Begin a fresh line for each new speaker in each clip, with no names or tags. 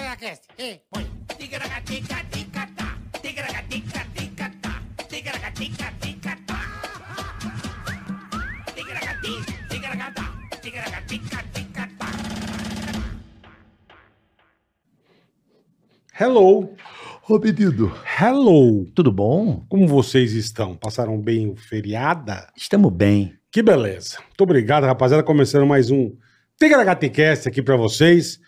Ticaracast, e põe. Ticaracatica, ticatá. Ticaracatica, ticatá. Ticaracatica, ticatá. Ticaracati, ticaracatá. Ticaracatica, ticatá.
Hello,
Ô, pedido,
hello.
tudo bom?
Como vocês estão? Passaram bem o feriada?
Estamos bem.
Que beleza. Muito obrigado, rapaziada. Começando mais um TGHTcast aqui pra vocês.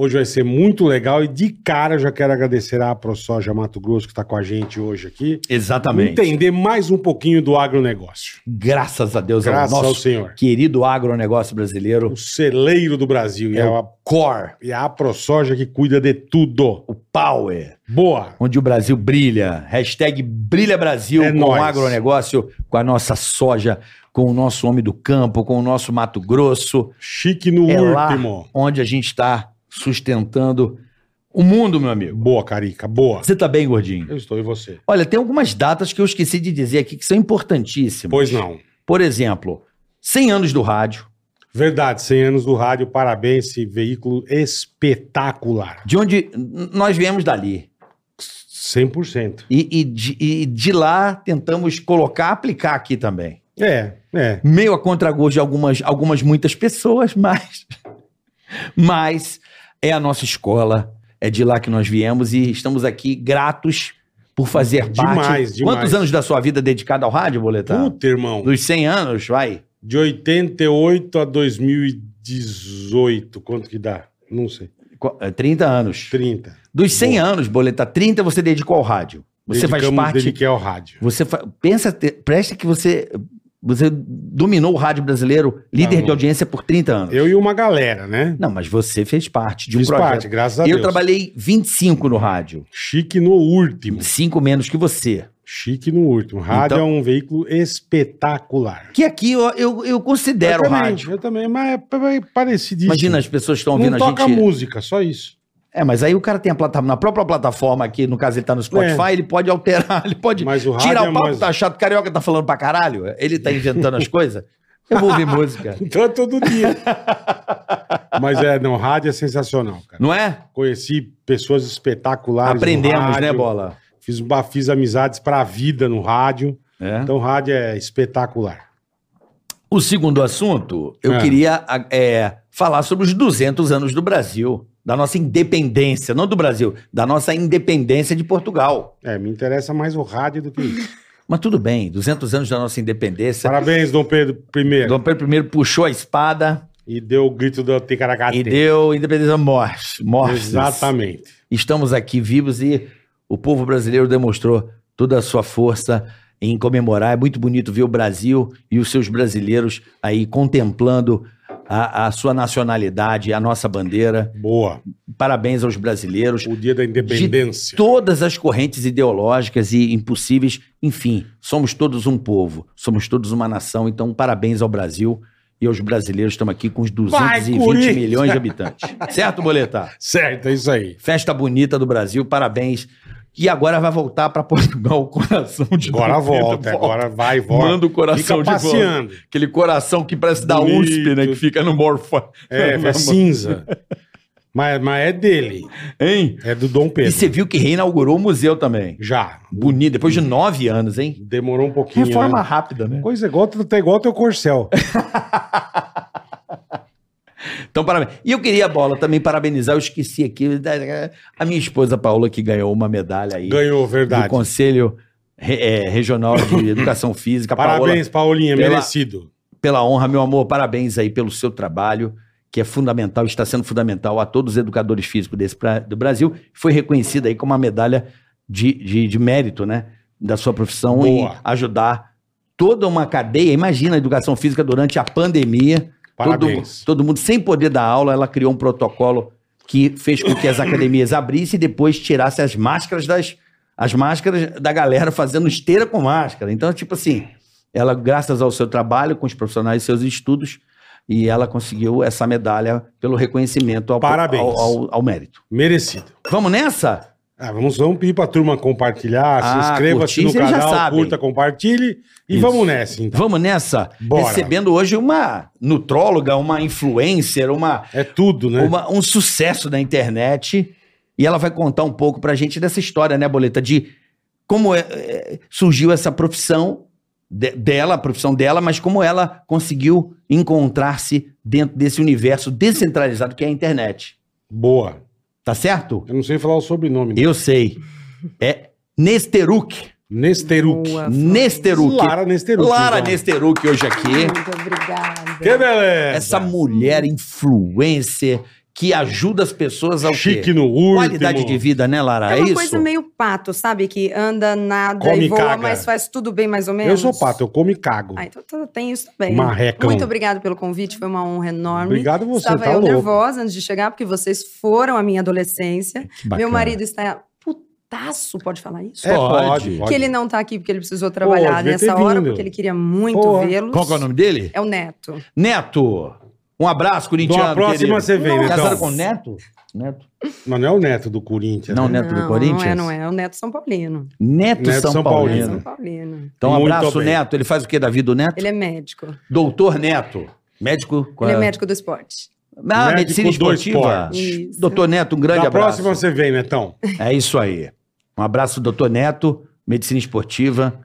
Hoje vai ser muito legal e de cara eu já quero agradecer à ProSoja Mato Grosso que está com a gente hoje aqui.
Exatamente.
Entender mais um pouquinho do agronegócio.
Graças a Deus
Graças
ao
ao
nosso
Senhor.
querido agronegócio brasileiro,
O celeiro do Brasil. E é a,
Core,
e a ProSoja que cuida de tudo.
o Power,
Boa.
onde o Brasil brilha. Hashtag Brilha Brasil
É
com
nóis.
o agronegócio, com a nossa soja, com o nosso homem do campo, com o nosso Mato Grosso.
Chique no
é lá
último.
onde a gente está sustentando o mundo, meu amigo.
Boa, Carica. Boa.
Você tá bem, gordinho?
Eu estou e você?
Olha, tem algumas datas que eu esqueci de dizer aqui que são importantíssimas.
Pois não.
Por exemplo, 100 anos do rádio.
Verdade, 100 anos do rádio, parabéns, esse veículo espetacular.
De onde n- nós viemos dali.
100%.
E, e de, e de lá tentamos colocar, aplicar aqui também.
É, é.
Meio a contragosto de algumas, algumas muitas pessoas, mas, mas é a nossa escola, é de lá que nós viemos e estamos aqui gratos por fazer
Demais,
parte.
demais.
Quantos anos da sua vida dedicada ao rádio, Boletar?
Puta, irmão.
Dos 100 anos, vai.
De 88 a 2018, quanto que dá? Não sei.
Qu- eh, 30 anos.
30.
Dos 100
Boa.
anos, Boletar, 30 você dedicou ao rádio. Você
Dedicamos-
faz parte
Dediquei ao rádio.
Você fa- pensa, te- presta que você você dominou o rádio brasileiro, líder
Não.
de audiência por 30 anos.
Eu e uma galera, né?
Não, mas você fez parte de um
Fiz
projeto.
parte, graças a
eu
Deus.
trabalhei 25 no rádio,
Chique no último.
5 menos que você.
Chique no último. Rádio
Então-
é um veículo espetacular.
Que aqui eu, eu, eu
eu
considero o
também,
rádio.
Eu também, mas é pa- é parecidíssimo.
Imagina, as pessoas estão ouvindo
Não
a
toca
gente.
música, só isso.
É, mas aí o cara tem a plataforma, na própria plataforma aqui, no caso ele tá no Spotify, ele pode alterar, ele pode
É. Mas o rádio
tirar
é
o papo,
mais...
tá chato, carioca tá falando pra caralho, ele tá inventando as coisas. Eu vou ouvir música.
Então é todo dia. Mas é, não, rádio é sensacional, cara.
Não é?
Conheci pessoas espetaculares. no
Aprendemos,
um rádio,
né, bola?
Fiz, ba- fiz amizades pra vida no rádio.
É.
Então, rádio é espetacular.
O segundo assunto, eu
É.
queria a- é, falar sobre os 200 anos do Brasil, da nossa independência, não do Brasil, da nossa independência de Portugal.
É, me interessa mais o rádio do que isso.
Mas tudo bem, 200 anos da nossa independência.
Parabéns, Dom Pedro I.
Dom Pedro I puxou a espada
E deu o grito da Ticaracate.
e deu independência morte.
Exatamente.
Estamos aqui vivos e o povo brasileiro demonstrou toda a sua força em comemorar. É muito bonito ver o Brasil e os seus brasileiros aí contemplando a, a sua nacionalidade, a nossa bandeira.
Boa.
Parabéns aos brasileiros.
O dia da independência.
Todas as correntes ideológicas e impossíveis, enfim, somos todos um povo, somos todos uma nação, então parabéns ao Brasil e aos brasileiros. Estamos aqui com os 220
Corinthians!
milhões de habitantes. certo, Boletar?
Certo, é isso aí.
Festa bonita do Brasil, parabéns. E agora vai voltar para Portugal o coração de
Agora
Dom Pedro
volta, agora vai, volta.
Manda o coração
Fica
de volta.
passeando.
Aquele coração que parece da
Bonito.
USP, né? Que fica no Morfa.
É, é cinza. mas, mas é dele.
Hein?
É do Dom
E
Pedro.
você viu que reinaugurou o museu também.
Já.
Bonito, depois de nove anos, hein?
Demorou um pouquinho. né?
rápida, né?
Coisa igual, tá igual teu corcel.
Então, parabéns. E eu queria, Bola, também parabenizar, eu esqueci aqui, da- da- a minha esposa Paula, que ganhou uma medalha aí
Ganhou,
do
verdade.
Conselho Re- é, Regional de Educação Física. Paola,
Parabéns, Paulinha,
Pela-
merecido.
pela honra, meu amor, parabéns aí pelo seu trabalho, que é fundamental, está sendo fundamental a todos os educadores físicos desse pra- do Brasil. Foi reconhecida aí como uma medalha de, de, de mérito, né? Da sua profissão
Boa.
em ajudar toda uma cadeia. Imagina a educação física durante a pandemia.
Parabéns.
Todo, todo mundo sem poder dar aula, ela criou um protocolo que fez com que as academias abrissem e depois tirassem as máscaras das as máscaras da galera fazendo esteira com máscara. Então, tipo assim, ela graças ao seu trabalho com os profissionais e seus estudos e ela conseguiu essa medalha pelo reconhecimento ao,
Parabéns.
ao, ao- ao mérito.
Merecido.
Vamos nessa?
Ah, vamos, vamos pedir pra turma compartilhar, se
Ah,
inscreva-se
curtir,
no
vocês já
canal,
sabem.
curta, compartilhe. E
Isso.
vamos nessa, então.
Vamos nessa?
Bora.
Recebendo hoje uma nutróloga, uma influencer, uma,
É tudo, né?
uma- um sucesso da internet. E ela vai contar um pouco pra gente dessa história, né, Boleta? De como é- é- surgiu essa profissão de- dela, a profissão dela, mas como ela conseguiu encontrar-se dentro desse universo descentralizado que é a internet.
Boa.
Tá certo?
Eu não sei falar o sobrenome. né?
Eu sei. É Nesteruk.
Nesteruk.
Boa, Flávio.
Nesteruk.
Lara Nesteruk.
Lara
então.
Nesteruk hoje aqui.
Muito obrigada.
Que beleza.
Essa mulher influencer que ajuda as pessoas ao
Chique
quê?
no último.
Qualidade de vida, né, Lara?
É
É,
uma
isso?
coisa meio pato, sabe? Que anda, nada
Come e
e voa,
caga.
mas faz tudo bem mais ou menos.
Eu sou pato, eu como e cago.
Ah, então tu- tem isso também.
Marrecão.
Muito obrigado pelo convite, foi uma honra enorme.
Obrigado você,
Estava
tá
eu
louco.
nervosa antes de chegar, porque vocês foram a minha adolescência.
Que bacana.
Meu marido está putaço, pode falar isso?
É,
Pode.
pode, pode.
Que ele não tá aqui porque ele precisou
Pô,
trabalhar
devia ter
nessa hora,
vindo.
porque ele queria muito
Porra.
vê-los.
Qual que é o nome dele?
É o Neto.
Neto. Um abraço, corintiano.
Na Então, próxima
querido.
você vem,
Nossa.
Netão.
Casaram com Neto? Neto.
Mas não é o neto do Corinthians.
Não,
né?
Neto do
não,
Corinthians?
não é, não é. É o Neto São Paulino.
Neto,
Neto
São,
São
É
Paulino.
Paulino.
São Paulino.
Então, um
Muito
abraço,
bem.
Neto. Ele faz o que da vida do Neto?
Ele é médico.
Doutor Neto. Médico? Qual
Ele é
é?
médico do esporte.
Ah,
Médico
medicina
do
esportiva.
esporte. Isso.
Doutor Neto, um grande
Na
abraço.
próxima você vem, Netão.
É isso aí. Um abraço, doutor Neto, medicina esportiva.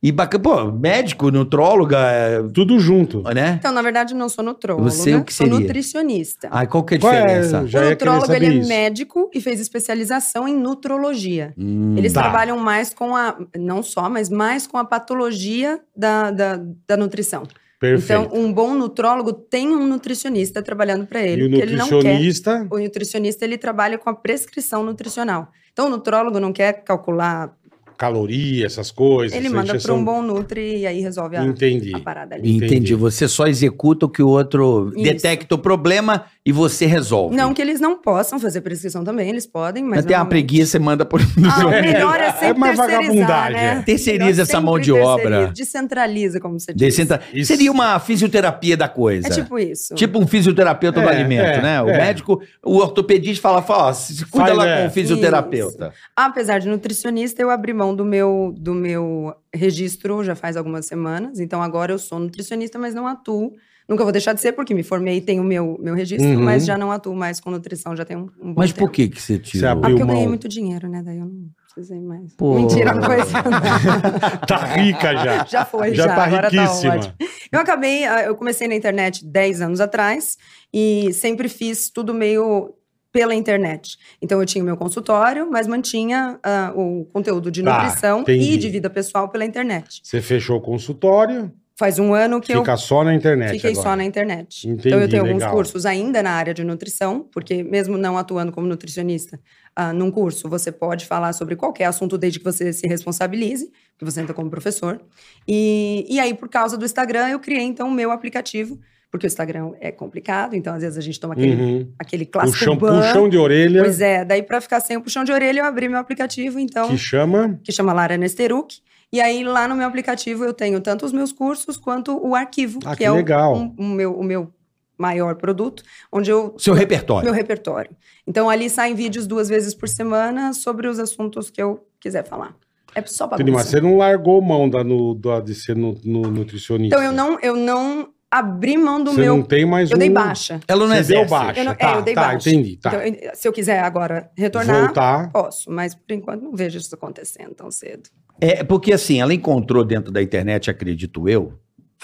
E bacana, pô, médico, nutróloga, é,
Tudo junto.
né?
Então, na verdade, eu não sou nutróloga.
Você o que
sou
seria?
nutricionista.
Ai, qual que é a
Qual é?
diferença?
Já
o
ia querer
nutrólogo
saber
ele é
isso.
médico e fez especialização em nutrologia.
Hum,
Eles
Tá.
trabalham mais com a, não só, mas mais com a patologia da, da, da nutrição.
Perfeito.
Então, um bom nutrólogo tem um nutricionista trabalhando para ele,
e o
porque ele não quer
nutricionista.
o nutricionista ele trabalha com a prescrição nutricional. Então o nutrólogo não quer calcular,
Caloria, essas coisas.
ele
essa
manda para
injeção.
um bom nutri e aí resolve a,
Entendi.
a parada ali.
entendi.
entendi.
Você só executa o que o outro
Isso.
detecta o problema e você resolve.
Não que eles não possam fazer prescrição também, eles podem, mas
Mas tem uma
normalmente-
preguiça e manda por.
Ah, o
É,
melhor
é
é sempre
mais
terceirizar,
vagabundagem,
né?
é.
Terceiriza
Melhor
essa mão
sempre
de obra.
terceiriza, Descentraliza, como você disse.
Decentra...
Isso.
Seria uma fisioterapia da coisa.
É tipo isso.
Tipo um fisioterapeuta do
É,
alimento,
é,
né? O
é.
médico, o ortopedista fala, fala ó, se cuida
Faz,
lá
é.
com o fisioterapeuta.
Apesar de nutricionista, eu abri mão do meu, do meu registro já faz algumas semanas. Então agora eu sou nutricionista, mas não atuo. Nunca vou deixar de ser, porque me formei e tenho o meu, meu registro,
Uhum.
mas já não atuo mais com nutrição, já tem um, um bom
Mas por
tempo.
que que você tirou?
Ah, porque eu
Irmão.
ganhei muito dinheiro, né? Daí eu não precisei mais.
Pô.
Mentira, não foi isso.
Tá rica já.
Já foi, já.
já tá
Agora
riquíssima.
tá ótimo. Eu acabei, ah, eu comecei na internet 10 anos atrás e sempre fiz tudo meio pela internet. Então eu tinha o meu consultório, mas mantinha ah, o conteúdo de
Tá,
nutrição
entendi.
e de vida pessoal pela internet.
Você fechou o consultório,
Faz um ano que
fica só na
eu
internet.
fiquei
É, agora.
só na internet.
Entendi,
então eu tenho alguns
legal.
cursos ainda na área de nutrição, porque mesmo não atuando como nutricionista, ah, num curso você pode falar sobre qualquer assunto desde que você se responsabilize, que você entra como professor. E, e aí, por causa do Instagram, eu criei então o meu aplicativo, porque o Instagram é complicado, então às vezes a gente toma aquele,
Uhum.
aquele clássico
Puxão,
ban.
puxão né? de orelha
Pois é, daí pra ficar sem o puxão de orelha, eu abri meu aplicativo, então
que chama.
que chama Lara Nesteruk. E aí, lá no meu aplicativo, eu tenho tanto os meus cursos quanto o arquivo,
Ah,
que,
que
é o,
legal.
um- o meu, o meu maior produto, onde eu.
Seu repertório.
Meu repertório. Então, ali saem vídeos duas vezes por semana sobre os assuntos que eu quiser falar. É só
Entendi, Mas
bagunça.
você não largou mão da, no, da- de ser nu- nu- nutricionista.
Então, eu não, eu não abri mão do
Você
meu.
não tem mais
Eu
um...
dei baixa.
Ela não
Você
é
deu baixa.
Eu não- é,
tá,
eu dei
tá,
baixa.
entendi. Tá.
Então, eu- se eu quiser agora retornar,
Voltar.
posso. Mas, por enquanto, não vejo isso acontecendo tão cedo.
É, porque assim, ela encontrou dentro da internet, acredito eu,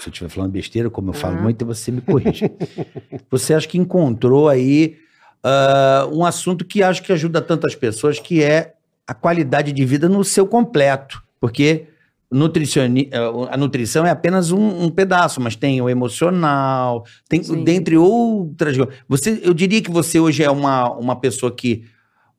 se eu estiver falando besteira, como eu falo
Ah.
muito, você me corrige. você acha que encontrou aí ah, um assunto que acho que ajuda tantas pessoas, que é a qualidade de vida no seu completo. Porque nutricioni- ah, a nutrição é apenas um, um pedaço, mas tem o emocional, tem,
Sim.
dentre outras coisas. Você, eu diria que você hoje é uma, uma pessoa que.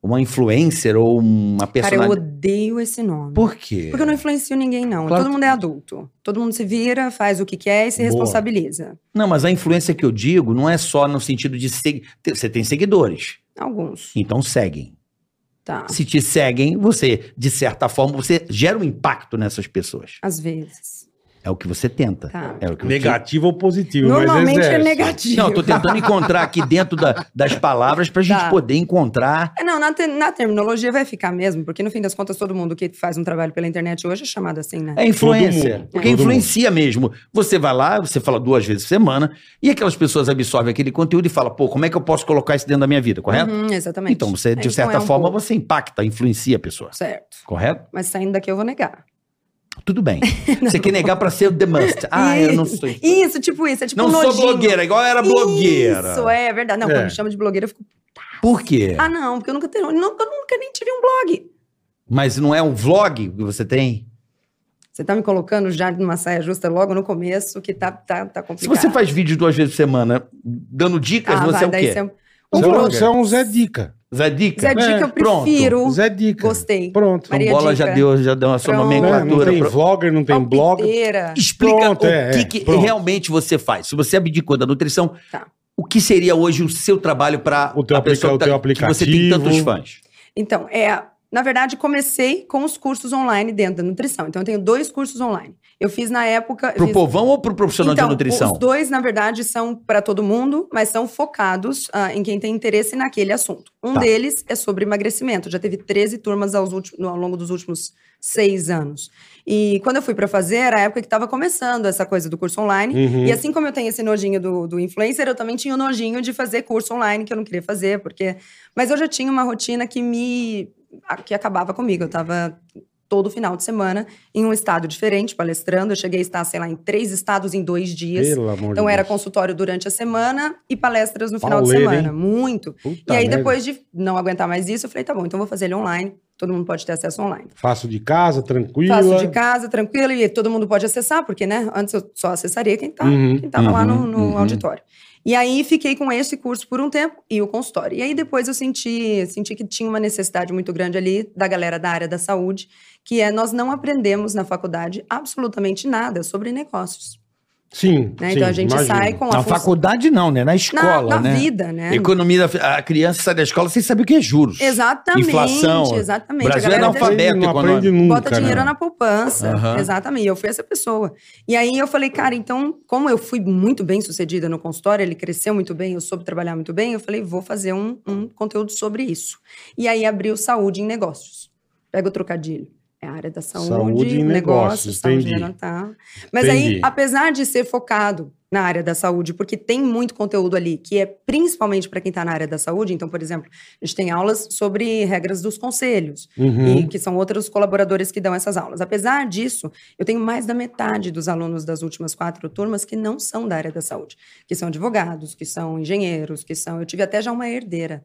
Uma influencer ou uma
Cara, eu
personalidade.
odeio esse nome.
Por quê?
Porque eu não influencio ninguém, não.
Claro
Todo
que-
mundo é adulto. Todo mundo se vira, faz o que quer e se
Boa.
responsabiliza.
Não, mas a influência que eu digo não é só no sentido de seguir. Você tem seguidores,
Alguns.
então seguem.
Tá.
Se te seguem, você, de certa forma, você gera um impacto nessas pessoas.
Às vezes.
É o que você tenta.
Tá.
É o que eu
Negativo ou positivo, mas
Normalmente é
exerce.
te-
negativo.
Não, eu tô tentando encontrar aqui dentro da- das palavras pra gente
Tá.
poder encontrar.
É, Não, na, te- na terminologia vai ficar mesmo, porque no fim das contas todo mundo que faz um trabalho pela internet hoje é chamado assim, né?
É influência.
mundo.
Porque
Todo
influencia mesmo. Você vai lá, você fala duas vezes por semana, e aquelas pessoas absorvem aquele conteúdo e falam, pô, como é que eu posso colocar isso dentro da minha vida, correto?
Uhum, exatamente.
Então, você, de
Então,
certa
é um
forma,
pouco.
você impacta, influencia a pessoa,
Certo.
correto?
Mas saindo daqui eu vou negar.
Tudo bem. você quer negar pra ser the must. Ah, eu não sou.
Isso, tipo isso. É tipo
não
um
sou
nojinho.
blogueira, igual eu era blogueira. É.
Isso, é verdade. Não,
É.
quando me chama de blogueira eu fico...
Por quê?
Ah, não, porque eu nunca, tenho, nunca, nunca nem tive um blog.
Mas não é um vlog que você tem?
Você tá me colocando já numa saia justa logo no começo, que tá, tá, tá
Se
complicado.
você faz vídeo duas vezes por semana, dando dicas,
ah,
você
vai,
é o
daí
quê?
você é-
Você é um-
Blogger.
você é um Zé Dica.
Zé Dica?
Zé Dica,
É,
eu
pronto.
prefiro.
Zé Dica.
Gostei.
Pronto.
Então,
Maria
bola
Dica.
já deu, já deu a sua
Pronto.
Né? Não
nomenclatura.
tem
pra-
vlogger, não tem um blog.
Palpiteira.
Explica
Pronto,
o
é,
que,
é,
que
pronto.
realmente você faz. Se você abdicou da nutrição,
Tá.
o que seria hoje o seu trabalho para
O teu
a pessoa
aplica-
que, tá
o teu
que você tem
aplicativo.
tantos fãs?
Então, é, na verdade, comecei com os cursos online dentro da nutrição. Então, eu tenho dois cursos online. Eu fiz na época. eu
Pro
fiz-
povão ou pro profissional
então,
de nutrição?
Os dois, na verdade, são para todo mundo, mas são focados ah, em quem tem interesse naquele assunto. Um
Tá.
deles é sobre emagrecimento. Já teve 13 turmas aos ulti- no- ao longo dos últimos seis anos. E quando eu fui para fazer, era a época que estava começando essa coisa do curso online.
Uhum.
E assim como eu tenho esse nojinho do, do influencer, eu também tinha o nojinho de fazer curso online que eu não queria fazer, porque. Mas eu já tinha uma rotina que me. a- que acabava comigo. Eu tava todo final de semana em um estado diferente, palestrando. Eu cheguei a estar, sei lá, em três estados em dois dias.
Pelo amor
Então
de
era
Deus.
consultório durante a semana e palestras no final
Pauleira,
de semana. Muito.
Puta
e aí,
merda.
depois de não aguentar mais isso, eu falei, tá bom, então eu vou fazer ele online. Todo mundo pode ter acesso online.
Faço de casa, tranquila.
Faço de casa, tranquilo, e todo mundo pode acessar, porque, né? Antes eu só acessaria quem tá,
Uhum,
quem tava lá no, no
uhum.
auditório. E aí fiquei com esse curso por um tempo e o consultório. E aí depois eu senti, senti que tinha uma necessidade muito grande ali da galera da área da saúde, que é nós não aprendemos na faculdade absolutamente nada sobre negócios.
Sim,
né?
sim,
então a gente
imagino.
sai com a
Na
função-
faculdade não, né? Na
na,
escola,
na
né?
vida, né?
Economia da a criança sai da escola sem saber o que é juros.
Exatamente,
Inflação.
exatamente.
Brasil
a
é
galera
analfabeto.
Aprende- Não
econômico.
aprende nunca.
Bota dinheiro
né?
na poupança.
Aham.
Exatamente. Eu fui essa pessoa. E aí eu falei, cara, então, como eu fui muito bem sucedida no consultório, ele cresceu muito bem, eu soube trabalhar muito bem, eu falei, vou fazer um, um conteúdo sobre isso. E aí abriu saúde em negócios. Pega o trocadilho. É a área da saúde,
Saúde em negócios,
saúde
entendi.
mental. Mas
Entendi.
aí, apesar de ser focado na área da saúde, porque tem muito conteúdo ali que é principalmente para quem está na área da saúde. Então, por exemplo, a gente tem aulas sobre regras dos conselhos
Uhum.
e que são outros colaboradores que dão essas aulas. Apesar disso, eu tenho mais da metade dos alunos das últimas quatro turmas que não são da área da saúde, que são advogados, que são engenheiros, que são. Eu tive até já uma herdeira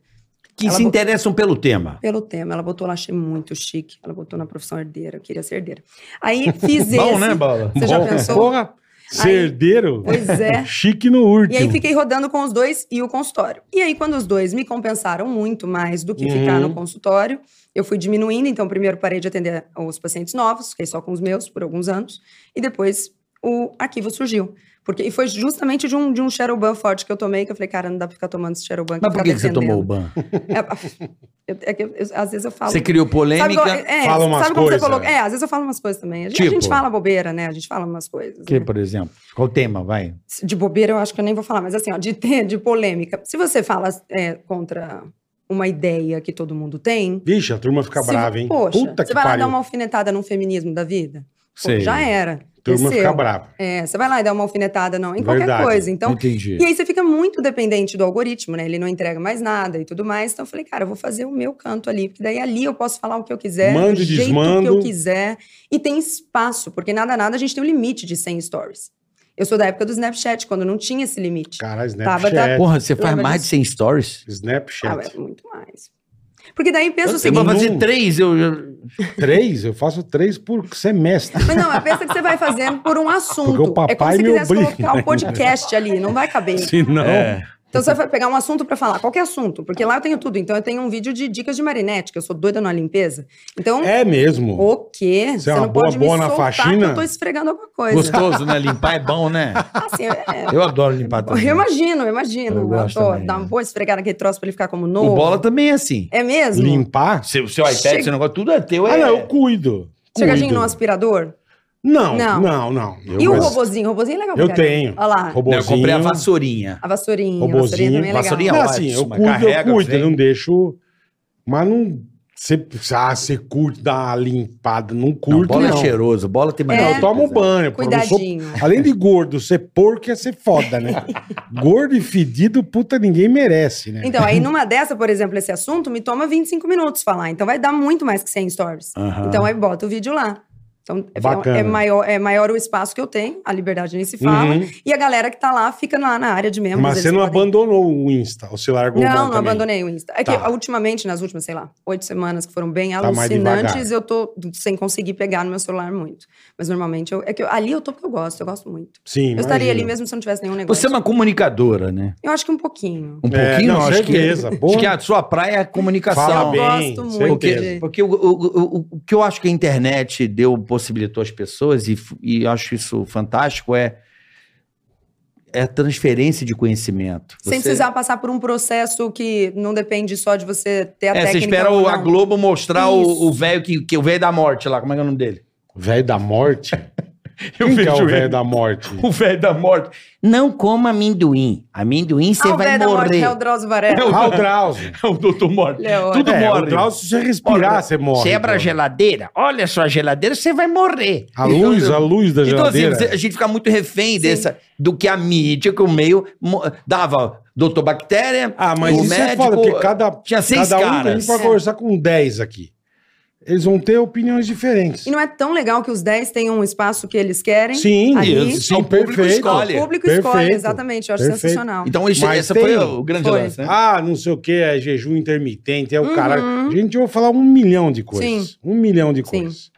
Que
Ela
se
bo-
interessam pelo tema.
pelo tema. Ela botou lá, achei muito chique. Ela botou na profissão herdeira, eu queria ser herdeira. Aí fiz esse.
Bom, né, Bola?
Você já
Bom,
pensou?
Porra, ser
Aí-
herdeiro?
Pois é.
Chique no
E
último.
Uhum.
aí fiquei rodando com os dois e o consultório. E aí, quando os dois me compensaram muito mais do que
Uhum.
ficar no consultório, eu fui diminuindo. Então, primeiro parei de atender os pacientes novos, fiquei só com os meus por alguns anos, e depois o arquivo surgiu. Porque, e foi justamente de um, de um Shadowban forte que eu tomei, que eu falei, cara, não dá pra ficar tomando esse Shadowban.
Mas por que, que você tomou o ban?
É, eu- é que eu- eu- às vezes eu falo...
Você criou
Sabe,
polêmica.
igual- é,
fala umas
sabe como
coisas.
você colocou? É, às vezes eu falo umas coisas também. A gente, a
Tipo?
gente fala bobeira, né? A gente fala umas coisas.
Que,
né?
por exemplo? Qual o tema, vai?
de bobeira eu acho que eu nem vou falar, mas assim, ó, de, te- de polêmica. Se você fala é, contra uma ideia que todo mundo tem.
Vixe, a turma fica
se-
brava, hein?
Poxa,
Puta que
você vai lá
pariu.
dar uma alfinetada num feminismo da vida? Pô,
Sei.
já era.
A turma fica
Desceu.
brava.
É, você vai lá e dá uma alfinetada não, em
Verdade.
qualquer coisa. Então,
Entendi.
e aí você fica muito dependente do algoritmo, né? Ele não entrega mais nada e tudo mais. Então eu falei, cara, eu vou fazer o meu canto ali, porque daí ali eu posso falar o que eu quiser,
Mando e
do jeito
desmando.
que eu quiser. E tem espaço, porque nada nada a gente tem um limite de 100 stories. Eu sou da época do Snapchat, quando não tinha esse limite.
Cara,
Tava
Snapchat.
da-
Porra, você faz
Lembra
mais de 100 stories?
Ah, mas
Snapchat.
muito mais. Porque daí pensa
Eu
o
vou
seguinte.
fazer
Não.
três, eu- eu...
Três? Eu faço três por semestre.
Mas não, pensa que você vai fazendo por um
Porque o
assunto.
papai
É como se
me
quisesse
obriga. né?
colocar um podcast ali, não vai caber.
Se não,
É.
Então você vai pegar um assunto pra falar, qualquer assunto, porque lá eu tenho tudo. Então eu tenho um vídeo de dicas de marinete, que eu sou doida na limpeza. Então,
é mesmo.
o quê?
Você é uma boa- boa na
que
faxina?
eu tô esfregando alguma coisa.
Gostoso, né? Limpar é bom, né?
Assim, é-
Eu adoro limpar também.
eu imagino, eu imagino.
Eu
Eu
gosto
adoro
também,
dar
é.
uma boa esfregada naquele troço pra ele ficar como novo.
O bola também é assim.
É mesmo?
Limpar?
Seu, seu iPad,
Chega-
seu negócio, tudo é teu.
Ah,
é...
não, eu cuido.
Chegadinho
Cuido.
no aspirador?
Não, não, não.
Não.
não.
Eu
e o
gosto.
robozinho? O robozinho é legal. pra
Eu
caralho.
tenho.
Olha lá.
Não, eu
Robozinho.
comprei a vassourinha.
A vassourinha. A vassourinha
Robozinho.
também é legal.
Vassourinha
Não,
ótima,
assim, eu cuido,
carrega,
eu cuido, eu
vem.
não deixo. Mas não. Você, ah, você curte dar uma limpada, não
Não,
curto,
bola
não.
é cheiroso, bola tem mais.
Não,
É.
eu tomo banho. pô, eu não sou-
Cuidadinho.
É.
além de gordo, ser porco é ser foda, né? gordo e fedido, puta, ninguém merece, né?
Então, aí numa dessa, por exemplo, esse assunto me toma 25 minutos falar. Então vai dar muito mais que 100 stories.
Aham.
Então aí bota o vídeo lá. Então é-
Bacana.
é maior, é maior o espaço que eu tenho, a liberdade nem se fala.
Uhum.
E a galera que tá lá fica lá na área de membros.
Mas
eles
você não
podem-
abandonou o Insta, ou você largou o
Não,
mão
não
também?
abandonei o Insta. É que
Tá.
ultimamente, nas últimas, sei lá, oito semanas que foram bem
Tá mais
alucinantes,
devagar.
eu tô sem conseguir pegar no meu celular muito. Mas normalmente, eu, é que eu- ali eu tô porque eu gosto, eu gosto muito.
Sim,
Eu estaria ali
imagino.
mesmo se eu não tivesse nenhum negócio.
Você é uma comunicadora, né?
Eu acho que um pouquinho.
Um
É,
pouquinho,
não,
acho
certeza,
que.
porra.
Acho que a sua praia é a comunicação.
Fala
eu
bem,
gosto muito
certeza.
de-
Porque o, o- o- o que eu acho que a internet deu, possibilitou às pessoas, e, f- e eu acho isso fantástico, é, é a transferência de conhecimento.
Sem
Você-
precisar passar por um processo que não depende só de você ter a
É, você
técnica.
espera o-
ou
a
não.
Globo mostrar o-
Isso.
o velho que, que o velho da morte lá, como é que é o nome dele?
Velho da morte?
Eu
Quem que é
vejo
o
ele.
velho da morte?
O velho da morte. Não coma amendoim. Amendoim você
Ah, o
vai
velho da morte
morrer.
é o Drauzio Varela.
Ah, o Drauzio.
É o doutor morte.
Leone.
Tudo
é,
morre.
O Drauzio, se você respirar,
Olha,
você morre.
Quebra a
pô.
geladeira. Olha só a geladeira, você vai morrer.
A luz, a luz da
Então, assim,
geladeira.
você- a gente fica muito refém dessa, do que a mídia, que o meio mo- dava. Doutor Bactéria,
Ah, mas
o
isso é
médico...
foda, porque cada,
tinha seis
cada um vem
caras.
pra
É.
conversar com 10 aqui. Eles vão ter opiniões diferentes.
E não é tão legal que os 10 tenham um espaço que eles querem?
Sim,
ali,
isso, sim,
o público
perfeito.
escolhe.
O público
Perfeito.
escolhe, né? exatamente. Eu acho
Perfeito.
sensacional.
Então, isso,
Mas
essa
tem-
foi o grande
Foi.
lance, né?
Ah, não sei o que, é jejum intermitente, é o
Uhum.
caralho. Gente, eu vou falar um milhão de coisas. Um milhão de
Sim.
coisas.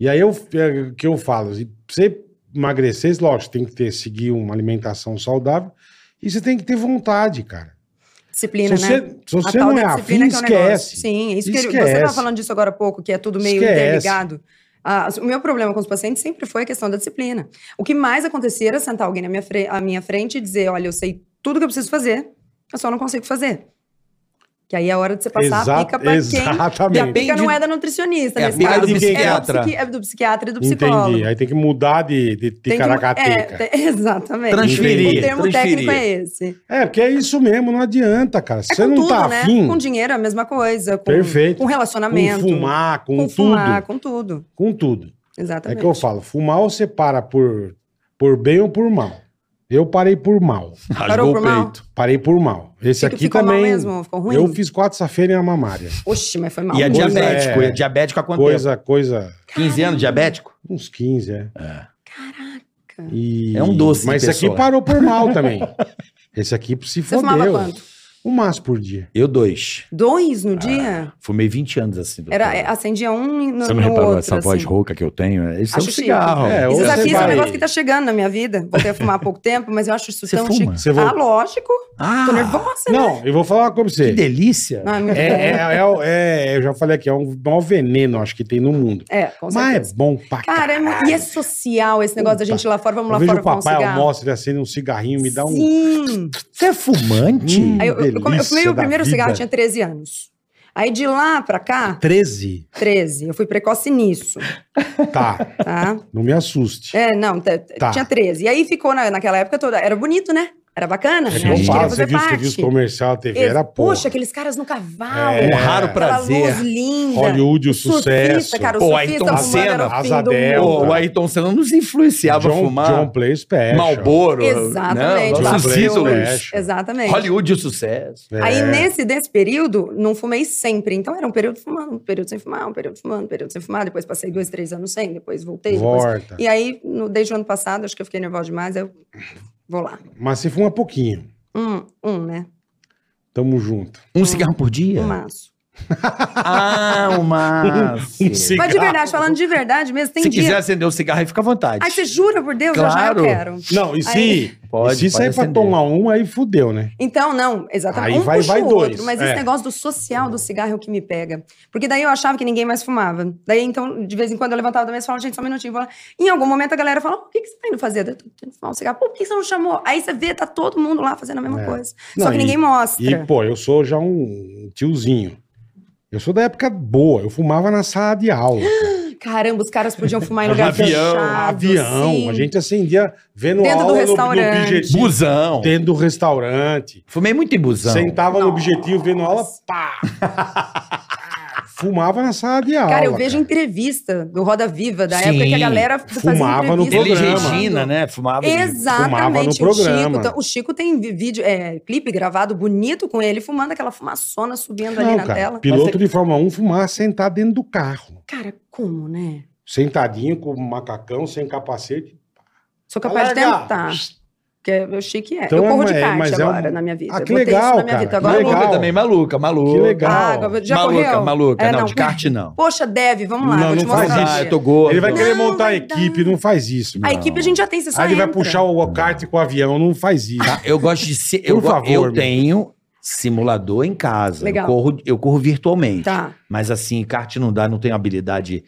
E aí eu, é o que eu falo, se você emagrecer, lógico, tem que ter, seguir uma alimentação saudável e você tem que ter vontade, cara.
disciplina,
se você,
né?
se você
tal
não
da
é afim,
disciplina que é um negócio.
esquece.
Sim, isso que ele- você
Esquece.
estava falando disso agora há pouco, que é tudo meio
Esquece.
interligado. Ah, o meu problema com os pacientes sempre foi a questão da disciplina. O que mais acontecia era sentar alguém na minha, fre- à minha frente e dizer: olha, eu sei tudo que eu preciso fazer, eu só não consigo fazer. Que aí é a hora de você passar
Exa-
a pica pra quem. E a
exatamente.
pica não
Depende-
é da nutricionista,
É a
nesse
pica
caso.
do
psiquiatra.
É do, psiqui- é do psiquiatra e do psicólogo.
Entendi. Aí tem que mudar de, de
Tem que-
ticaracateca.
é, tem- exatamente.
Transferir,
O termo
transferir.
técnico é esse.
É, porque é isso mesmo, não adianta, cara. Se
É
você
com
não
tudo,
tá
né?
afim
Com dinheiro é a mesma coisa. Com,
Perfeito.
Com
com
relacionamento.
fumar, com,
com
tudo,
fumar, com tudo.
com tudo. É
Exatamente.
que eu falo, fumar ou você para por, por bem ou por mal. Eu parei por mal.
Parou por mal?
Parei por mal. Esse
Fica-
aqui
Tipo, ficou mal
também.
mesmo? Ficou ruim?
Eu fiz quatro safeira e a mamária.
Oxi, mas foi mal.
E é
Coisa
diabético.
é-
É... diabético há quanto
Coisa, coisa,
tempo? 15 anos diabético?
uns 15, é.
Caraca.
E-
É um doce de
Mas esse aqui
pessoa.
parou por mal também. Esse aqui se
Você fumava
fodeu.
quanto?
Um maço por dia.
Eu dois.
Dois
Ah,
no dia?
Fumei 20 anos assim. doutor.
Era, é, acendia um e no,
Você não
no
reparou
outro,
essa voz
assim.
rouca que eu tenho? Isso é um
Acho chique.
cigarro.
É,
E
ou
Você
você
sabe que isso é um
vai-
negócio que tá chegando na minha vida. Voltei a fumar há pouco tempo, mas eu acho isso
Você
tão
fuma?
chique.
Você
Ah,
volta-
lógico.
Ah,
Tô nervosa. né?
Não, eu vou falar uma coisa pra
que
você.
delícia.
Não, é, muito
É, é,
bom.
é o- é, eu já falei aqui, é um maior veneno, acho que tem no mundo.
é, com
Mas
certeza.
é bom pra
Cara, é muito... e é social esse negócio da gente ir lá fora, vamos
Eu
lá
vejo
fora
o
fumar um
papai
cigarro.
almoça, ele acende um cigarrinho, me dá um...
Sim.
Você é fumante?
Hum.
Aí eu, eu- eu come- eu fumei
Delícia
meu
da
primeiro
vida.
cigarro, eu tinha 13 anos. Aí de lá pra cá,
13?
13. Eu fui precoce nisso,
Tá,
tá?
não me assuste.
É, não, te-
Tá.
tinha 13. E aí ficou na- naquela época toda. Era bonito, né? Era bacana.
É
né?
que
A
eu
gente
falo,
queria
você
fazer
viu, você viu os
parte.
comercial, a TV
Ex-
era porra.
Poxa, aqueles caras no cavalo.
É.
Um raro
Aquela
prazer.
luz linda.
Hollywood, o sucesso.
surfista, cara. O
Pô,
surfista
Ayrton
fumando era
Senna,
o fim do
Azadel.
mundo.
Pô, É, o Ayrton Senna nos influenciava a
John,
fumar.
John Play Special.
Malboro.
Exatamente.
Né?
John
Os
Play
ídolos.
Special.
Exatamente.
Hollywood e o sucesso.
É.
Aí, nesse desse período, não fumei sempre. Então, era um período fumando, um período sem fumar, um período fumando, um período sem fumar. Depois passei dois, três anos sem, depois voltei. Depois...
Volta.
E aí, no, desde o ano passado, acho que eu fiquei nervosa demais, eu vou lá.
Mas você fuma pouquinho.
Um, um né?
Tamo junto.
Um cigarro por dia?
Um maço.
Ah, um maço.
Um cigarro.
Mas de verdade, falando de verdade mesmo, tem
Se
dia...
quiser acender o cigarro, aí fica à vontade.
Ai, você jura por Deus? Eu já
Claro.
quero.
Não, e se,
Aí-
Pode,
e se sair
pode
pra
acender.
tomar um, aí fudeu, né?
Então, não, exatamente.
Aí
um
vai-
puxa
vai
o
dois,
outro, mas
é.
esse negócio do social do cigarro é o que me pega. Porque daí eu achava que ninguém mais fumava. Daí, então, de vez em quando eu levantava da mesa e falava, gente, só um minutinho. vou lá. Em algum momento a galera fala, o que, que você tá indo fazer? Eu tô tentando fumar um cigarro. Pô, por que que você não chamou? Aí você vê, tá todo mundo lá fazendo a mesma
É.
coisa.
Não,
Só que
e-
ninguém mostra.
E, pô, eu sou já um tiozinho. Eu sou da época boa. Eu fumava na sala de aula. cara.
Caramba, os caras podiam fumar em lugar
É um avião,
fechado. assim.
avião.
sim.
A gente acendia vendo
Dentro do
aula no- no
restaurante.
objetivo.
um Busão.
Dentro do restaurante.
Fumei muito em busão.
Sentava no
Nossa.
objetivo, vendo aula, pá! Fumava na sala de aula.
Cara, eu vejo entrevista do Roda Viva, da
Sim,
época que a galera fazia
fumava no
Ele e
entrevista.
programa.
Regina, né? Fumava. de-
Fumava no
Exatamente, o
programa.
Chico. tá- O Chico tem vi- vídeo, é, clipe gravado bonito com ele, fumando aquela fumaçona subindo ali
Não,
na
cara,
tela.
Piloto de Fórmula 1 fumar sentado dentro do carro.
Cara, como, né?
Sentadinho com o macacão, sem capacete.
Sou capaz de
Largar.
tentar. Porque eu sei que é.
Então
eu corro
é,
de
mas- mas
kart
é um-
agora na minha vida.
Ah,
Eu
que
botei
legal,
isso na minha
cara,
vida.
que
Agora eu
Maluca
legal.
também, maluca, maluca.
Que legal.
Ah, agora- já
maluca,
correu?
maluca.
É,
não,
não.
de kart não.
vou- Poxa, Deve, vamos lá,
Não,
vou te
não faz
mostrar.
isso.
um
Ah,
dia.
eu tô gordo.
Ele vai querer
Não,
montar a
vai
equipe,
dar.
não faz isso.
A
meu.
equipe a gente já tem, você só
Aí ele vai
entra.
puxar o kart com o avião, não faz isso.
Tá? Eu gosto de ser.
Por
eu, go-
favor,
eu
meu.
tenho simulador em casa.
Legal.
Eu corro, eu corro virtualmente.
Tá.
Mas assim, kart não dá, não tenho habilidade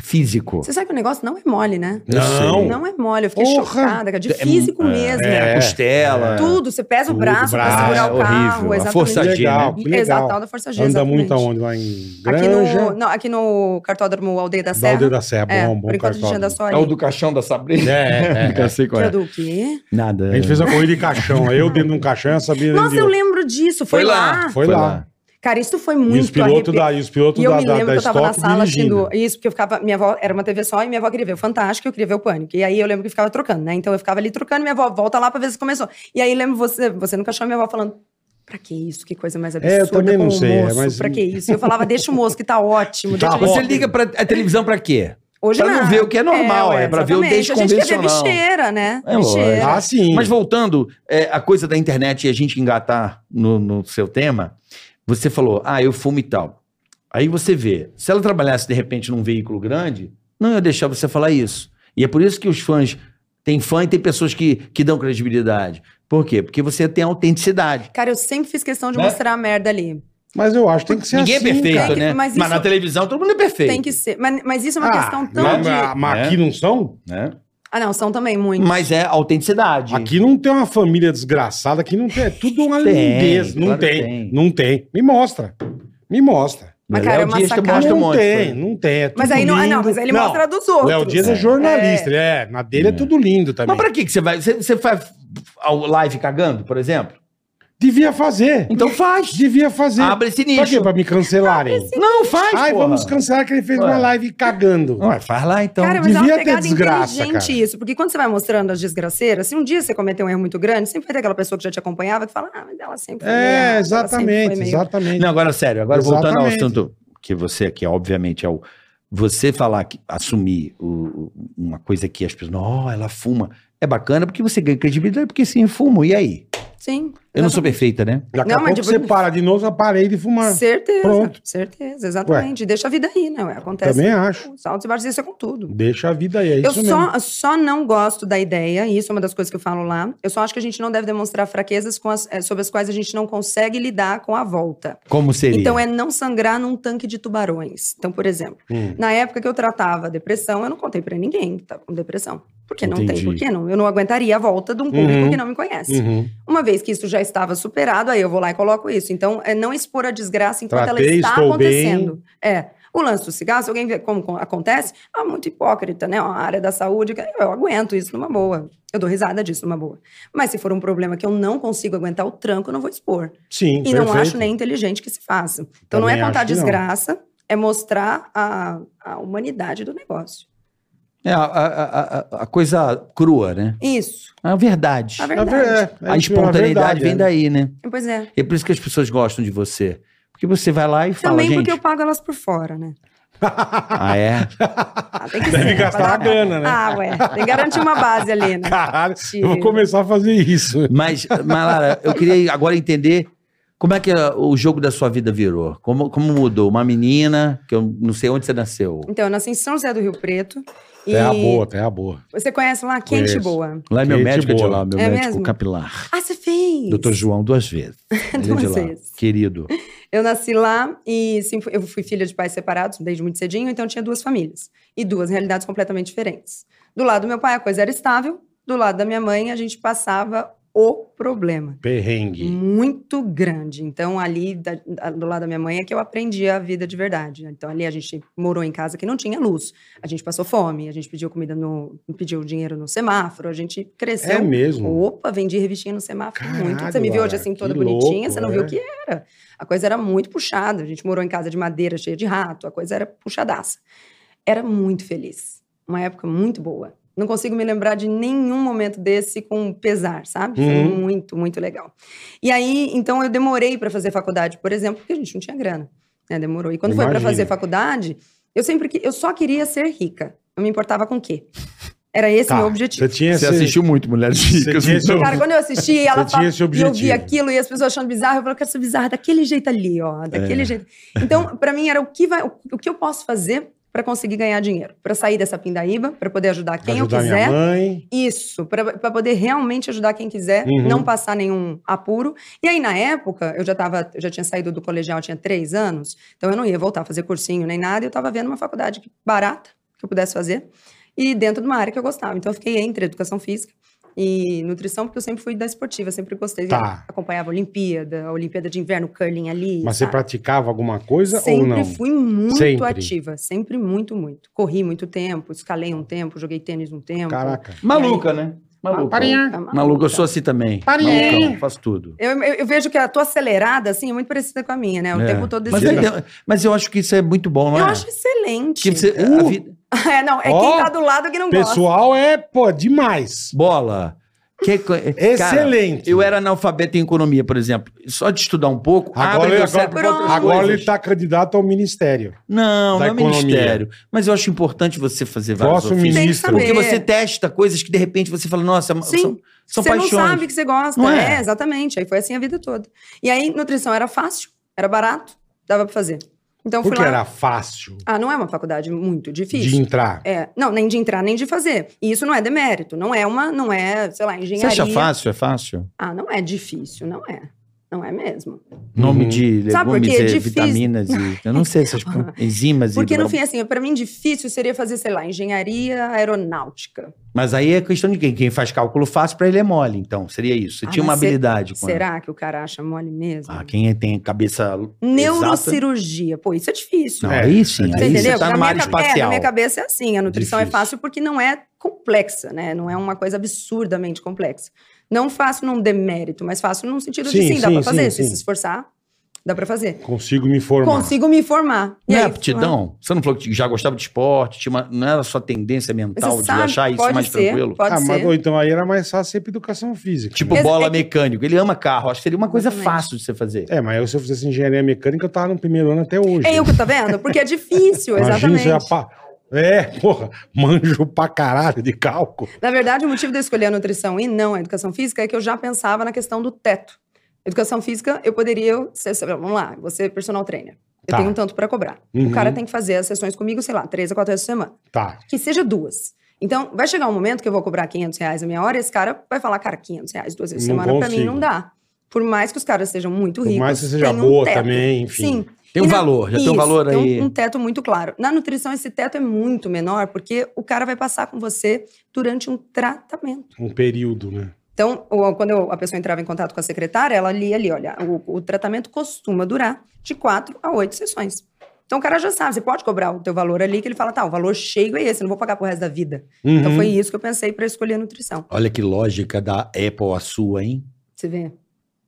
físico.
Você sabe que o negócio não é mole, né?
Não.
Não é mole, eu fiquei
Porra.
chocada, cara, de
É-
físico mesmo.
É, costela.
Tudo, você pesa
Tudo,
o braço pra
braço,
segurar
é
o carro,
horrível. A
exatamente.
força G,
legal,
né?
que legal.
Exato, da Força G,
Anda
exatamente.
muito aonde? Lá em
Aqui
Granja?
no, não, aqui no cartódromo Aldeia da Serra.
Valdeir da Serra,
É,
bom, bom
por enquanto a gente
cartódromo.
anda só ali.
caixão da Sabrina?
É, é,
Nunca sei
Que
qual
é
é.
do quê?
Nada.
A gente fez uma corrida de caixão. Eu dentro de um caixão, eu sabia.
Nossa, eu
dentro de
lembro disso, foi,
Foi lá.
lá.
outro. Foi
Foi
lá.
lá.
Cara, isso foi
E
muito
os pilotos
arrepi-
da, e os pilotos
E eu
da,
me
da,
lembro
da
que eu tava na
Stock
sala
dirigindo.
assistindo. Isso, porque eu ficava. Minha avó era uma TV só e minha avó queria ver o Fantástico, eu queria ver o Pânico. E aí eu lembro que ficava trocando, né? Então eu ficava ali trocando, minha avó volta lá pra ver se começou. E aí lembro você, você no cachorro, minha avó falando. Pra que isso? Que coisa mais absurda.
também
com
não
o
sei, é,
moço,
mas-
Pra que isso? E Eu falava, deixa o moço, que tá ótimo.
Tá
deixa ele-
Você liga pra a televisão pra quê?
Hoje
pra não ver o que é normal, é, pra ver o
exatamente. A gente quer ver
desconvencional.
bicheira, né?
É
bicheira.
Ah, sim.
Mas voltando, é, a coisa da internet e a gente engatar no, no seu tema, você falou, ah, eu fumo e tal. Aí você vê, se ela trabalhasse de repente num veículo grande, não ia deixar você falar isso. E é por isso que os fãs, tem fã e tem pessoas que, que dão credibilidade. Por quê? Porque você tem autenticidade.
Cara, eu sempre fiz questão de
Né?
mostrar a merda ali.
Mas eu acho que tem que ser
Ninguém
assim.
é perfeito,
cara.
cara.
né?
Mas
Mas,
isso-
na televisão todo mundo é perfeito.
Tem que ser. Mas, mas isso é uma
Ah,
questão tão
mas,
de.
mas- mas
né?
aqui não são?
né?
Ah, não, são também muito.
Mas é autenticidade.
Aqui não tem uma família desgraçada, aqui não tem. É tudo uma
Tem,
lindeza. Não
claro que
tem,
tem.
não tem. Me mostra. Me mostra.
Mas,
Léo
cara, é uma
Dias
sacada.
também mostra
não
um monte.
tem,
foi.
não tem. É
Mas
tudo
aí não. Ah, não,
lindo.
mas ele mostra a dos outros.
Léo Dias é,
É.
jornalista, ele é. Na dele é,
É.
tudo lindo também.
Mas pra que que você vai? Você, você faz ao live cagando, por exemplo?
Devia fazer.
Então faz. Ah,
Devia fazer.
Abre esse
pra quê?
nicho.
Pra me cancelarem.
Não, faz,
Ai,
porra.
vamos cancelar que ele fez uma
Ué.
live cagando.
Ué, faz lá então.
Cara, mas
Devia
é uma
ter
pegada
desgraça,
inteligente
cara.
isso. Porque quando você vai mostrando as desgraceiras, se um dia você cometer um erro muito grande, sempre vai ter aquela pessoa que já te acompanhava que fala, ah, mas ela sempre foi. meio errada,
É,
ela sempre assim foi
exatamente,
meio-"
exatamente.
Não, agora sério, agora voltando ao
Exatamente.
assunto que você, que obviamente é o. Você falar, que, assumir o- o- uma coisa que as pessoas, não, ela fuma. É bacana porque você ganha credibilidade, porque sim, eu fumo. E aí?
Sim.
Eu não sou perfeita, né?
Daqui a
Não, mas
pouco
tipo-
você para de novo, eu parei de fumar.
Certeza.
Pronto.
Certeza, exatamente. Deixa a vida aí, não. Acontece.
Também acho.
Os altos e baixos, isso é com tudo.
Deixa a vida aí, é
Eu
isso mesmo.
só, só não gosto da ideia, e isso é uma das coisas que eu falo lá. Eu só acho que a gente não deve demonstrar fraquezas com as- eh, sobre as quais a gente não consegue lidar com a volta.
Como seria?
Então é não sangrar num tanque de tubarões. Então, por exemplo,
Hum.
na época que eu tratava depressão, eu não contei pra ninguém que tava com depressão. Porque não
Entendi.
tem, por que não? Eu não aguentaria a volta de um público
Uhum.
que não me conhece.
Uhum.
Uma vez que isso já estava superado, aí eu vou lá e coloco isso. Então, é não expor a desgraça enquanto ela
Tratei,
está
estou bem.
acontecendo. É. O lance do cigarro, se alguém vê como co- acontece, ah, muito hipócrita, né? Ó, A área da saúde, cara, eu aguento isso numa boa. Eu dou risada disso numa boa. Mas se for um problema que eu não consigo aguentar o tranco, eu não vou expor.
Sim,
E
perfeito.
não acho nem inteligente que se faça. Então
Também
não é contar
acho que não.
desgraça, é mostrar a, a humanidade do negócio.
É a, a- a- a- a coisa crua, né?
Isso,
A verdade.
a
É
verdade.
ver- é, é
a espontaneidade
verdade,
vem
é.
daí, né?
Pois é.
É por isso que as pessoas gostam de você. Porque você vai lá e fala,
Também
gente.
porque eu pago elas por fora, né?
Ah, é?
Ah, tem que
Deve
ser,
gastar
vai
a
dar-
grana, né?
Ah, ué. Tem que garantir uma base ali, né?
Caralho,
Mentira.
eu vou começar a fazer isso.
Mas, Malara, eu queria agora entender como é que ah, o jogo da sua vida virou. Como, como mudou? Uma menina, que eu não sei onde você nasceu.
Então, eu nasci em São José do Rio Preto. E
Terra É boa, terra boa.
Você conhece lá? Quente
Conheço.
Boa.
Lá é meu
Gente
médico de
boa.
lá, meu
É
médico
mesmo?
capilar.
Ah, você fez!
Doutor João, duas vezes. Ele é de
Duas
lá.
vezes.
Querido.
Eu nasci lá e sim, eu fui filha de pais separados desde muito cedinho, então tinha duas famílias. E duas realidades completamente diferentes. Do lado do meu pai, a coisa era estável. Do lado da minha mãe, a gente passava o problema Hum,
Perrengue.
muito grande. Então, ali da- da- do lado da minha mãe é que eu aprendi a vida de verdade. Então, ali a gente morou em casa que não tinha luz. A gente passou fome, a gente pediu comida no. pediu dinheiro no semáforo, a gente cresceu.
É mesmo.
Opa, vendi revistinha no semáforo
Caralho,
muito. Você me viu hoje
Lara,
assim, toda
que
bonitinha,
louco,
você não viu
é?
o que era. A coisa era muito puxada. A gente morou em casa de madeira cheia de rato, a coisa era puxadaça. Era muito feliz. Uma época muito boa. Não consigo me lembrar de nenhum momento desse com pesar, sabe? Foi
Uhum.
muito, muito legal. E aí, então, eu demorei para fazer faculdade, por exemplo, porque a gente não tinha grana. né? Demorou. E quando foi
Imagino.
para fazer faculdade, eu sempre que, eu só queria ser rica. Não me importava com o quê. Era esse
Tá,
meu objetivo.
Você tinha
Você
esse-
assistiu muito Mulheres
Você
Ricas.
assim.
tinha esse-
então.
Cara, quando eu assisti, ela
Você
fala,
tinha esse
e eu vi
objetivo.
aquilo e as pessoas achando bizarro, eu falo, eu quero ser bizarra daquele jeito ali, ó,
É.
daquele jeito. Então, pra mim era o que vai, o que eu posso fazer pra conseguir ganhar dinheiro, Pra sair dessa pindaíba, pra poder ajudar quem
ajudar
eu
minha
quiser.
mãe.
Isso, pra pra poder realmente ajudar quem quiser,
Uhum.
não passar nenhum apuro. E aí, na época, eu já tava, eu já tinha saído do colegial, eu tinha três anos, então eu não ia voltar a fazer cursinho nem nada, eu tava vendo uma faculdade barata que eu pudesse fazer e dentro de uma área que eu gostava. Então eu fiquei entre educação física e nutrição, porque eu sempre fui da esportiva, sempre gostei.
Tá.
Acompanhava a Olimpíada, a Olimpíada de Inverno, curling ali.
Mas você
sabe?
praticava alguma coisa
Sempre
ou não?
fui muito
Sempre.
ativa, sempre muito, muito. Corri muito tempo, escalei um tempo, joguei tênis um tempo.
Caraca.
Maluca, né? Maluca.
Tá maluca.
Maluca, eu sou assim também.
Parinha.
Malucão, faço tudo.
Eu, eu- eu vejo que a tua acelerada, assim, é muito parecida com a minha, né? O
É.
tempo todo
Mas,
desse
eu
jeito.
entendo- mas eu acho que isso é muito bom, não
Eu
é?
acho excelente.
que você, a
Uh!
vida-
É, não, é
Ó,
quem tá do lado que não gosta.
Pessoal é, pô, demais.
bola. Que co- Cara,
Excelente.
eu era analfabeto em economia, por exemplo. Só de estudar um pouco,
Agora,
abre
ele-
teu
agora,
cérebro pra outras
agora
coisas.
ele tá candidato ao ministério.
Não, não
da
é
economia.
ministério. Mas eu acho importante você fazer vários
Próximo
ofícios.
ministro.
Tem que
Porque
saber.
você testa coisas que de repente você fala, nossa, é
Sim.
são, são
você
paixões.
não sabe que você gosta.
Não é?
é? exatamente. Aí foi assim a vida toda. E aí, nutrição era fácil, era barato, dava pra fazer. Então fui
Porque
lá.
era fácil
Ah, não é uma faculdade muito
de
difícil.
entrar.
É, não, nem de entrar, nem de fazer. E isso não é demérito, não é uma, não é, sei lá,
Você
engenharia.
acha fácil? É fácil?
Ah, não é difícil, não é. Não é mesmo.
Uhum.
Nome de
Sabe por quê?
legumes
É
e
difícil.
vitaminas e... Eu não sei essas co- enzimas
Porque
e...
no fim, assim, pra mim difícil seria fazer, sei lá, engenharia aeronáutica.
Mas aí é questão de quem? Quem faz cálculo fácil, pra ele é mole, então. Seria isso. Você
Ah,
tinha uma
mas se-
habilidade. com ela.
Será que o cara acha mole mesmo?
Ah, quem é- tem cabeça exata...
Neurocirurgia. Pô, isso é difícil.
Não,
É,
aí sim.
você
Você
Aí você
entendeu?
tá
Na
numa
minha
área
cabe- é, na
espacial.
minha cabeça é assim. A nutrição é
Difícil.
fácil porque não é complexa, né? Não é uma coisa absurdamente complexa. Não fácil num demérito, mas fácil num sentido
Sim,
de sim, dá
sim,
pra
sim,
fazer. Se
sim.
se esforçar, dá pra fazer.
Consigo me formar.
Consigo me formar. E
Não é
aí, ah.
aptidão? Você não falou que já gostava de esporte, tinha uma- não era só tendência mental
Você
de
sabe,
achar isso
pode
mais
ser,
tranquilo?
Pode
ah,
ser.
mas ou então aí era mais fácil sempre educação física.
Tipo
né?
Esse-
bola
é que-
mecânico. Ele ama carro. Acho que seria uma coisa
Exatamente.
fácil de você fazer.
É, mas eu, se eu fizesse engenharia mecânica, eu tava no primeiro ano até hoje.
É eu que tá vendo? Porque é difícil,
Imagina
exatamente.
se eu ia pa- É, porra, manjo pra caralho de cálculo.
Na verdade, o motivo de eu escolher a nutrição e não a educação física é que eu já pensava na questão do teto. Educação física, eu poderia ser, sei lá, vamos lá, você é personal trainer. Eu
Tá.
tenho um tanto pra cobrar.
Uhum.
O cara tem que fazer as sessões comigo, sei lá, três a quatro vezes por semana.
Tá.
Que seja duas. Então, vai chegar um momento que eu vou cobrar 500 reais a minha hora e esse cara vai falar, cara, 500 reais duas vezes por
Não
semana pra mim
consigo.
não dá. Por mais que os caras sejam muito
Por
ricos.
mais que você seja
tem um
boa
teto.
também, enfim.
Sim.
Tem um
E na-
valor, já tem um
Isso,
valor
um-
aí.
Um, teto muito claro. Na nutrição, esse teto é muito menor, porque o cara vai passar com você durante um tratamento.
Um período, né?
Então, o- quando eu- a pessoa entrava em contato com a secretária, ela lia ali, olha, o, o tratamento costuma durar de quatro a oito sessões. Então o cara já sabe, você pode cobrar o teu valor ali, que ele fala, tá, o valor cheio é esse, eu não vou pagar pro resto da vida. Então
Uhum.
foi isso que eu pensei para escolher a nutrição.
Olha que lógica da Apple a sua, hein?
Você vê?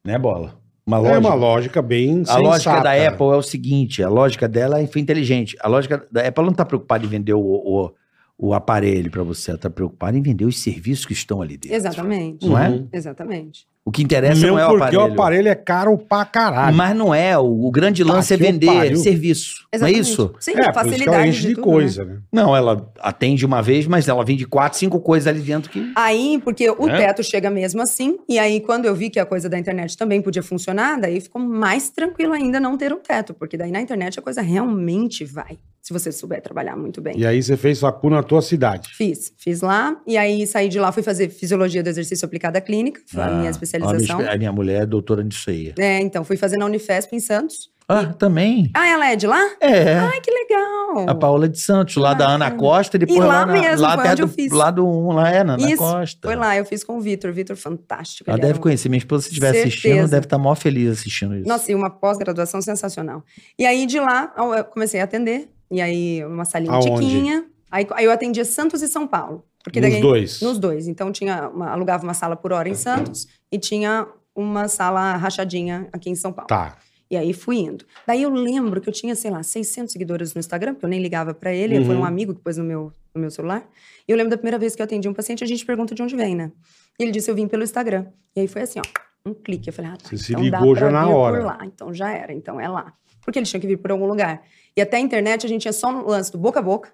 Né, Bola? Uma
É uma lógica bem
A lógica
sensata.
da Apple é o seguinte, a lógica dela é foi inteligente. A lógica da Apple não está preocupada em vender o, o, o aparelho para você, ela está preocupada em vender os serviços que estão ali dentro.
Exatamente.
Não é?
Uhum.
Exatamente.
O que interessa
Mesmo
não é o
porque
aparelho.
o aparelho é caro pra caralho.
Mas não é, o, o grande
Tá,
lance é
que eu
vender
pariu.
serviço.
Exatamente.
Não é isso?
Sim,
é,
a
por isso que
facilidade
ela enche de,
tudo, né?
coisa, né?
Não, ela atende uma vez, mas ela vende quatro, cinco coisas ali dentro que...
Aí, porque o
Né?
teto chega mesmo assim, e aí quando eu vi que a coisa da internet também podia funcionar, daí ficou mais tranquilo ainda não ter um teto, porque daí na internet a coisa realmente vai, se você souber trabalhar muito bem.
E aí você fez facu na tua cidade.
Fiz, fiz lá, e aí saí de lá, fui fazer fisiologia do exercício aplicada à clínica, foi a
Ah,
minha
a
especialização.
espe- A minha mulher é doutora nisso aí.
É, então, fui fazer na Unifesp em Santos.
Ah, também.
Ah, ela é de lá?
É.
Ai, que legal.
A Paola de Santos, lá da Ana Costa, e depois
E
lá,
lá
na,
mesmo,
lá
foi
até
onde eu
do,
fiz.
lá do um, lá é, na Ana
Isso,
Costa.
Foi lá, eu fiz com o Vitor. Vitor, fantástico.
Ela
ele é
deve
um-
conhecer. Minha esposa, se estiver
Certeza.
assistindo, deve estar mó feliz assistindo isso.
Nossa, e uma pós-graduação sensacional. E aí, de lá, eu comecei a atender. E aí, uma salinha
Aonde?
tiquinha. Aí, aí eu atendia Santos e São Paulo. Porque
Nos
daí-
dois. Tá.
Nos dois. Então, tinha uma- alugava uma sala por hora em Santos e tinha uma sala rachadinha aqui em São Paulo.
Tá.
E aí fui indo. Daí eu lembro que eu tinha, sei lá, 600 seguidores no Instagram, porque eu nem ligava pra ele,
Uhum.
foi um amigo que pôs no meu, no meu celular. E eu lembro da primeira vez que eu atendi um paciente, a gente pergunta de onde vem, né? E ele disse, eu vim pelo Instagram. E aí foi assim, ó, um clique. Eu falei, ah, tá,
Você se
então
ligou
dá
já
pra
na
vir
hora.
por lá. Então já era, então é lá. Porque eles tinham que vir por algum lugar. E até a internet a gente ia só no lance do boca a boca.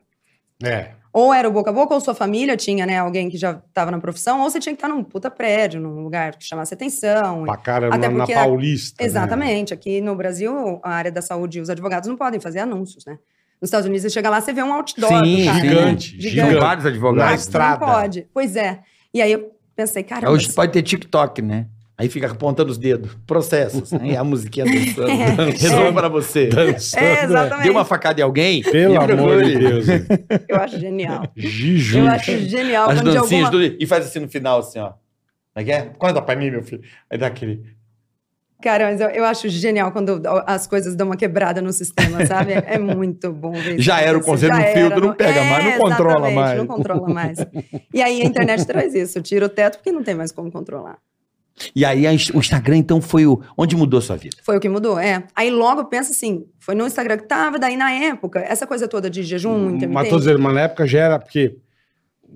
É.
Ou era o boca a boca, ou sua família tinha, né, alguém que já tava na profissão, ou você tinha que estar num puta prédio, num lugar que chamasse atenção.
Pra cara
Até
na, na
porque a-
Tá
Paulista. né?
Exatamente. Aqui no Brasil, a área da saúde e os advogados não podem fazer anúncios, né? Nos Estados Unidos, você chega lá, você vê um outdoor. do cara, né?
Gigante,
Gigante.
São vários
Na
Aqui
advogados.
estrada.
Não pode. Pois é. E aí eu pensei, caramba.
Hoje
se-
pode ter TikTok, né? Aí fica apontando os dedos. Processos. Aí a musiquinha dançando. Resolve pra você.
Dançando,
É,
né?
exatamente.
Deu uma facada em alguém?
Pelo
Me
amor de
procure.
Deus. né?
Eu acho genial.
Jiju.
Eu acho genial
As
quando de
dancinhas
alguma...
do... E faz assim no final, assim, ó. Como é que é? Conta pra mim, meu filho. Aí dá aquele...
Cara, mas eu, eu acho genial quando as coisas dão uma quebrada no sistema, sabe? É muito bom ver isso.
Já era o
acontecer.
conselho
Já
no filtro,
era,
não pega mais, não controla
exatamente,
mais.
Não controla mais. E aí a internet traz isso. Tira o teto porque não tem mais como controlar.
E aí a Inst- o Instagram, então, foi o... Onde mudou sua vida?
Foi o que mudou, é. Aí logo pensa assim, foi no Instagram que tava, daí na época, essa coisa toda de jejum,
Hum, Mas
intermitente.
tô dizendo, mas na época já era, porque.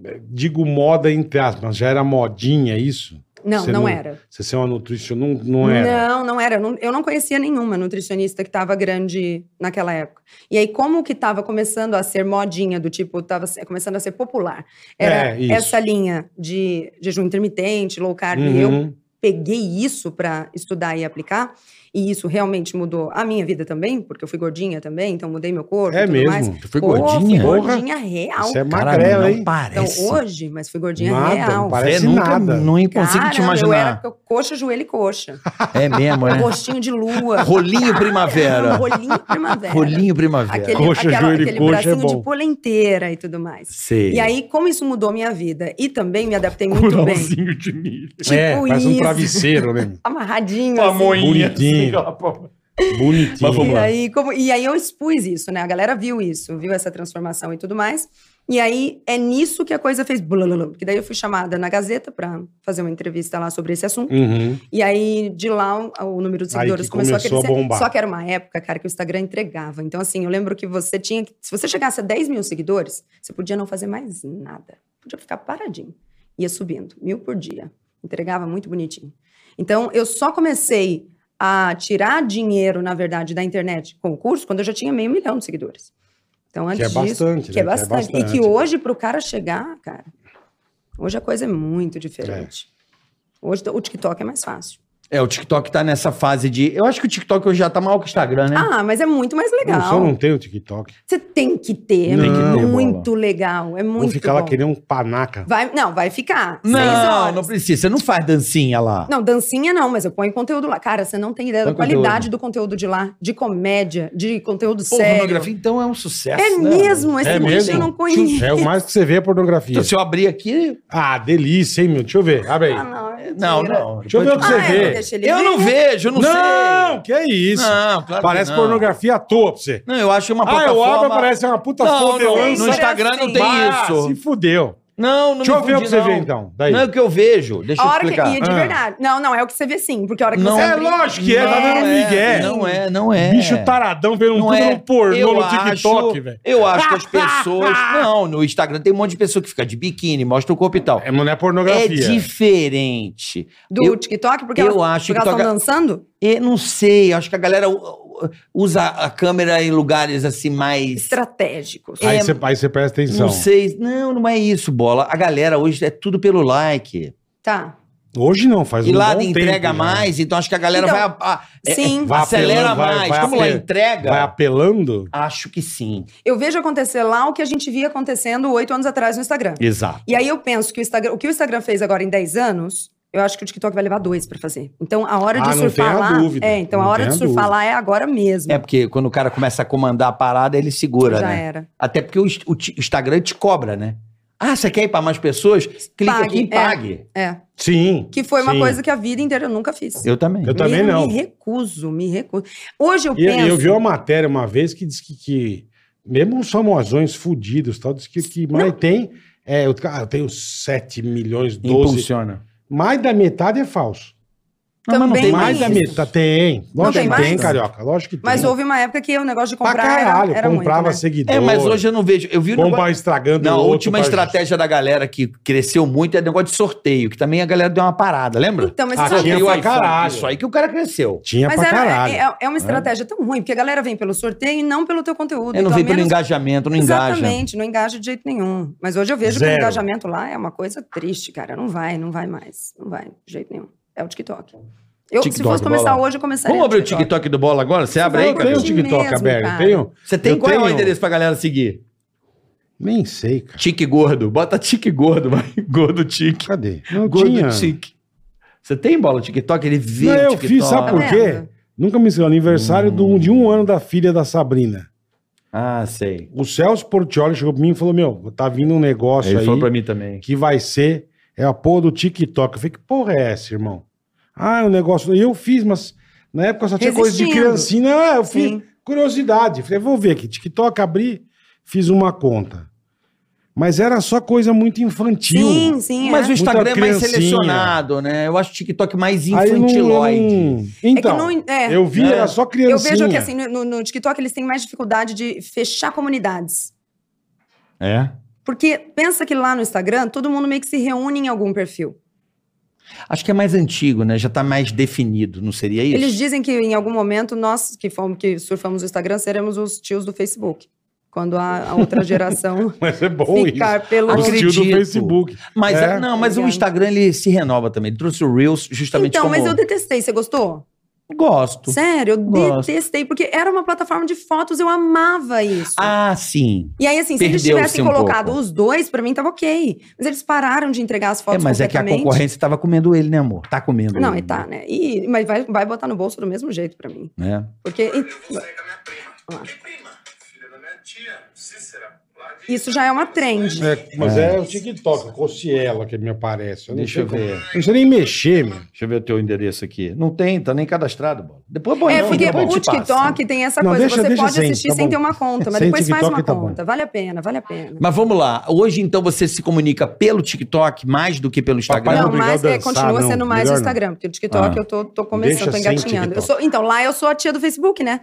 eh, Digo moda entre aspas, já era modinha isso?
Não,
Você
não,
não-
era.
Você ser uma nutricionista não, não era.
Não, não era. Eu não, eu não conhecia nenhuma nutricionista que tava grande naquela época. E aí, como que tava começando a ser modinha, do tipo, tava se- começando a ser popular, era
É, isso.
essa linha de jejum intermitente, low carb, e eu
Uhum.
peguei isso para estudar e aplicar, e isso realmente mudou a minha vida também, porque eu fui gordinha também, então mudei meu corpo e
É
tudo
mesmo.
mais.
Tu foi
Pô,
gordinha?
Fui
Porra.
gordinha real.
Você é
Cara,
magrela,
não
hein?
Então,
parece.
hoje, mas fui gordinha
Nada,
real.
não parece
Você nunca
nada.
não consigo
Caramba,
te
Eu era
imaginar.
co- coxa, joelho e coxa.
É mesmo, né?
Rostinho de lua.
Rolinho primavera.
Caramba, Rolinho primavera.
Rolinho primavera.
Aquele,
Coxa,
aquela-
joelho e
aquele
coxa é
bracinho
bom.
de polenteira e tudo mais.
Sei.
E aí, como isso mudou minha vida e também me adaptei muito bem.
de milho.
Tipo
é, parece um
isso.
travesseiro, né?
Amarradinho. assim.
moinha,
Bonitinho.
Bonitinho.
Mas vamos
E
lá.
aí, como, e aí eu expus isso, né? A galera viu isso, viu essa transformação e tudo mais. E aí é nisso que a coisa fez. Blalala, porque daí eu fui chamada na Gazeta para fazer uma entrevista lá sobre esse assunto.
Uhum.
E aí, de lá, o, o número de
Aí
seguidores
que
começou,
começou
a
a
crescer.
bombar.
Só que era uma época, cara, que o Instagram entregava. Então, assim, eu lembro que você tinha. que- Se você chegasse a 10 mil seguidores, você podia não fazer mais nada. Podia ficar paradinho. Ia subindo, mil por dia. Entregava muito bonitinho. Então, eu só comecei a tirar dinheiro, na verdade, da internet com o curso quando eu já tinha meio milhão de seguidores. Então,
Que é
antes disso.
bastante, né?
Que é bastante. E que hoje, para o cara chegar, cara, hoje a coisa é muito diferente. Hoje o TikTok é mais fácil.
É, o TikTok tá nessa fase de. Eu acho que o TikTok hoje já tá maior que o Instagram, né?
Ah, mas é muito mais legal.
Não, só não tem o TikTok.
Você tem que ter, é
Tem que ter,
muito legal, é
Vou
muito
ficar
bom.
lá querendo um panaca.
Vai, não, vai ficar. seis
não,
horas.
não precisa. Você não faz dancinha lá.
Não, dancinha não, mas eu ponho conteúdo lá. Cara, você não tem ideia da
Põe
qualidade do conteúdo de lá, de comédia, de conteúdo sério.
pornografia então é um sucesso.
É
né?
mesmo, esse
É
bicho
mesmo?
eu não conheço.
É o mais que você vê é pornografia.
Então, se eu abrir aqui.
Ah, delícia, hein, meu? Deixa eu ver. Abre
Ah,
aí.
não, é
Não,
mentira.
não.
Deixa eu ver o que você
Ah,
vê.
é, não deixa ele
Eu
ver.
não vejo, eu não, sei.
que é isso.
Não, claro que
parece
não.
pornografia à toa pra você.
Não, eu acho uma
Ah, eu
plataforma...
abro e parece uma puta
Não, no,
fodelança.
no Instagram não tem
Ah,
isso.
se fudeu.
Não, não
Deixa
me
eu ver o
fudi,
que você vê,
não.
então. Daí.
Não, é o que eu vejo. Deixa
A
eu
hora que,
explicar.
e de
Ah.
verdade. Não, não, é o que você vê sim, porque a hora que
Não.
você
É
abrir-
lógico que é, tá
Não
dando
é,
migué.
Não é, não é.
Bicho taradão vendo um
Não
puta
é.
num pornô
Eu
no TikTok,
acho-
velho.
Eu acho que as pessoas. Não, no Instagram tem um monte de pessoa que fica de biquíni, mostra o corpo e tal.
É, mas não é
É
pornografia.
diferente.
Do
Eu-
TikTok, porque
eu
elas,
acho
porque
que
elas
toca-
estão dançando?
Eu não sei, acho que a galera uh, uh, usa a câmera em lugares assim mais.
Estratégicos.
Aí,
é-
você, aí você presta atenção.
Não sei. Não, não é isso, bola. A galera hoje é tudo pelo like.
Tá.
Hoje não, faz
e
um
lá
bom tempo
entrega
já.
mais, então acho que a galera
Então,
vai. a- a- é-
Sim.
Vai
acelera
apelando, vai-
mais.
vai
Como lá
ape-
entrega.
Vai apelando?
Acho que sim.
Eu vejo acontecer lá o que a gente via acontecendo oito anos atrás no Instagram.
Exato.
E aí eu penso que o Instagram, o que o Instagram fez agora em 10 anos, Eu acho que o TikTok vai levar dois pra fazer. Então a hora
Ah,
de
não
surfar
tenha
lá.
dúvida.
É, então a
Não
hora de
tenha
surfar
dúvida.
lá é agora mesmo.
É, porque quando o cara começa a comandar a parada, ele segura,
Já é.
né?
era.
Até porque o, inst- o ti- Instagram te cobra, né? Ah, você quer ir pra mais pessoas? Clica
Pague,
aqui e
é.
pague.
É.
Sim.
Que foi uma
sim.
coisa que a vida inteira eu nunca fiz.
Eu também.
Eu também
Menina,
não.
Me recuso, me recuso. Hoje eu
E
penso.
eu, vi uma matéria uma vez que diz que, que mesmo os famosões fudidos, tal, diz que o que mais tem é, eu, ah, eu tenho 7 milhões, 12,
Impulsiona.
mais da metade é falso.
Não, mas não
Também
tem
mais tá
mais
da
isso.
metade tem. Lógico
tem
que tem,
mais?
carioca, lógico que
Mas
tem.
houve uma época que o negócio de
pra
comprar era-
caralho,
era, muito,
comprava assim,
né?
seguidor.
É, mas hoje eu não vejo. Eu vi o
compra
negócio...
estragando
Não, a
outro
última
pra-
estratégia da galera que cresceu muito é negócio de sorteio, que também a galera deu uma parada, lembra?
Então, mas
Ah,
você sabe
tinha
Sorteio
pra
iPhone,
caralho.
Isso aí que o cara cresceu.
Tinha
Mas
pra
era-
caralho.
é, é uma estratégia tão ruim, porque a galera vem pelo sorteio e não pelo teu conteúdo.
Eu não
Então,
vejo
a
pelo
menos-
engajamento, não engaja.
Exatamente, não engaja de jeito nenhum. Mas hoje eu vejo que
Zero.
o engajamento lá é uma coisa triste, cara. Não vai, não vai mais. Não vai, de jeito nenhum. É o TikTok. Eu, se
TikTok,
fosse começar
bola.
hoje, eu começaria.
Vamos abrir o TikTok do Bola agora? Você abre aí,
eu tenho
cara.
o TikTok
mesmo,
aberto,
cara.
tenho?
Você tem
Eu
qual é o
tenho.
endereço pra galera seguir?
Nem sei, cara.
Tique Gordo. Bota Tique Gordo, vai. Gordo Tique.
Cadê? Não
Gordo
tinha.
Tique. Você tem bola TikTok? Ele vê
Não,
o
eu
TikTok.
fiz, sabe por
Tá
quê?
vendo?
Nunca me esqueci, aniversário do- de um ano da filha da Sabrina.
Ah, sei.
O Celso Portioli chegou pra mim e falou: Meu, tá vindo um negócio
Ele
aí
falou pra mim também.
que vai ser. É a porra do TikTok. Eu falei: Que porra é essa, irmão? Ah, é um negócio. E eu fiz, mas na época só tinha coisa de
Resistindo.
criancinha. Ah, eu fiz
Sim.
curiosidade. Falei: Vou ver aqui. TikTok abri, fiz uma conta. Mas era só coisa muito infantil.
Sim, sim.
Mas
é.
o Instagram é
Muita
mais
criancinha.
selecionado, né? Eu acho o TikTok mais
Aí eu não- eu não-
infantiloide.
Então,
não en- é.
eu vi,
É.
era só
Eu
criancinha.
vejo que assim, no, no TikTok eles têm mais dificuldade de fechar comunidades.
É?
Porque pensa que lá no Instagram, todo mundo meio que se reúne em algum perfil.
Acho que é mais antigo, né? Já tá mais definido, não seria isso?
Eles dizem que em algum momento nós que fomos que surfamos o Instagram seremos os tios do Facebook. Quando a, a outra geração
Mas é bom
ficar
isso.
pelo
Os tios do
Acredito.
Facebook.
Mas
É.
é,
tá
não, mas o
Obrigada.
Instagram ele se renova também. Ele trouxe o Reels justamente
Então,
como
mas eu detestei, você gostou?
gosto.
Sério, eu
Gosto.
detestei porque era uma plataforma de fotos, eu amava isso.
Ah, sim.
e aí assim, se eles
perdeu-se
tivessem
um
colocado
pouco.
os dois, pra mim tava OK. Mas eles pararam de entregar as
É,
fotos
mas é que a
completamente.
concorrência tava comendo ele, né, amor? Tá comendo.
Não,
ele,
e tá, né? E, mas vai, vai botar no bolso do mesmo jeito pra mim.
Né?
Porque Ah. e- Vamos lá. isso já é uma trend.
É, mas é. o TikTok, o Cociela que me aparece. Eu não
Deixa
sei
eu
como- é.
ver.
Não precisa nem mexer, meu.
Deixa eu ver o teu endereço aqui. Não tem, tá nem cadastrado, bola. Depois põe
É,
não,
porque
depois
o
te passa.
TikTok tem essa
Não,
coisa,
deixa-
você
deixa
pode
sem,
assistir
tá
sem
bom.
ter uma conta, mas
Sem
depois faz
TikTok
uma
tá bom.
conta. Vale a pena, vale a pena.
Mas vamos lá. Hoje, então, você se comunica pelo TikTok mais do que pelo Instagram?
Mas não
Não,
obrigado
mas
a
é,
dançar,
continua
não.
sendo mais o
Melhor não.
Instagram, porque o TikTok
Ah.
eu tô, tô
Deixa
começando, tô
sem
engatinhando. Eu
TikTok. É.
sou- então, lá eu sou a tia do Facebook, né?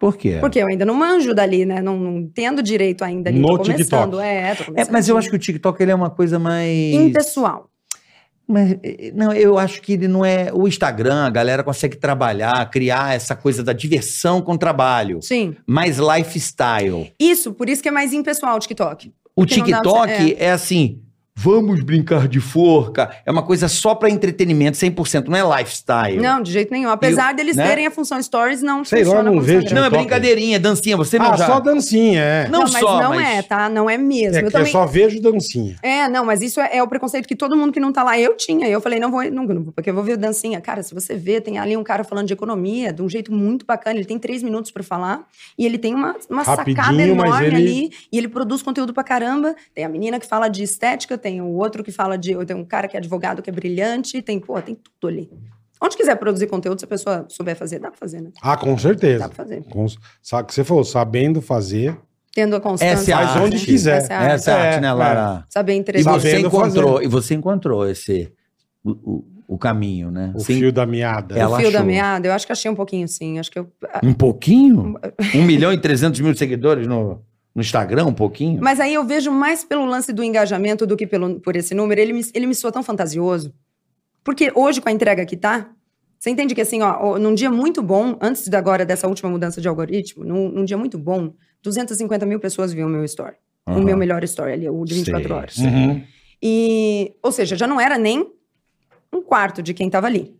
Por quê?
Porque eu ainda não manjo dali, né? Não, não tendo direito ainda ali.
No
tô começando,
TikTok.
é, tô
É,
começando.
mas eu acho que o TikTok ele é uma coisa mais.
Impessoal.
Mas, eh, não, eu acho que ele não é. O Instagram, a galera consegue trabalhar, criar essa coisa da diversão com trabalho,
Sim.
mais lifestyle.
Isso, por isso que é mais impessoal o TikTok.
O
Porque não dá pra
TikTok
você-
é. assim: vamos brincar de forca. É uma coisa só pra entretenimento, 100%, não é lifestyle.
Não, de jeito nenhum. Apesar deles
né?
terem a função Stories, não
Sei lá,
funciona
não
como
vejo,
Instagram.
Não, é
TikTok.
brincadeirinha, dancinha. Você não
Ah,
já.
só dancinha, é.
Não,
Não, mas
só,
não
mas-
é, tá? Não é mesmo.
é que
eu também
eu só vejo dancinha.
É, não, mas isso é, é o preconceito que todo mundo que não tá lá, eu tinha. Eu falei, não vou, não, não vou, porque eu vou ver dancinha. Cara, se você vê, tem ali um cara falando de economia de um jeito muito bacana. Ele tem três minutos pra falar e ele tem uma, uma sacada
Rapidinho, mas
enorme
ele-
ali e ele produz conteúdo pra caramba. Tem a menina que fala de estética, tem o outro que fala de. Tem um cara que é advogado que é brilhante, tem, pô, tem tudo ali. Onde quiser produzir conteúdo, se a pessoa souber fazer, dá pra fazer, né?
Ah, com
Dá
certeza.
pra fazer.
Com... Sabe o que você falou? Sabendo fazer.
Tendo a constância.
Essa é a
né?
arte. Faz onde
quiser.
Essa é a arte.
Essa é a arte, né,
É, Tá
Lara?
Saber
E
entregar.
você
Sabendo
encontrou,
fazer.
e você encontrou esse. O, o- o caminho, né?
O
Sem-
fio da meada.
Ela-
É o fio da
achou.
meada, eu acho que achei um pouquinho, sim. Acho que eu
Um pouquinho? Um milhão e trezentos mil seguidores no, no Instagram, um pouquinho?
Mas aí eu vejo mais pelo lance do engajamento do que pelo, por esse número. Ele me, ele me soa tão fantasioso. Porque hoje, com a entrega que tá, você entende que assim, ó, ó, num dia muito bom, antes de agora dessa última mudança de algoritmo, num, num dia muito bom, 250 mil pessoas viam o meu story. O meu melhor story ali, o de 24
Sei,
horas.
sei.
Uhum.
E, ou seja, já não era nem um quarto de quem estava ali.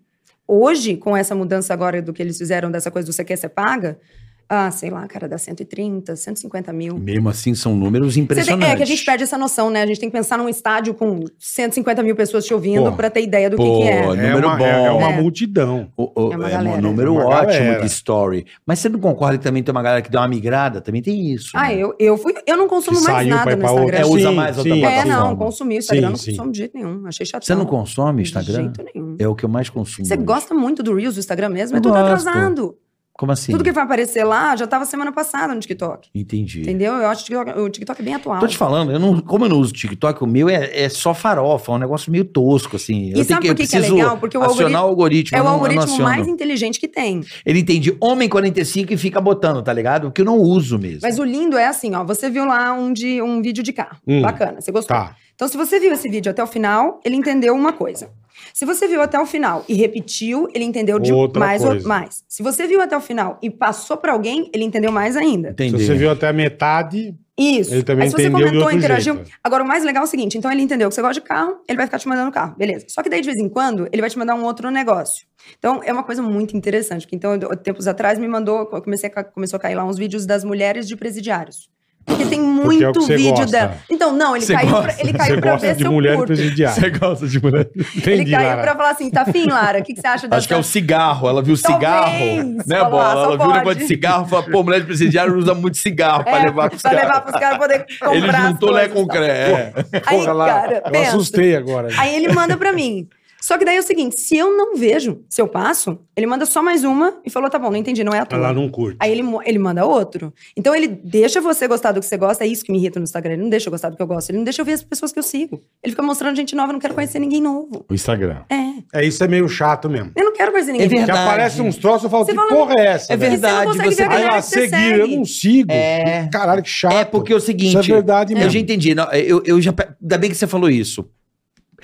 Hoje, com essa mudança agora do que eles fizeram dessa coisa do você quer, você paga, ah, sei lá, cara, dá 130, 150 mil.
Mesmo assim, são números
Você tem-
impressionantes.
é que a gente perde essa noção, né? A gente tem que pensar num estádio com 150 mil pessoas te ouvindo
Porra.
pra ter ideia do
Pô,
que, que é.
né?
É
número
uma,
bom.
é- é uma
É.
multidão.
O- o-
É
é,
uma
um
galera.
número
É uma
ótimo
galera.
de story. Mas você não concorda que também tem uma galera que dá uma migrada? Também tem isso.
Ah,
né?
eu, eu fui. Eu não consumo
Que
mais
saiu pra
nada
ir
no
pra outra.
Instagram.
É, usa
Sim,
mais outra
sim.
É,
plataforma.
não, consumi o Instagram,
Sim,
não
sim.
consumo de jeito nenhum. Achei chato.
Você não consome Instagram?
De jeito nenhum.
É o que eu mais consumo.
Você
hoje.
gosta muito do Reels do Instagram mesmo? É
Eu
tudo
gosto.
atrasado.
Como assim?
Tudo que vai aparecer lá já tava semana passada no TikTok.
Entendi.
Entendeu? Eu acho que o TikTok- o TikTok é bem atual.
Tô te falando, eu não, como eu não uso TikTok, o meu é, é só farofa, é um negócio meio tosco, assim. eu
E
tenho
sabe por
que,
que,
eu
que é
preciso
legal? Porque o algoritmo,
acionar o algoritmo.
é
eu
o
não- eu não
algoritmo
aciono.
mais inteligente que tem.
Ele entende homem 45 e fica botando, tá ligado? Porque eu não uso mesmo.
Mas o lindo é assim, ó. Você viu lá um, de, um vídeo de carro.
Hum.
Bacana, você gostou.
Tá.
Então, se você viu esse vídeo até o final, ele entendeu uma coisa. Se você viu até o final e repetiu, ele entendeu de
Outra
mais ou-
coisa.
mais. Se você viu até o final e passou pra alguém, ele entendeu mais ainda.
Entendi.
Se você viu até a metade,
Isso.
Ele também
Aí, se você
entendeu de
comentou,
outro
interagiu.
jeito.
Agora, o mais legal é o seguinte: então ele entendeu que você gosta de carro, ele vai ficar te mandando carro, beleza. Só que daí, de vez em quando, ele vai te mandar um outro negócio. Então, é uma coisa muito interessante. Porque, então, eu- tempos atrás, me mandou, eu comecei a ca- começou a cair lá uns vídeos das mulheres de presidiários. Porque tem muito
é o que você
vídeo
gosta.
dela. Então, não, ele
Você
caiu,
gosta?
pra, ele
você
caiu pra
gosta
ver
de
se eu
mulher
curto.
presidiária.
gosta de mulher?
Ele
Entendi,
caiu
Lara.
pra falar assim: tá afim, Lara? O que, que você acha
Acho que é o
dessa.
cigarro. Ela viu cigarro,
Talvez,
né,
olha lá,
Bola?
só
Ela viu o
pode. É,
negócio de cigarro e falou, pô, mulher de presidiário usa muito cigarro pra levar pros
pra levar
caras.
pros caras poderem comprar.
Ele
as
juntou Lé
coisas e
com
tal.
Cré. é.
Aí,
Porra, Lara,
cara,
eu
pensa.
assustei agora.
Aí ele manda pra mim. Só que daí é o seguinte, se eu não vejo, se eu passo, ele manda só mais uma e falou, tá bom, não entendi, não é a tua.
Ela não curte.
Aí ele, mo- ele manda outro. Então ele deixa você gostar do que você gosta, é isso que me irrita no Instagram, ele não deixa eu gostar do que eu gosto, ele não deixa eu ver as pessoas que eu sigo. Ele fica mostrando gente nova, eu não quero conhecer ninguém novo.
O Instagram.
É,
É, isso é meio chato mesmo.
eu não quero conhecer ninguém
É
novo.
Que
Verdade.
aparece uns troços, eu falo,
Você
que
fala-
porra é essa?
É
velho?
E você não
verdade,
consegue
você-
ver a
Aí
galera
ela,
que você
seguir, eu
segue.
não sigo.
É.
Caralho, que chato.
É porque é o seguinte.
Isso é verdade
Eu já
mesmo.
entendi. não, eu, eu já, pe- ainda bem que você falou isso.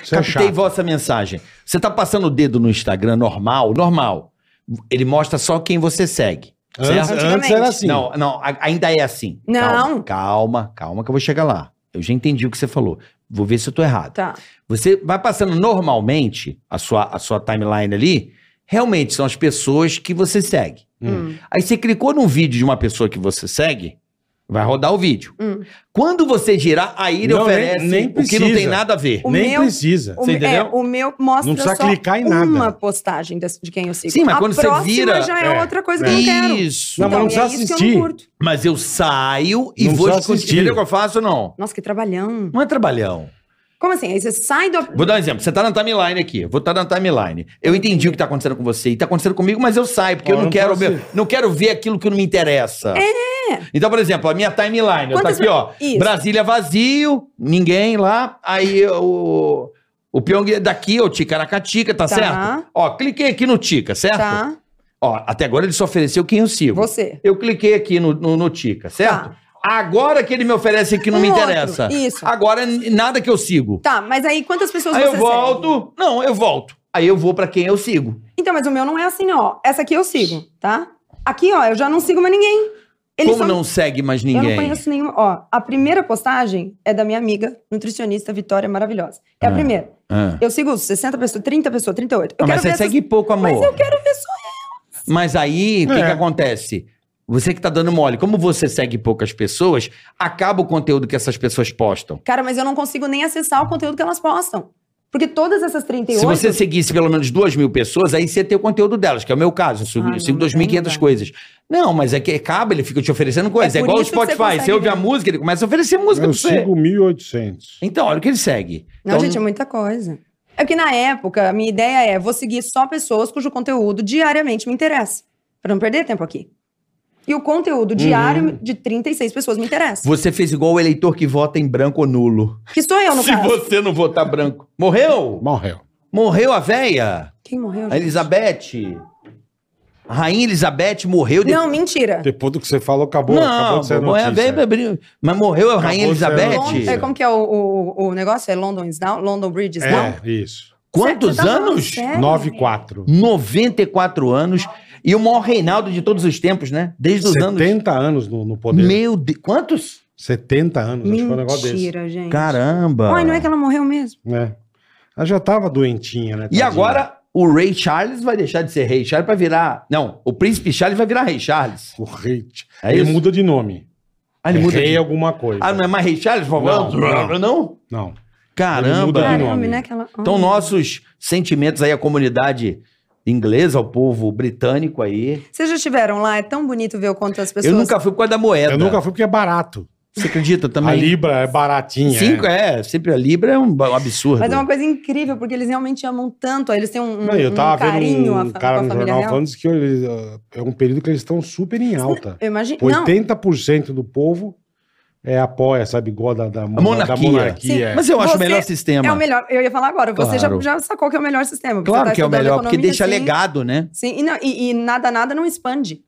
Isso é
Captei
chato.
vossa mensagem. Você tá passando o dedo no Instagram normal, normal. Ele mostra só quem você segue.
Antes,
Certo?
antes
Antigamente.
era assim.
Não, não, a- ainda é assim.
Não.
Calma, calma, calma que eu vou chegar lá. Eu já entendi o que você falou. Vou ver se eu tô errado.
Tá.
Você vai passando normalmente a sua, a sua timeline ali, realmente são as pessoas que você segue.
Hum.
Hum.
Aí você clicou num vídeo de uma pessoa que você segue, vai rodar o vídeo.
Hum.
Quando você girar, aí ele
Não, nem-
oferece
nem
o que não
precisa.
tem nada a ver.
O
Nem
meu-
precisa.
O,
Você
me-
entendeu?
é, o meu mostra
Não precisa
só
clicar em nada.
uma postagem des- de quem eu sigo.
Sim, mas
a
quando você
próxima
vira-
já é,
É.
outra coisa que eu não quero.
Isso.
Não, mas
Então,
precisa
e é isso que eu
assistir.
não curto.
Mas eu saio e
Não
vou
precisa assistir.
Entendeu o que eu faço? Não.
Nossa, que trabalhão.
Não é trabalhão.
Como assim? Aí você sai do...
Vou dar um exemplo. Você tá na timeline aqui. Vou estar na timeline. Eu entendi o que tá acontecendo com você e tá acontecendo comigo, mas eu saio, porque
Ó,
eu não,
não
quero
pode
ver, não quero ver aquilo que não me interessa. É. Então, por exemplo, a minha timeline, eu tá
Quantas-
aqui, ó.
Isso.
Brasília vazio, ninguém lá. Aí o o Pyong é daqui, o Ticaracatica, tá,
Tá.
certo? Ó, cliquei aqui no Tica, certo?
Tá,
Ó, até agora ele só ofereceu quem eu sigo.
você.
Eu cliquei aqui no, no, no Tica, certo?
Tá.
Agora que ele me oferece que não
Um
me
outro,
interessa.
isso.
Agora n- nada que eu sigo.
Tá, mas aí quantas pessoas
Aí
você
eu volto. Não, eu volto. Aí eu vou pra quem eu sigo.
segue? Então, mas o meu não é assim, não, ó. Essa aqui eu sigo, tá? Aqui, ó, eu já não sigo mais ninguém. Ele
Como
só-
não segue mais
Eu
ninguém?
não conheço nenhuma. Ó, a primeira postagem é da minha amiga, nutricionista Vitória Maravilhosa. É a
Ah.
primeira.
Ah.
Eu sigo 60 pessoas, 30 pessoas, 38. Eu
Ah, mas
quero
você
ver essas-
segue pouco, amor.
Mas eu quero ver só.
Mas aí, o que,
É.
que acontece? Você que tá dando mole, como você segue poucas pessoas, acaba o conteúdo que essas pessoas postam.
Cara, mas eu não consigo nem acessar o conteúdo que elas postam. Porque todas essas 38.
Se você seguisse pelo menos duas mil pessoas, aí você tem o conteúdo delas, que é o meu caso. Eu sigo,
Ah,
sigo
não, mas aí não
2.500
dá.
coisas. Não, mas é que acaba, ele fica te oferecendo coisas.
É
É,
por
igual o
isso que você
Spotify. Você,
consegue
ouve
ver.
a música, ele começa a oferecer música
Eu
pra você.
sigo 1.800.
Então, olha o que ele segue.
Não,
Então,
gente, é muita coisa. É que na época, a minha ideia é vou seguir só pessoas cujo conteúdo diariamente me interessa. Pra não perder tempo aqui. E o conteúdo diário de 36 pessoas me interessa.
Você fez igual o eleitor que vota em branco ou nulo.
Que sou eu, no
Se
caso.
você não votar branco. Morreu?
Morreu.
Morreu a véia?
Quem morreu?
A Elizabeth? A rainha Elizabeth morreu
Não, mentira.
Depois do que você falou, acabou. acabou
É. Não, é
de sair a
morreu a
notícia.
véia, bebê. mas morreu a
Acabou
rainha
de sair a
Elizabeth?
notícia.
Lon- é, como que é o, o, o negócio? É London is down? London Bridge is down?
É, isso.
Quantos
Você- você tá falando
anos?
sério?
9,4.
94 anos. E o maior reinaldo de todos os tempos, né? Desde os anos...
70 anos no, no poder.
Meu Deus. Quantos?
70 anos, acho que foi um negócio desse.
Mentira, gente.
Caramba.
é Ai, não é que ela morreu mesmo?
É. Ela já tava doentinha, né?
E
tadinha?
agora, o Ray Charles vai deixar de ser Rei Charles pra virar. Não, o Príncipe Charles vai virar Rei Charles.
O rei.
É
ele
isso?
muda de nome. É
Ah, ele muda.
rei
de-
alguma coisa.
Ah, não é mais Rei Charles?
Não,
Não.
não.
não.
Não. Ele muda de
Caramba.
nome.
Caramba, né? Aquela...
é Então, nossos sentimentos aí à comunidade inglesa, ao povo britânico aí.
Vocês já estiveram lá? É tão bonito ver o quanto as pessoas...
Eu nunca fui por causa da moeda.
Eu nunca fui porque é barato.
Você acredita também?
A Libra é baratinha.
Cinco,
é.
é. Sempre a Libra é um ba- um absurdo.
Mas é uma coisa incrível, porque eles realmente amam tanto. aí Eles têm um, um,
Não, eu
um
tava vendo
carinho
um
a,
cara
com a
no
família
jornal
real.
falando que eles, ah, é um período que eles estão super em alta.
Eu imagino... Não,
80% do povo é, apoia, sabe, igual da, da, mon-
monarquia.
da monarquia.
Sim,
é.
Mas eu acho
Você
o melhor sistema.
é o melhor. Eu ia falar agora. Você
Claro.
já, já sacou que é o melhor sistema. porque
Claro
você tá
que é o
estudando
melhor, porque
economia,
deixa
sim.
legado, né?
Sim, e, não- e- e nada, nada não expande.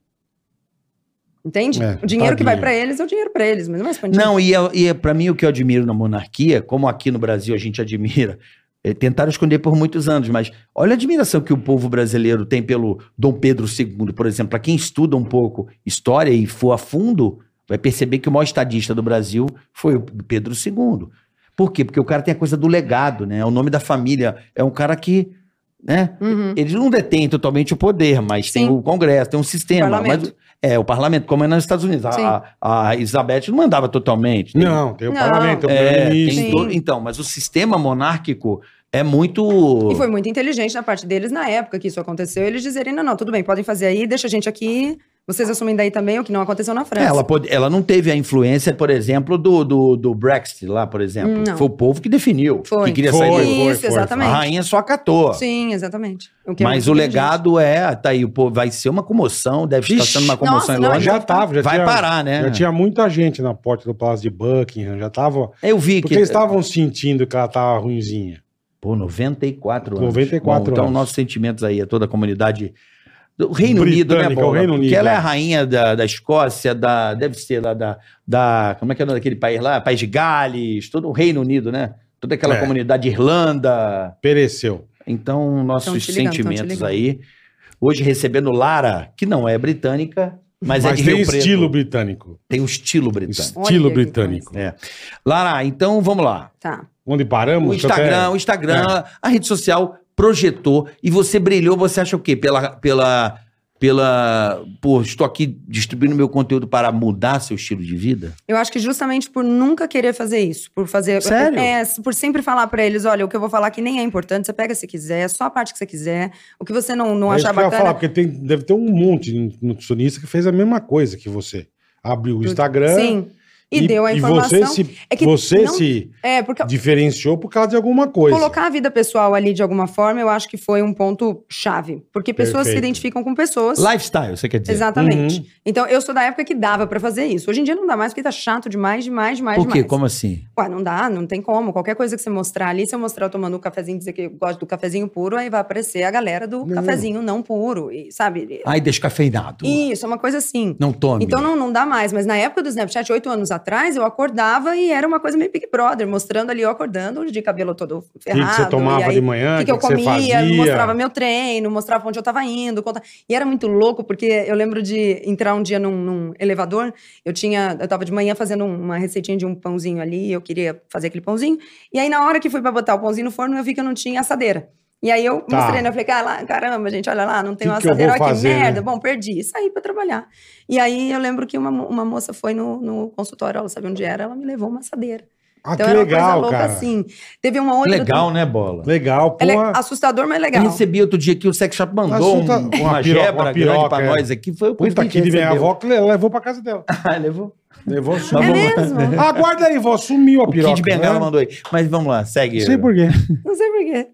Entende?
É,
o dinheiro que vai
tadinho.
pra eles é o dinheiro pra eles, mas não vai expandir.
Não, e, eu- e para mim o que eu admiro na monarquia, como aqui no Brasil a gente admira, eh, tentaram esconder por muitos anos, mas olha a admiração que o povo brasileiro tem pelo Dom Pedro II, por exemplo. Para quem estuda um pouco história e for a fundo, vai perceber que o maior estadista do Brasil foi o Pedro II. Por quê? Porque o cara tem a coisa do legado, né? É o nome da família. É um cara que. Né?
Uhum.
Eles não detêm totalmente o poder, mas tem
Sim.
o Congresso, tem um sistema.
Parlamento.
mas- é, o parlamento, como é nos Estados Unidos.
Sim.
A, a, a Elizabeth não mandava totalmente. Tem-
Não, tem o
Não.
parlamento, tem o
é,
primeiro-ministro.
tem
Sim.
todo- então, mas o sistema monárquico é muito.
E foi muito inteligente na parte deles na época que isso aconteceu. Eles dizerem: não, não, tudo bem, podem fazer aí, deixa a gente aqui. Vocês assumem daí também o que não aconteceu na
É,
França.
ela, pode- ela não teve a influência, por exemplo, do, do, do Brexit lá, por exemplo.
Não.
Foi o povo que definiu
Foi.
que queria
Foi.
sair.
Isso,
foi.
A
exatamente.
rainha só acatou.
Sim, exatamente. que é
Mas o
muito inteligente.
legado é, tá aí, o povo vai ser uma comoção, deve estar
Ixi,
sendo uma comoção
nossa, não,
enorme.
Já tava, já
vai
tinha,
parar, né?
já tinha muita gente na porta do Palácio de Buckingham, já tava...
Eu vi
Porque
que.
eles estavam sentindo que ela tava ruinzinha.
Pô, 94 anos.
94
Bom, Então,
anos.
nossos sentimentos aí a toda a comunidade do Reino
Britânica,
Unido, né, Bola?
o Reino
Porque
Unido,
ela é
é.
a rainha da, da Escócia, da, deve ser lá da, da. Como é que é o nome daquele país lá? País de Gales, todo o Reino Unido, né? Toda aquela
É.
comunidade Irlanda.
Pereceu.
Então, nossos
Tão te ligando, tão te
sentimentos
ligando.
aí. Hoje recebendo Lara, que não é britânica, mas,
Mas,
é de
tem
Rio Preto.
estilo britânico.
Tem um estilo britânico.
Estilo
Olha que
britânico.
Lara, então vamos lá.
Tá.
Onde paramos?
O
que eu
Instagram, o
É.
Instagram, a rede social projetou e você brilhou, você acha o quê? Pela pela pela pô, estou aqui distribuindo meu conteúdo para mudar seu estilo de vida?
Eu acho que justamente por nunca querer fazer isso, por fazer.
Sério?
É, por sempre falar pra eles: olha, o que eu vou falar que nem é importante, você pega se quiser, só a parte que você quiser. O que você não, não
É isso
achar
que eu ia
bacana.
falar, porque tem, deve ter um monte de nutricionista que fez a mesma coisa que você. Abriu o Instagram
Sim. E, deu a informação.
você se,
É que
você
não-
se
É, porque
diferenciou por causa de alguma coisa.
Colocar a vida pessoal ali de alguma forma, eu acho que foi um ponto chave. Porque pessoas se
Perfeito.
identificam com pessoas.
Lifestyle, você quer dizer?
Exatamente.
Uhum.
Então, eu sou da época que dava pra fazer isso. Hoje em dia não dá mais, porque tá chato demais, demais, demais,
Por quê?
demais.
Como assim?
Ué, não dá, não tem como. Qualquer coisa que você mostrar ali, se eu mostrar eu tomando um cafezinho, dizer que eu gosto do cafezinho puro, aí vai aparecer a galera do
Não.
cafezinho não puro, e, sabe?
Ai, descafeinado.
Isso, é uma coisa assim.
Não tome.
Então não, não dá mais, mas na época do Snapchat, oito anos atrás, eu acordava e era uma coisa meio Big Brother, mostrando ali eu acordando de cabelo todo
O que,
ferrado.
que você
e
tomava
aí
de manhã,
o
o
que, que eu
Ah, você
comia,
fazia.
mostrava meu treino, mostrava onde eu tava indo. conta- E era muito louco, porque eu lembro de entrar um dia num, num elevador, eu tinha, eu tava de manhã fazendo um- uma receitinha de um pãozinho ali, eu queria fazer aquele pãozinho. E aí, na hora que fui pra botar o pãozinho no forno, eu vi que eu não tinha assadeira. E aí eu
Tá.
mostrei, né? Eu falei, cara, lá- caramba, gente, olha lá, não tem
Que
uma
que eu vou
assadeira, olha
fazer,
que
né?
merda. Bom, perdi, e saí pra trabalhar. E aí eu lembro que uma, mo- uma moça foi no, no consultório, ela sabia onde era, ela me levou uma assadeira.
Ah,
então
que
era uma coisa
legal,
louca
cara.
assim. Teve uma outra.
Legal, né, bola?
Legal, pô.
Ela é assustador, mas legal.
Eu recebi outro dia que o Sex Shop mandou
Assunta-
um-
uma piroca,
uma, gebra
uma
grande
piroca,
pra
é.
nós aqui. Foi o que
Puta
a
que
gente
de minha
recebeu.
avó que le- levou pra casa dela.
Ah, levou.
Levou
É
Vamos lá.
mesmo?
Ah, guarda aí, vó, sumiu a
O
piroca.
Kid é Bengala
né? é
mandou aí. Mas vamos lá, segue.
Não sei por quê.
Não sei porquê.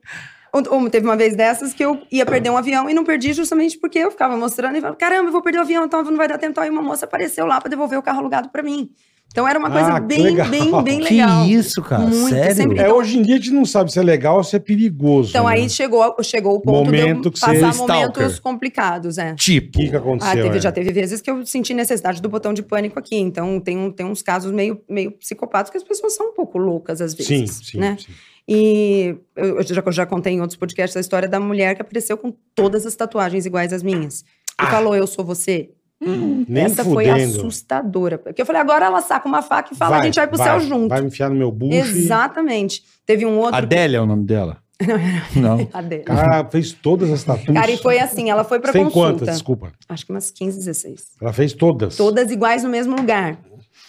um, Teve uma vez dessas que eu ia perder um avião e não perdi justamente porque eu ficava mostrando e falava: caramba, eu vou perder o avião, então não vai dar tempo. Então, Aí uma moça apareceu lá pra devolver o carro alugado pra mim. Então era uma coisa
Ah, que
bem,
legal.
bem, bem
Que
legal.
isso, cara?
Muito,
Sério?
sempre-
É, hoje em dia a gente não sabe se é legal ou se é perigoso.
Então
né?
aí chegou, chegou o ponto de
Momento
eu
que você-
passar
Stalker.
momentos complicados, é.
O
Tipo.
que, que aconteceu?
Ah, teve-
é?
já teve vezes que eu senti necessidade do botão de pânico aqui. Então, tem, um- tem uns casos meio, meio psicopatas que as pessoas são um pouco loucas às
Sim,
vezes.
sim,
né?
sim.
E eu eu já, eu já contei em outros podcasts a história da mulher que apareceu com todas as tatuagens iguais às minhas. E falou, eu sou você.
Ah. Nem
Essa foi
fudendo.
assustadora. Porque eu falei, agora ela saca uma faca e fala, a gente vai pro céu junto.
Vai me enfiar no meu bucho. e-
Exatamente. Teve um outro.
Adélia é o nome dela. Não.
Brincadeira.
Cara, fez todas as tatuas.
Cara, e foi assim, ela foi pra
Tem
consulta.
quantas, desculpa?
Acho que umas 15, 16.
Ela fez todas.
Todas iguais no mesmo lugar.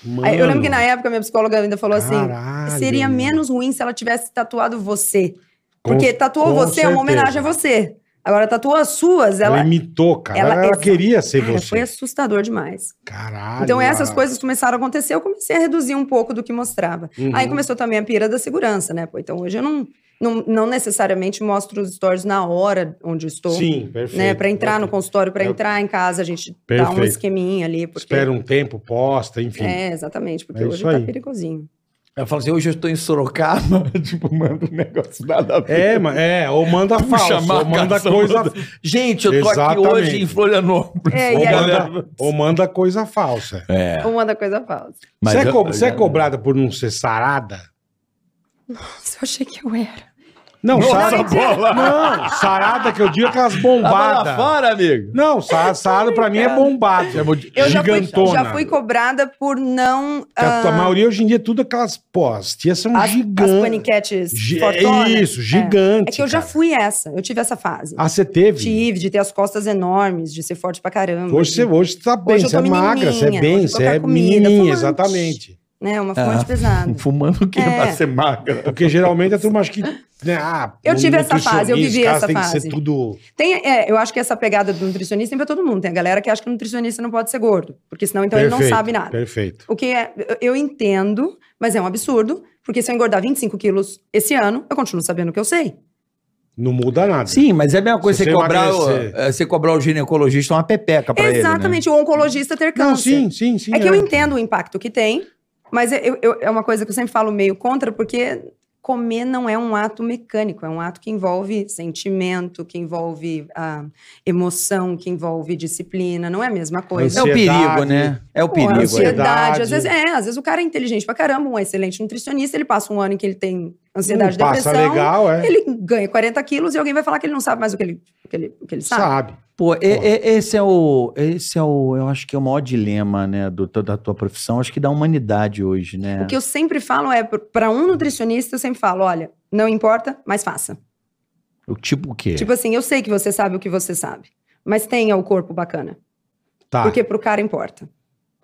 Mano,
Aí eu lembro que na época minha psicóloga ainda falou
Caralho.
assim: seria menos ruim se ela tivesse tatuado você.
Com-
Porque tatuou
com
você é uma
certeza.
homenagem a você. Agora, tatuou as suas,
Ela,
ela.
imitou, cara. Ela,
ela-
ela queria ser
Cara,
você.
foi assustador demais.
Caralho.
então, essas
a-
coisas começaram a acontecer, eu comecei a reduzir um pouco do que mostrava.
Uhum.
Aí começou também a pira da segurança, né? Pô, então hoje eu não, não, não necessariamente mostro os stories na hora onde eu estou.
Sim, perfeito.
Né, para entrar no
perfeito.
consultório, para
Eu-
entrar em casa, a gente dá um
Perfeito.
esqueminha ali. Porque...
Espera um tempo, posta, enfim.
É, exatamente, porque
É
hoje
isso
tá
aí.
perigosinho.
Ela fala assim, hoje eu estou em Sorocaba, tipo, manda um negócio nada a ver.
É, mas é, ou manda
Puxa
falso,
a
ou manda
marcação
coisa,
do- Gente, eu tô aqui
Exatamente.
hoje em Florianópolis.
É,
ou
e aí-
manda, ou manda coisa falsa.
É.
Uma da coisa falsa.
Mas
você, é
eu-
co- você é cobrada por não ser sarada?
Nossa, eu achei que eu era.
Não,
Nossa,
sarada. é
bola!
Não, sarada que eu digo é aquelas
Tava lá
bombadas.
fora, amigo.
Não, sa- sarado pra mim é bombado.
Chamou de-
Eu já fui,
gigantona.
já fui cobrada por não.
Que a, tua
ah,
maioria hoje em dia é tudo aquelas pós. Tias são
as,
gigantes.
as paniquetes
Gi-
fortonas.
é isso, gigante.
É que eu já
cara.
fui essa, eu tive essa fase.
Ah, você teve?
Tive, de ter as costas enormes, de ser forte pra caramba.
Hoje
de-
você hoje você tá bem,
Hoje eu
você é
tô
magra, você é
menininha,
bem,
hoje eu tô
você
com a
é
comida,
menininha,
fumante.
exatamente.
Né,
Ah.
uma fonte pesada.
Fumando o quê?
É.
Pra ser magra.
Porque geralmente a turma acha que. Né, ah,
Eu
um
tive essa fase, eu
nutricionista,
vivi
os caras
essa
têm que
fase.
ser tudo.
Tem, é, eu acho que essa pegada do nutricionista tem pra todo mundo. Tem a galera que acha que o nutricionista não pode ser gordo, porque senão então ele não
Perfeito,
sabe nada.
Perfeito.
O que é, eu eu entendo, mas é um absurdo, porque se eu engordar 25 quilos esse ano, eu continuo sabendo o que eu sei.
Não muda nada.
Sim, mas é a mesma coisa
Se
você
você
cobrar, o,
emagrecer.
é, você cobrar o ginecologista é uma pepeca pra ele, né?
Exatamente, o oncologista ter câncer.
Não, sim, sim, sim.
é que eu entendo o impacto que tem, mas eu- eu- é uma coisa que eu sempre falo meio contra, porque comer não é um ato mecânico, é um ato que envolve sentimento, que envolve ah, emoção, que envolve disciplina, não é a mesma coisa.
É o
Ansiedade.
perigo, né? É o
Pô,
perigo.
ansiedade.
é.
ansiedade. Às vezes, é, às vezes o cara é inteligente pra caramba, um excelente nutricionista, ele passa um ano em que ele tem ansiedade,
Não Um passa
depressão,
legal, é.
ele ganha 40 quilos e alguém vai falar que ele não sabe mais o que ele, o que ele, o que ele sabe.
Sabe.
Pô, e- e- esse é o. Esse é o. Eu acho que é o maior dilema, né? Do, da tua profissão, acho que da humanidade hoje, né?
O que eu sempre falo é, pra um nutricionista, eu sempre falo, olha, não importa, mas faça.
O tipo o quê?
Tipo assim, eu sei que você sabe o que você sabe, mas tenha o corpo bacana,
Ah.
Tá.
porque pro cara importa.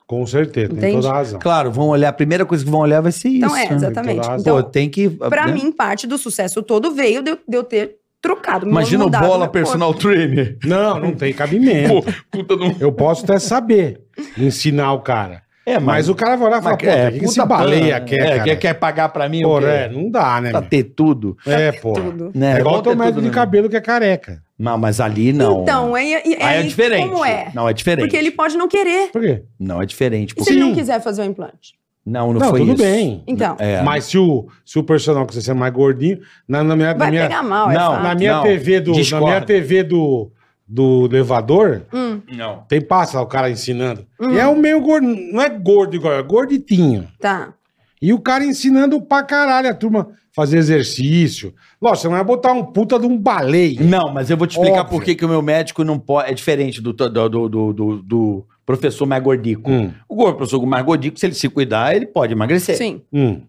Com certeza, tem
Entende?
toda a razão.
Claro, vão olhar, a primeira coisa que vão olhar vai ser
Então
isso.
é,
né?
exatamente.
Tem toda
Pô,
Então,
tem que.
pra
né?
mim, parte do sucesso todo veio de eu, de eu ter trocado,
Imagina o
mudado
bola
meu corpo.
personal trainer.
Não, não tem cabimento.
Puta não.
Eu posso até saber ensinar o cara.
É,
Mas o cara vai olhar e falar,
mas
pô, é, que esse
puta
baleia
plana,
quer,
né? É,
cara?
quer, quer pagar pra mim o
Porra, é,
quê?
não dá, né?
Pra
meu?
ter tudo.
É, porra.
Tudo.
Né?
É igual
bom
o teu
ter
médico
tudo,
de
né?
cabelo que é careca.
Não, mas ali não.
Então, é, é,
aí é
aí
diferente.
como é?
Não, é diferente.
Porque ele pode não querer.
Por quê?
Não, é diferente.
E
Porque...
se ele
Sim.
não quiser fazer o implante?
Não, não,
Não,
foi
tudo
isso.
bem.
Então,
É.
Mas se o, se o personal que você é mais gordinho, na, na minha, na
vai
minha,
pegar mal, é
Não,
fato.
na minha
Não,
TV do, na
discordo.
minha TV do, do elevador,
Hum,
Não.
tem passa lá o cara ensinando. E é o meio gordo, não é gordo igual, é gorditinho.
tá.
E o cara ensinando pra caralho a turma fazer exercício. Nossa, você não vai botar um puta de um baleia.
Não, mas eu vou te explicar
Óbvio.
por que, que o meu médico não pode. É diferente do, do, do, do, do- do professor mais gordico.
Hum,
O go- professor mais gordico, se ele se cuidar, ele pode emagrecer.
Sim.
hum.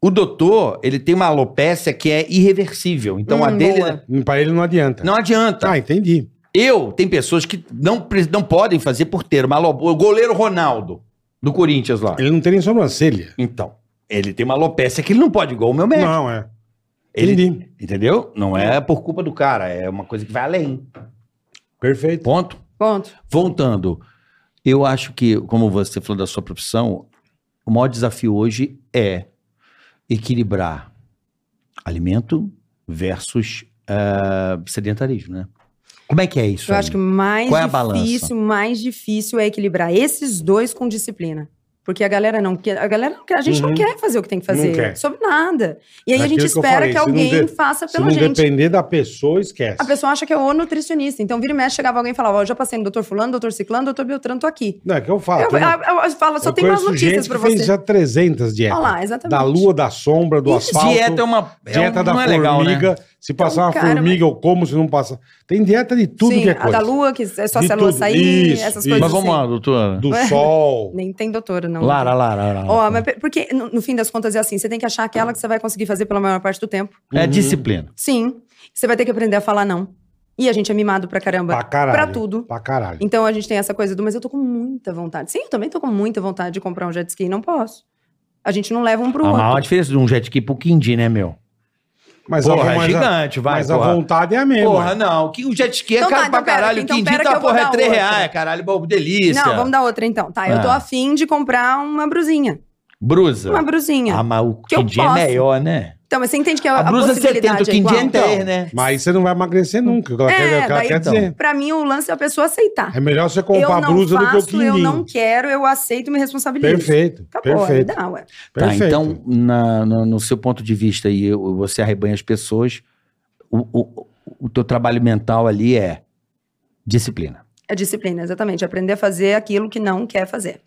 O doutor, ele tem uma alopécia que é irreversível. Então a
Hum,
dele é,
boa.
Pra ele não adianta.
não adianta.
tá.
Ah, entendi.
Eu, tem pessoas que não, pre- não podem fazer por ter uma alopecia. O goleiro Ronaldo, do Corinthians lá.
Ele não tem nem sobrancelha.
Então, ele tem uma alopecia que ele não pode, igual o meu médico.
Não, é.
Ele-
Entendi.
Entendeu? Não é por culpa do cara, é uma coisa que vai além.
Perfeito.
Ponto.
Ponto.
Voltando, eu acho que, como você falou da sua profissão, o maior desafio hoje é equilibrar alimento versus ah, sedentarismo, né? Como é que é isso?
Eu
aí?
acho que o mais
Qual é a balança?
difícil, mais difícil é equilibrar esses dois com disciplina. Porque a galera não quer, a galera não quer, a gente
Uhum.
não quer fazer o que tem que
Não
fazer,
quer.
sobre nada. E aí
É
a gente
aquilo que eu
espera
falei,
que,
se não
alguém
de-
faça
Se não
pela gente.
depender da pessoa, esquece.
A pessoa acha que é o nutricionista. Então, vira e mexe, chegava alguém e falava: Ó, já passei no doutor Fulano, doutor Ciclano, doutor Beltrano, tô aqui.
Não, é que eu falo.
eu,
tem uma-
eu- eu falo, só
eu
tem umas
conheço
notícias
gente
pra
que fez
você.
já 300 dietas.
Olha lá, exatamente.
Da lua, da sombra, do
Isso,
asfalto.
dieta é uma. é
dieta
um-
da
não é
formiga.
legal, né?
Se passar uma
Então, cara,
formiga, eu como, se não passar. Tem dieta de tudo
Sim,
que é
a
coisa.
da lua, que é só
De
a célula
tudo.
sair,
Isso,
essas
isso.
coisas
Mas
assim.
doutora.
Do sol.
Nem tem doutora, não.
Lara, Lara,
Ah,
Lara.
tá.
Ó, mas pe- porque no, no fim das contas é assim, você tem que achar aquela que você vai conseguir fazer pela maior parte do tempo.
É disciplina.
Sim. Você vai ter que aprender a falar não. E a gente é mimado pra caramba.
Pra caralho.
Pra tudo.
Pra caralho.
Então a gente tem essa coisa do, mas eu tô com muita vontade. Sim, eu também tô com muita vontade de comprar um jet ski, não posso. A gente não leva um pro
A
outro.
maior diferença de um jet ski pro Quindi, né, meu?
Mas,
porra,
a,
é
mas, a,
gigante, vai,
mas a
porra.
vontade é a mesma.
Porra, não. Que o jet ski é
Então
caro
tá,
pra
então pera,
caralho.
então
Quindi
pera que
tá,
eu vou
porra, é
dar
3
outra.
reais, caralho. Bom, delícia.
é.
Não, vamos dar outra então. Tá, eu
Ah.
tô afim de comprar uma brusinha.
Brusa.
Tá.
Uma brusinha.
Ah, mas o
Que eu
Quindi é
posso.
melhor, né?
Então, mas você entende que a,
A,
a
brusa é 70, o
possibilidade é
Quindi
igual?
é 10, né?
Então, Mas você não vai emagrecer nunca. o que Ela quer, o
É,
que ela
daí,
quer
então.
dizer.
Pra mim, o lance é a pessoa aceitar.
É melhor você
eu
comprar
não
brusa
faço,
do que o quindim.
eu não quero, eu aceito e me responsabilizo.
Perfeito.
Acabou,
perfeito.
aí dá, ué.
perfeito.
Tá, então, na- no, no seu ponto de vista aí, eu- você arrebanha as pessoas, o, o, o teu trabalho mental ali é disciplina.
É disciplina, exatamente. Aprender a fazer aquilo que não quer fazer.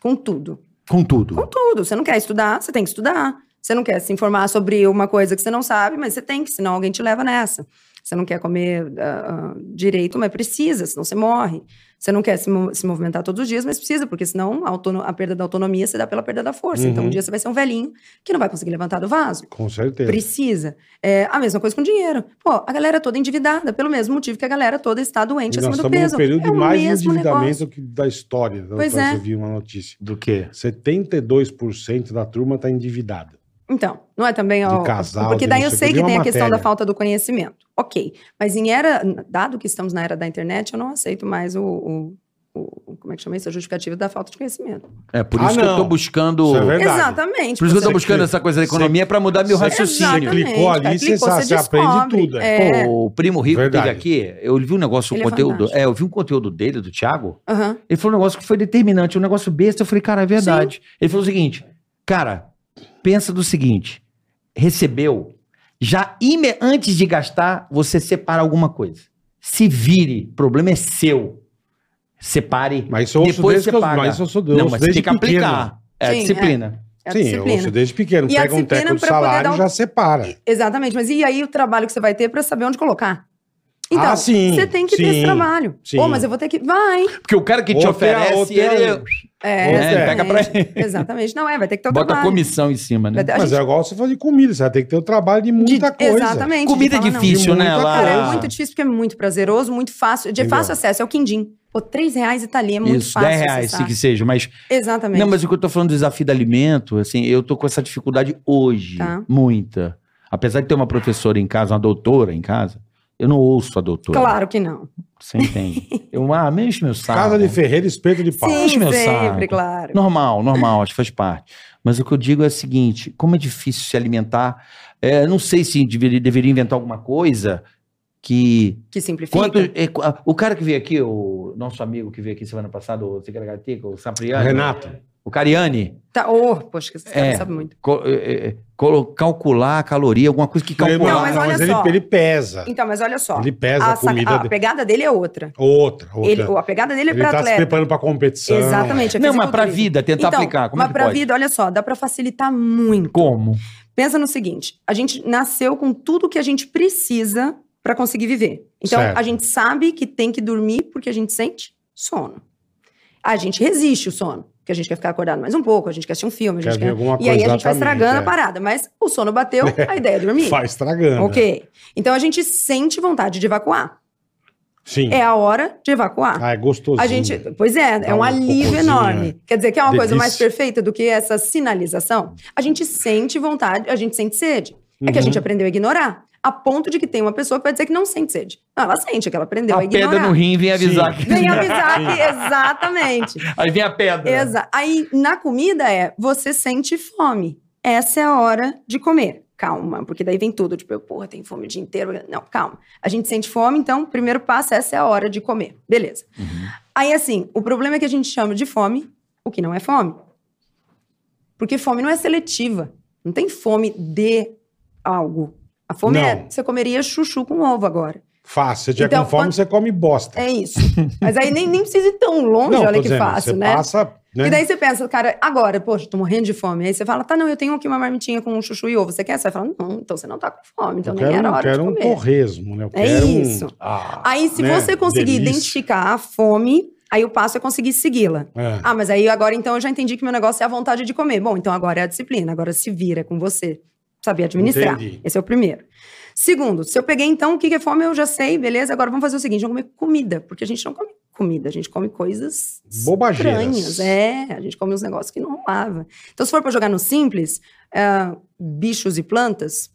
Com tudo.
Com tudo.
Com tudo. Você não quer estudar, você tem que estudar. Você não quer se informar sobre uma coisa que você não sabe, mas você tem que, senão alguém te leva nessa. Você não quer comer ah, ah, direito, mas precisa, senão você morre. Você não quer se, mo- se movimentar todos os dias, mas precisa, porque senão a, autono- a perda da autonomia se dá pela perda da força. Então
Uhum.
um dia você vai ser um velhinho que não vai conseguir levantar do vaso.
Com certeza.
Precisa. É, a mesma coisa com dinheiro. Pô, a galera toda endividada, pelo mesmo motivo que a galera toda está doente
E nós
acima do
estamos
peso.
num período
é
de
o
mais
mesmo
endividamento
negócio.
que da história. da
Pois
outra vez
é.
Eu vi uma notícia.
Do quê?
72% da turma está endividada.
Então, não é também
De
ó,
casal,
Porque
de
daí
não
eu
sei o quê.
sei que
Tem
tem
uma
a questão
matéria.
da falta do conhecimento. Ok. Mas em era. Dado que estamos na era da internet, eu não aceito mais o. o- o- como é que chama isso? A justificativa da falta de conhecimento.
É por
Ah,
isso que eu
não.
tô buscando.
Isso é verdade.
Exatamente.
Por isso que eu tô
Você-
buscando essa coisa da economia pra mudar meu
Você-
raciocínio.
Exato. clicou ali,
cara,
você
É, clicou,
sabe, você aprende
descobre.
tudo,
É.
Pô, o primo rico
Verdade.
teve aqui, eu vi um negócio, um
Ele é
conteúdo.
fantástico.
É, eu vi um conteúdo dele, do Thiago.
Aham.
Ele falou um negócio que foi determinante, um negócio besta. Eu falei, cara, é verdade. Ele falou o seguinte, cara, pensa do seguinte: recebeu, já ime- antes de gastar, você separa alguma coisa. Se vire, o problema é seu. Separe.
Mas isso eu ouço
Depois
desde
você
que eu,
paga.
mas isso eu sou Deus.
Não, mas você tem que aplicar. É a
Sim,
disciplina.
É a
Sim, eu
disciplina.
ouço desde pequeno.
E a
Pega um
disciplina
teco do
pra poder
salário e
dar um-
já separa.
Exatamente, mas e aí o trabalho que você vai ter pra saber onde colocar? Então,
Ah, sim,
você tem que
sim,
ter esse trabalho.
sim.
Ou, mas eu vou ter que. Vai!
Porque o cara que te
Ou tem a-
oferece,
ou tem a-
ele,
É,
Ou
né, ele
tem.
pega pra ele.
Exatamente, não é, vai ter que ter o
Bota
trabalho.
comissão em cima, né?
Vai ter- a
Mas
gente-
é igual você falar de comida. Você vai ter que ter o trabalho de muita
de-
coisa.
Exatamente.
Comida é
de falar não.
difícil,
De
né?
muita
Lá...
Cara, é muito difícil porque é muito prazeroso, muito fácil, de
Entendeu?
fácil acesso, é o quindim. Pô, 3 reais e tá ali, é muito
Isso,
fácil
10 reais, se
acessar.
que seja, mas
Exatamente.
Não, mas o que eu tô falando do desafio do alimento, assim, eu tô com essa dificuldade hoje,
Tá.
muita. Apesar de ter uma professora em casa, uma doutora em casa, eu não ouço a doutora.
Claro que não.
Você entende? Eu, ah, mexe meu saco.
Casa de ferreiro, espeto de pau.
Enche
Sim,
meu
sempre,
saco.
claro.
Normal, normal, acho que faz parte. Mas o que eu digo é o seguinte, como é difícil se alimentar, é, não sei se deveria, deveria inventar alguma coisa que...
Que simplifica.
Quanto, é, qu- ah, o cara que veio aqui, o nosso amigo que veio aqui semana passada, o Ticaracatica, o Sapriani,
Renato.
o Cariani...
Tá, oh, poxa, que você
É.
sabe muito.
co- é, é, colo- calcular a caloria, alguma coisa que
Ele-
calcular.
Não, mas olha
ele,
só.
ele pesa.
Então, mas olha só.
Ele pesa
a,
a
saca-
comida.
a
de-
pegada dele é outra.
Outra, outra.
Ele, a pegada dele é
Ele
pra
tá se
atleta.
preparando pra competição.
Exatamente. é
Não, mas pra
fisiculturismo.
vida, tentar
Então,
aplicar. Como
mas
é que
pra
pode?
vida, olha só, dá pra facilitar muito.
Como?
Pensa no seguinte: a gente nasceu com tudo que a gente precisa pra conseguir viver. Então,
Certo.
a gente sabe que tem que dormir porque a gente sente sono. A gente resiste o sono, porque a gente quer ficar acordado mais um pouco, a gente quer assistir um filme, a
Quer
gente
ver
quer.
alguma
E
coisa.
aí a gente vai estragando a
exatamente,
parada. Mas o sono bateu, a ideia é
é.
dormir.
Vai estragando.
Ok. Então a gente sente vontade de evacuar.
Sim.
É a hora de evacuar.
Ah, é gostosinho.
A gente, pois é,
Dá
é um
um
alívio
cocôzinho,
enorme. Quer dizer, que é uma coisa
Delícia.
mais perfeita do que essa sinalização? A gente sente vontade, a gente sente sede. É que a
Uhum.
gente aprendeu a ignorar. A ponto de que tem uma pessoa que vai dizer que não sente sede. Não, ela sente, é que ela aprendeu a,
a pedra
ignorar.
no rim vem avisar.
Sim.
que-
Vem avisar que, exatamente.
Aí vem a pedra.
É.
Exa Aí, na comida é, você sente fome. Essa é a hora de comer. Calma, porque daí vem tudo, tipo, eu, porra, tenho fome o dia inteiro. Não, calma. A gente sente fome, então, primeiro passo, essa é a hora de comer. Beleza.
Uhum.
Aí, assim, o problema é que a gente chama de fome o que não é fome. Porque fome não é seletiva. Não tem fome de algo. A fome
Não.
é, você comeria chuchu com ovo agora. É
Fácil. Se tiver
Então,
com fome,
quando-
você come bosta.
É isso. Mas aí nem, nem precisa ir tão longe,
tô
olha que
dizendo,
fácil,
você
né?
passa Né?
E daí você pensa, cara, agora, poxa, tô morrendo de fome. Aí você fala, tá, não, eu tenho aqui uma marmitinha com um chuchu e ovo. Você quer? Você vai falar, não, então você não tá com fome, então
eu
nem
quero,
era
eu
hora
quero
de
um
comer.
torresmo, né? Eu
É
quero um-
isso.
Ah,
Aí, se
né?
você conseguir
Delícia.
identificar a fome, aí o passo é conseguir segui-la.
É.
Ah, mas aí agora então eu já entendi que meu negócio é a vontade de comer. Bom, então agora é a disciplina, agora se vira é com você. Saber administrar.
Entendi.
Esse é o primeiro. Segundo, se eu peguei então o que que é fome, eu já sei, beleza? Agora vamos fazer o seguinte: vamos comer comida, porque a gente não come comida, a gente come coisas
Bobageiras.
estranhas. É, a gente come uns negócios que não rolava. Então, se for pra jogar no simples, ah, bichos e plantas,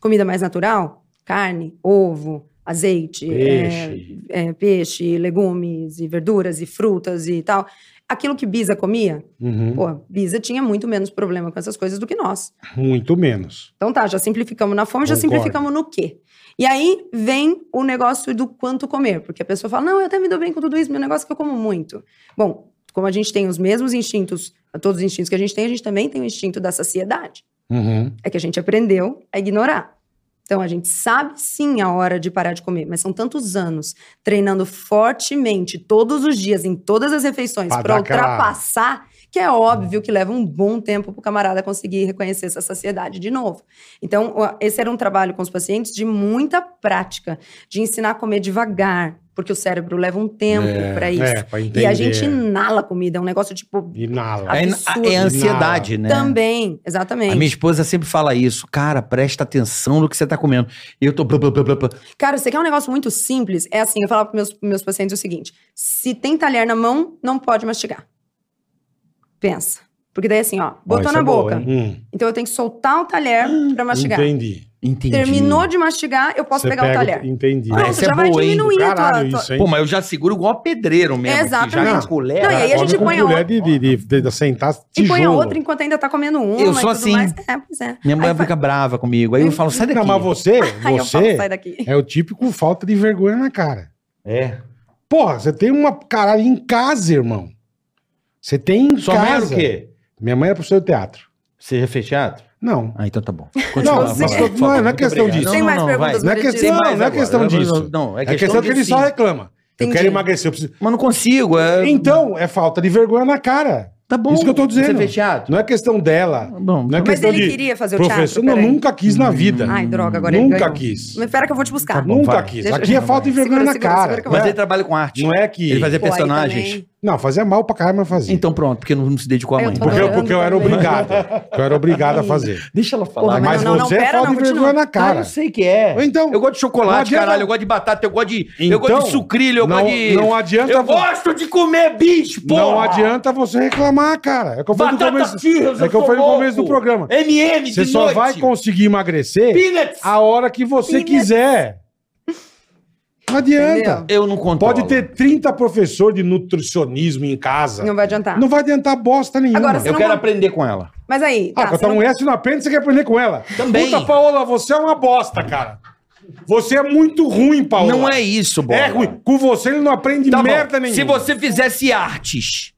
comida mais natural, carne, ovo, azeite, é,
Peixe.
é, peixe, legumes e verduras e frutas e tal. Aquilo que Bisa comia,
Uhum.
pô, Bisa tinha muito menos problema com essas coisas do que nós.
Muito menos.
Então tá, já simplificamos na fome, já
Concordo.
simplificamos no quê? E aí vem o negócio do quanto comer, porque a pessoa fala: não, eu até me dou bem com tudo isso, meu negócio é que eu como muito. Bom, como a gente tem os mesmos instintos, todos os instintos que a gente tem, a gente também tem o instinto da saciedade
Uhum.
é que a gente aprendeu a ignorar. Então a gente sabe sim a hora de parar de comer, mas são tantos anos treinando fortemente todos os dias em todas as refeições
Pra
para
dar aquela-
ultrapassar que é óbvio que leva um bom tempo para o camarada conseguir reconhecer essa saciedade de novo. Então o- esse era um trabalho com os pacientes de muita prática, de ensinar a comer devagar, porque o cérebro leva um tempo para isso.
É, pra entender.
E a gente inala a comida, é um negócio tipo
Inala.
É,
É,
Absurdo.
é ansiedade, né?
também, exatamente.
A minha esposa sempre fala isso. Cara, presta atenção no que você tá comendo. E eu tô... blá, blá, blá, blá, blá.
Cara, você quer um negócio muito simples? É assim, eu falava para meus, meus pacientes o seguinte: se tem talher na mão, não pode mastigar. Pensa. Porque daí assim, ó, botou
isso
na
é boa,
boca.
hein?
Hum,
então eu tenho que soltar o talher para mastigar.
Ah, entendi.
Entendi.
Terminou de mastigar, eu posso
Você
pegar
pega
o talher.
Entendi.
Ah,
Pronto,
essa
já
é
vai
boa, hein?
diminuir a tua.
Caralho,
tua-
isso, hein?
Pô, mas eu já seguro igual a pedreiro mesmo. aqui, Já
Exatamente.
com colher.
Não, e aí a
Come
gente
com
põe a
colher
outra.
De, de, de, de, sentar
E põe a
tijolo.
outra enquanto ainda tá comendo uma.
é Eu
e
sou
tudo
assim.
Mais. É, pois é.
Minha mãe
Aí fa-
fica brava comigo. Aí eu falo, sai daqui.
Não, mas você,
Aí eu falo, sai
você
daqui.
é o típico falta de vergonha na cara.
É.
Porra, você tem uma caralho em casa, irmão. Você tem em
Sua mãe era
casa.
o quê?
Minha mãe era professora de teatro.
Você é já fez teatro?
Não.
Ah, então tá bom.
Não,
vai,
mas
vai,
não-
por favor,
não é
muito
questão
obrigado.
disso.
Tem mais perguntas
Não é questão- não,
merecidas?
não é
agora.
questão
Eu- eu-
disso.
Não,
É, questão, que ele
de
só
sim.
reclama. Eu
Entendi.
quero emagrecer, eu preciso.
Mas não consigo. é-
Então, é falta de vergonha na cara.
tá bom.
isso que eu tô dizendo.
Você fez teatro?
Não é questão dela.
Bom,
Não é
tá-
Mas
questão
ele
de
queria fazer o
Professor,
teatro.
não,
peraí.
nunca quis na vida.
Ai, droga, agora ele
nunca
ganhou.
quis.
Mas espera que eu vou te buscar.
bom.
nunca
vai.
quis.
Deixa-
Aqui é falta de vergonha
Segura,
na
segura,
cara.
segura que
tá
eu
Mas
não,
ele tá
é,
trabalha com arte.
não é que.
Ele fazia
Pô, aí
personagens.
também.
Não, fazia mal pra caralho, mas fazia.
Então pronto, porque não, não se dedicou à
Eu
mãe.
tô
porque, É, então eu,
adorando
porque eu era
também.
obrigado. Eu era obrigado a fazer.
Deixa ela
Porra,
falar.
mas
Mas
não, não,
você é
pera,
falta
não,
de
continua.
vergonha na
Cara,
cara.
eu sei que é.
Então,
eu gosto de
não
chocolate,
adianta-
caralho. Eu gosto de batata, eu gosto de. eu gosto de
Então,
sucrilho, eu
não-
gosto de.
não adianta-
Eu gosto de comer bicho, pô!
Não adianta você reclamar, cara. É o que eu falei no
Batata
começo,
Cheetos,
é que eu
sou
falei no
louco.
começo do programa.
MM,
Você
de
só
noite.
vai conseguir emagrecer
Peanuts!
a hora que você
Peanuts.
quiser. Não adianta.
Entendeu?
Eu não controlo.
Pode ter 30 professores de nutricionismo em casa.
Não vai adiantar.
Não vai adiantar bosta nenhuma.
Agora, você
Eu
não
quero
vai-
aprender com ela.
Mas aí.
Ah,
tá,
quando
você
tá
não-
um S na pena, você quer aprender com ela.
Também.
Puta, Paola, você é uma bosta, cara. Você é muito ruim, Paola.
Não é isso, Bola.
É ruim. Com você ele não aprende
Tá bom.
merda nenhuma.
Se você fizesse artes,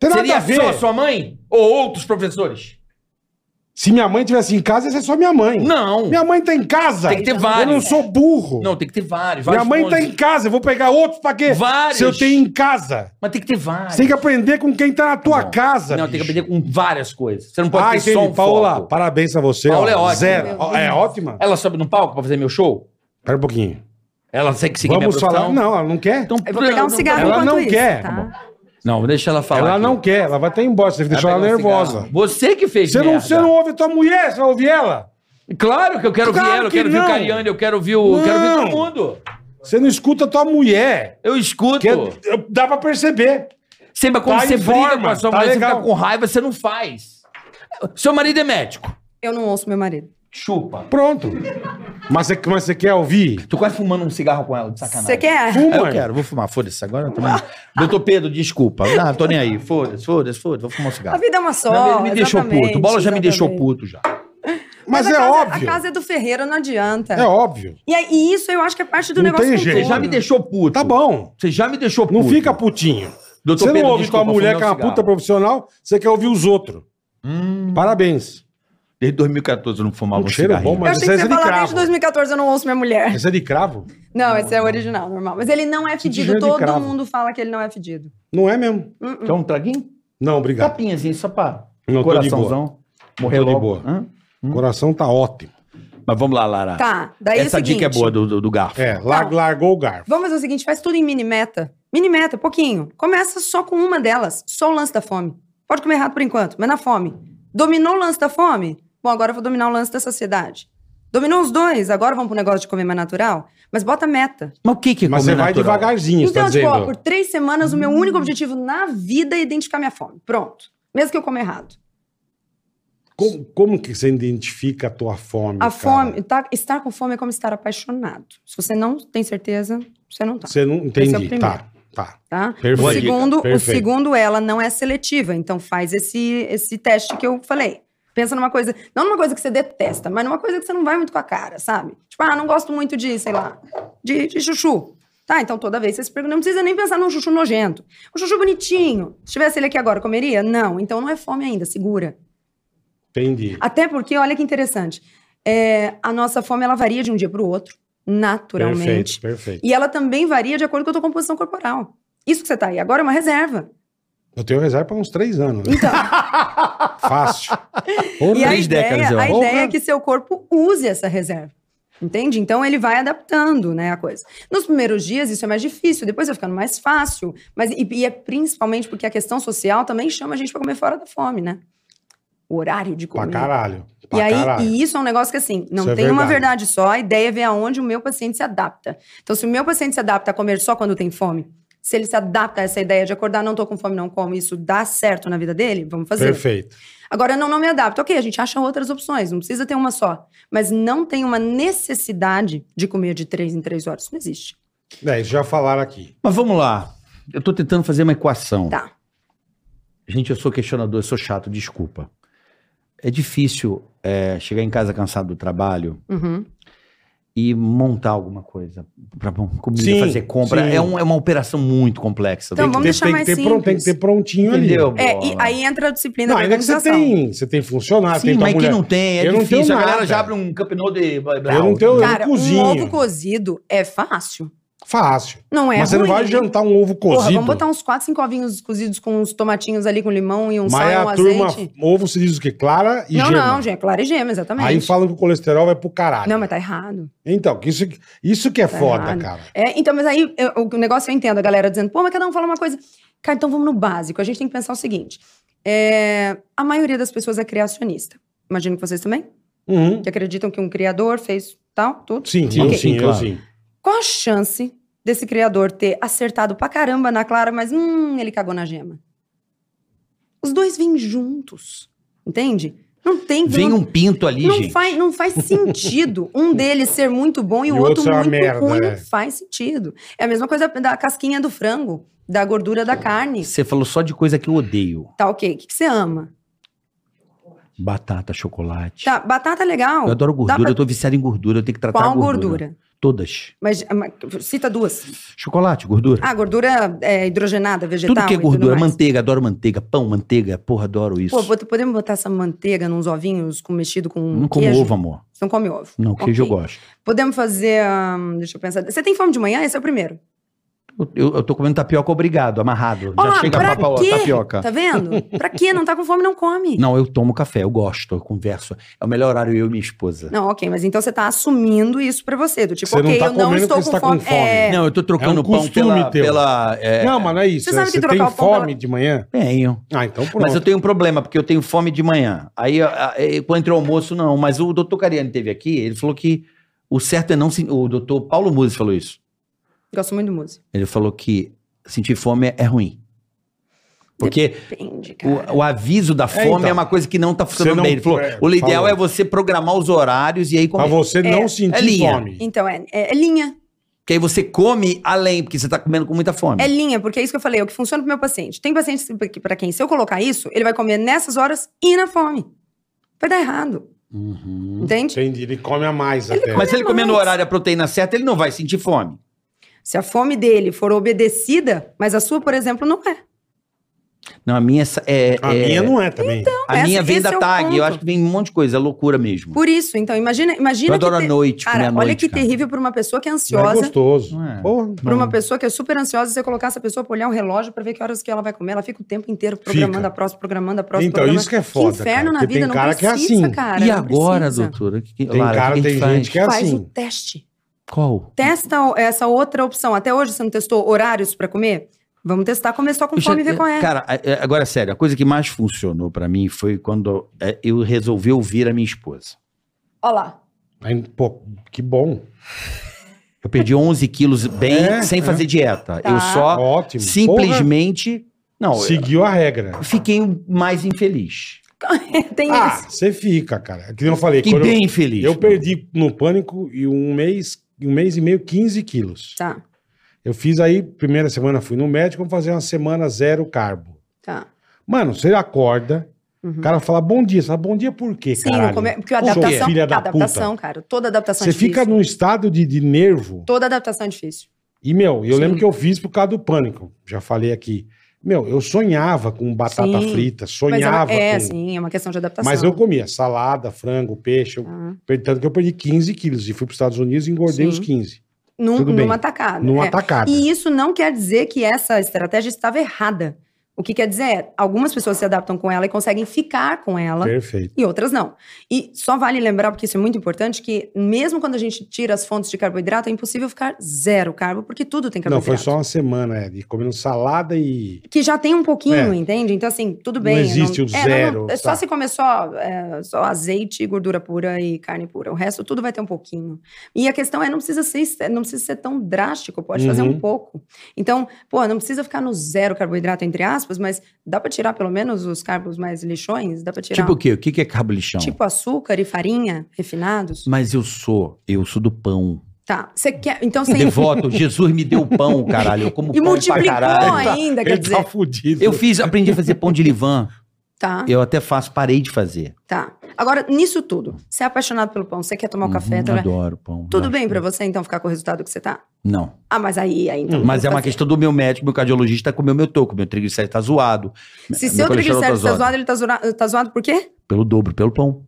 Tem nada a
seria
ver.
só a sua mãe ou outros professores?
Se minha mãe estivesse em casa, ia ser só minha mãe.
Não.
Minha mãe tá em casa.
Tem que ter
Eu não
vários.
sou burro.
Não, tem que ter vários.
minha
vários
mãe tá
pontos.
em casa. Eu vou pegar outros pra quê?
Vários.
Se eu tenho em casa.
Mas tem que ter
Você
vários.
tem que é aprender com quem tá na tua
Não.
casa.
Não, tem que aprender com várias coisas. Você não pode
Ah,
ter
entendi.
só um
Paola,
foco.
parabéns a você.
Paola é ótima.
Zero.
Meu
Ó, É
Deus.
ótima?
Ela sobe no palco pra fazer meu show?
Pera um pouquinho.
Ela tem que seguir minha
Vamos falar.
profissão?
Não, ela não quer.
Então,
Eu vou pegar um cigarro
ela
enquanto
não
isso,
quer.
tá?
Não, deixa ela falar.
ela
aqui.
não quer. Ela vai até embora. Você
Vai
deixou ela
pegar um
nervosa.
cigarro. Você que fez
Você não,
merda.
você não ouve tua mulher, você vai ouvir ela?
Claro que eu quero
Claro
ver ela, eu
que
quero ver
não.
o Cariani, eu quero ver o... Eu quero ver
Não.
todo mundo.
Você não escuta tua mulher.
Eu escuto.
Que é- dá pra perceber.
Sempre quando
Tá
você
em
briga
forma,
com a sua
tá
mulher,
legal.
você fica com raiva, você não faz. Seu marido é médico.
Eu não ouço meu marido.
Chupa.
Pronto. Mas você, mas você quer ouvir?
Tô quase fumando um cigarro com ela, de sacanagem.
Você quer?
Fuma.
Ah, Eu quero, vou fumar, foda-se. Agora eu tô nem... Doutor Pedro, desculpa. Não, tô nem aí. Foda-se, foda-se, foda-se. Vou fumar um
A
cigarro.
vida é uma só.
Não, ele me deixou
exatamente,
puto. O Bola já me deixou
exatamente.
puto já.
Mas,
a
é
casa-
óbvio.
A casa é do Ferreira, não adianta.
É óbvio.
E, aí- e isso eu acho que é parte do
Não
negócio
tem
com
jeito.
Você
tudo.
já me deixou puto.
Tá bom.
Você já me deixou puto.
Não fica putinho.
Doutor
você não
Pedro,
ouve
desculpa,
tua mulher,
fumei um
que é uma
cigarro. Hum.
puta profissional, você quer ouvir os outros. Parabéns.
Desde 2014 eu não fumava
Um
um
cheiro
cigarrinho.
bom,
Eu
mas
achei
esse
que
é
você
de
falar desde
cravo.
2014 eu não ouço minha mulher.
Esse é de cravo?
Não, esse é o original, normal. Mas ele não é
cheiro
fedido.
de
Todo
cravo.
mundo fala que ele não é fedido.
Não é mesmo.
Quer um traguinho?
Não, obrigado.
Capinhazinho, só pra
Não, tô de boa.
coraçãozão. Morrer
Tô de
logo.
boa.
Hã?
O coração tá ótimo.
Mas vamos lá,
Ah.
Lara.
Tá, daí é o
Essa
seguinte,
dica é boa do, do, do garfo.
É, lar-
Não.
largou o garfo.
Vamos fazer o seguinte, faz tudo em mini meta. Mini meta, pouquinho. Começa só com uma delas, só o lance da fome. Pode comer errado por enquanto, mas na fome. Dominou o lance da fome? Bom, agora eu vou dominar o lance da saciedade. Dominou os dois, agora vamos pro negócio de comer mais natural? Mas bota meta.
Mas o que que é
Mas
comer
você vai
natural?
devagarzinho, você tá
então, tipo, ó,
dizendo.
por três semanas, o meu único objetivo na vida é identificar minha fome. Pronto. Mesmo que eu coma errado.
Como, como que você identifica a tua fome?
A
cara?
fome, tá- estar com fome é como estar apaixonado. Se você não tem certeza, você não tá.
Você não
é o
entendi.
primeiro.
tá, tá.
tá?
Perfeito.
O segundo, o
Perfeito.
segundo, ela não é seletiva. Então faz esse, esse teste que eu falei. Pensa numa coisa, não numa coisa que você detesta, mas numa coisa que você não vai muito com a cara, sabe? Tipo, ah, não gosto muito de, sei lá, de, de chuchu. Tá, então toda vez você se pergunta, não precisa nem pensar num chuchu nojento. Um chuchu bonitinho. Se tivesse ele aqui agora, comeria? Não, então não é fome ainda, segura.
Entendi.
Até porque, olha que interessante, é, a nossa fome ela varia de um dia para o outro, naturalmente.
Perfeito, perfeito.
E ela também varia de acordo com a tua composição corporal. Isso que você tá aí agora é uma reserva.
Eu tenho reserva pra uns três anos, né?
Então,
Fácil.
e a
Três
ideia,
décadas, eu
a
acho.
ideia é que seu corpo use essa reserva. Entende? Então ele vai adaptando, né, a coisa. Nos primeiros dias isso é mais difícil, depois vai ficando mais fácil, mas e, e é principalmente porque a questão social também chama a gente pra comer fora da fome, né? O horário de
Pra
comer.
caralho. Pra
E aí,
caralho.
e isso é um negócio que assim, não
Isso é
tem uma
verdade.
verdade só, a ideia é ver aonde o meu paciente se adapta. Então, se o meu paciente se adapta a comer só quando tem fome, se ele se adapta a essa ideia de acordar, não tô com fome, não como, isso dá certo na vida dele, vamos fazer.
Perfeito.
Agora, não, não me adapto. Ok, a gente acha outras opções, não precisa ter uma só. Mas não tem uma necessidade de comer de três em três horas, isso não existe.
É, isso já falaram aqui.
Mas vamos lá. Eu tô tentando fazer uma equação.
Tá.
Gente, eu sou questionador, eu sou chato, desculpa. É difícil é, chegar em casa cansado do trabalho
Uhum.
e montar alguma coisa para comida,
Sim,
fazer compra.
sim.
É, um- é uma operação muito complexa.
Então,
Tem
vamos
Tem-
deixar
tem,
mais
que ter pronto, tem que
simples.
ter prontinho
Entendeu?
ali.
É, e
Bola.
aí entra a disciplina
Não,
da
ainda que você
organização.
tem, um você tem funcionário,
Sim,
tem tua
mas
mulher.
que não tem, é
Eu não
difícil.
tenho
a galera
nada.
já abre um campinô de...
Eu não tenho, eu
Cara,
não cozinho.
um ovo cozido é fácil.
Fácil.
Não é
mas você
ruim.
não vai jantar um ovo
Porra,
cozido.
vamos botar uns 4, 5 ovinhos cozidos com uns tomatinhos ali com limão e um sal
mas
e um
a turma,
azeite.
ovo se diz o quê? Clara e
não,
gema.
não, gente, é clara e gema, exatamente.
Aí falam que o colesterol vai pro caralho.
Não, mas tá errado.
Então, que isso, isso que é
Tá
foda,
errado.
cara.
É, então, mas aí eu- o negócio eu entendo, a galera dizendo, pô, mas cada um fala uma coisa. Cara, então vamos no básico. A gente tem que pensar o seguinte: é, a maioria das pessoas é criacionista. Imagino que vocês também,
Uhum.
que acreditam que um criador fez tal, tudo.
Sim,
Sim,
eu
ok.
sim, eu
claro.
sim.
Qual a chance desse criador ter acertado pra caramba na Clara, mas hum, ele cagou na gema? Os dois vêm juntos, entende? Não tem
Vem
não,
um pinto ali,
não
gente.
faz, não faz sentido um deles ser muito bom e, o outro,
ser uma
muito
merda,
ruim.
é.
Não faz sentido. É a mesma coisa da casquinha do frango, da gordura da carne.
Você falou só de coisa que eu odeio.
Tá ok. O que que você ama?
Batata, chocolate.
Tá, batata é legal.
Eu adoro
Dá
gordura,
pra-
eu tô viciado em gordura, eu tenho que tratar
Qual
a gordura.
gordura?
Todas.
Mas, mas cita duas.
Chocolate, gordura.
Ah, gordura é, hidrogenada, vegetal.
Tudo que é
e tudo
gordura,
mais.
manteiga, adoro manteiga, pão, manteiga, porra, adoro isso.
Pô, bot- podemos botar essa manteiga nos ovinhos com mexido com
não como
queijo?
ovo, amor.
Você não come ovo.
Não, queijo eu
Ok.
gosto.
Podemos fazer. hum, deixa eu pensar. Você tem fome de manhã? Esse é o primeiro.
Eu, eu- eu tô comendo tapioca obrigado, amarrado.
Ó
Já
lá,
chega
Ah, pra
a papa-
quê?
tapioca.
Tá vendo? Pra quê? Não tá com fome, não come.
Não, eu tomo café, eu gosto, eu converso. É o melhor horário eu e minha esposa.
Não, ok, mas então você tá assumindo isso pra você. Do tipo,
Você não
ok,
tá
eu não
comendo
estou
porque você
com
tá
fome.
com fome.
É,
Não, eu tô trocando
É um
pão
costume
pela...
teu.
pela é,
Não, mas não é isso.
Você sabe que
Você
trocar
tem
o pão pela-
fome de manhã?
Tenho.
Ah, então pronto.
Mas eu tenho um problema, porque eu tenho fome de manhã. Aí, a- a- é, quando entra o almoço, não. Mas o doutor Cariani teve aqui, ele falou que o certo é não... se- O doutor Paulo Musi falou isso.
gosto muito de música.
Ele falou que sentir fome é- é ruim. Porque
Depende, cara.
o, o aviso da fome é,
então.
uma coisa que não tá funcionando
Você não-
bem. Ele falou,
é,
o ideal
falou.
é você programar os horários e aí
Pra
comer.
você não sentir
é linha.
fome.
Então, é, é- é linha.
Porque aí você come além, porque você tá comendo com muita fome.
É linha, porque é isso que eu falei, é o que funciona pro meu paciente. Tem pacientes que- pra quem, se eu colocar isso, ele vai comer nessas horas e na fome. Vai dar errado.
Uhum.
Entende?
Entendi, ele come a mais até.
Mas se ele comer no
Mas-
horário a proteína certa, ele não vai sentir fome.
Se a fome dele for obedecida, mas a sua, por exemplo, não é.
Não, a minha é. é-
A
é-
minha não é também.
a
essa-
minha vem
esse
da
é o
tag.
ponto.
eu acho que vem um monte de coisa. É loucura mesmo.
Por isso, então, imagina,
Eu
imagina
adoro a
te-
noite.
Cara,
comer à
olha
noite,
que
cara.
terrível pra uma pessoa que é
Não é
ansiosa.
gostoso.
Não é.
Porra.
Pra uma pessoa que é super ansiosa, você colocar essa pessoa pra olhar um relógio pra ver que horas que ela vai comer, ela fica o tempo inteiro programando
Fica.
a próxima, programando a próxima.
Então,
programando.
isso que é foda, cara,
inferno na
porque
vida,
tem
não
cara que é
precisa,
assim.
cara.
e
não
agora,
precisa.
doutora? Que, que-
Tem
Lara,
cara,
que a
tem
faz?
gente que é
Faz o
assim.
teste.
Qual?
Testa o- essa outra opção. Até hoje você não testou horários pra comer? Vamos testar, comer só com
Eu já-
fome e ver qual é.
Cara, é- é- agora sério, a coisa que mais funcionou pra mim foi quando é, eu resolvi ouvir a minha esposa.
Olha lá.
Aí, Pô, que bom.
Eu perdi 11 quilos bem,
É,
sem
é.
fazer dieta.
Tá.
Eu só
Ótimo.
simplesmente. Não,
Porra, seguiu a regra.
eu fiquei mais infeliz.
Tem
Ah,
isso.
você fica, cara. É Que nem eu falei.
Fiquei
quando eu-
bem infeliz.
eu perdi no pânico e um mês, um mês e meio, 15 quilos.
Tá,
Eu fiz aí, primeira semana fui no médico, vamos fazer uma semana zero carbo.
tá.
Mano, você acorda,
Uhum.
o cara fala bom dia. Você fala bom dia por quê,
Sim,
caralho?
não come- porque a
Por quê?
adaptação.
Filha da
a adaptação, cara. Toda adaptação
Você
é difícil.
fica num estado de, de nervo.
Toda adaptação é difícil.
E, meu, eu
Sim.
lembro que eu fiz por causa do pânico. Já falei aqui. Meu, eu sonhava com batata
Sim,
frita,
Mas é uma-
sonhava
é,
com...
sim, é uma questão de adaptação.
Mas eu comia salada, frango, peixe. Eu...
Tá.
Tanto que eu perdi 15 quilos e fui para os Estados Unidos e engordei
Sim.
os 15.
Num,
Tudo bem.
numa tacada.
Numa
é.
atacada.
E isso não quer dizer que essa estratégia estava errada. O que quer dizer é, algumas pessoas se adaptam com ela e conseguem ficar com ela.
Perfeito.
E outras não. E só vale lembrar, porque isso é muito importante, que mesmo quando a gente tira as fontes de carboidrato, é impossível ficar zero carbo, porque tudo tem
Não,
carboidrato.
foi só uma semana, é, de comendo salada e...
Que já tem um pouquinho,
É.
entende? Então, assim, tudo bem.
existe o zero,
é só
tá.
se comer só, é, só azeite, gordura pura e carne pura. O resto tudo vai ter um pouquinho. E a questão é, não precisa ser, não precisa ser tão drástico, pode fazer
Uhum.
um pouco. Então, pô, não precisa ficar no zero carboidrato, entre aspas, mas dá pra tirar pelo menos os carbos mais lixões? Dá pra tirar
Tipo o quê? O que que é cabo
então.
lixão?
tipo açúcar e farinha refinados?
Mas eu sou, eu sou do pão.
Tá. Você quer. Então você.
Devoto, Jesus me deu pão, caralho. Eu como
E
pão pra
multiplicou
caralho.
ainda, quer
Ele tá
dizer.
fudido.
Eu fiz, aprendi a fazer pão de livan.
Tá,
Eu até faço, parei de fazer.
tá. Agora, nisso tudo, você é apaixonado pelo pão, você quer tomar o café,
Uhum,
tá?
Adoro pão.
tudo
Acho
bem
que-
pra você, então, ficar com o resultado que você tá?
Não.
Ah, mas aí, aí então.
Mas é uma
fazer.
questão do meu médico, meu cardiologista comeu meu toco, meu triglicéride tá zoado.
Se
meu
seu
colesterol
triglicérides tá zoado, ele tá, zoado, tá zoado por quê?
Pelo dobro, pelo pão.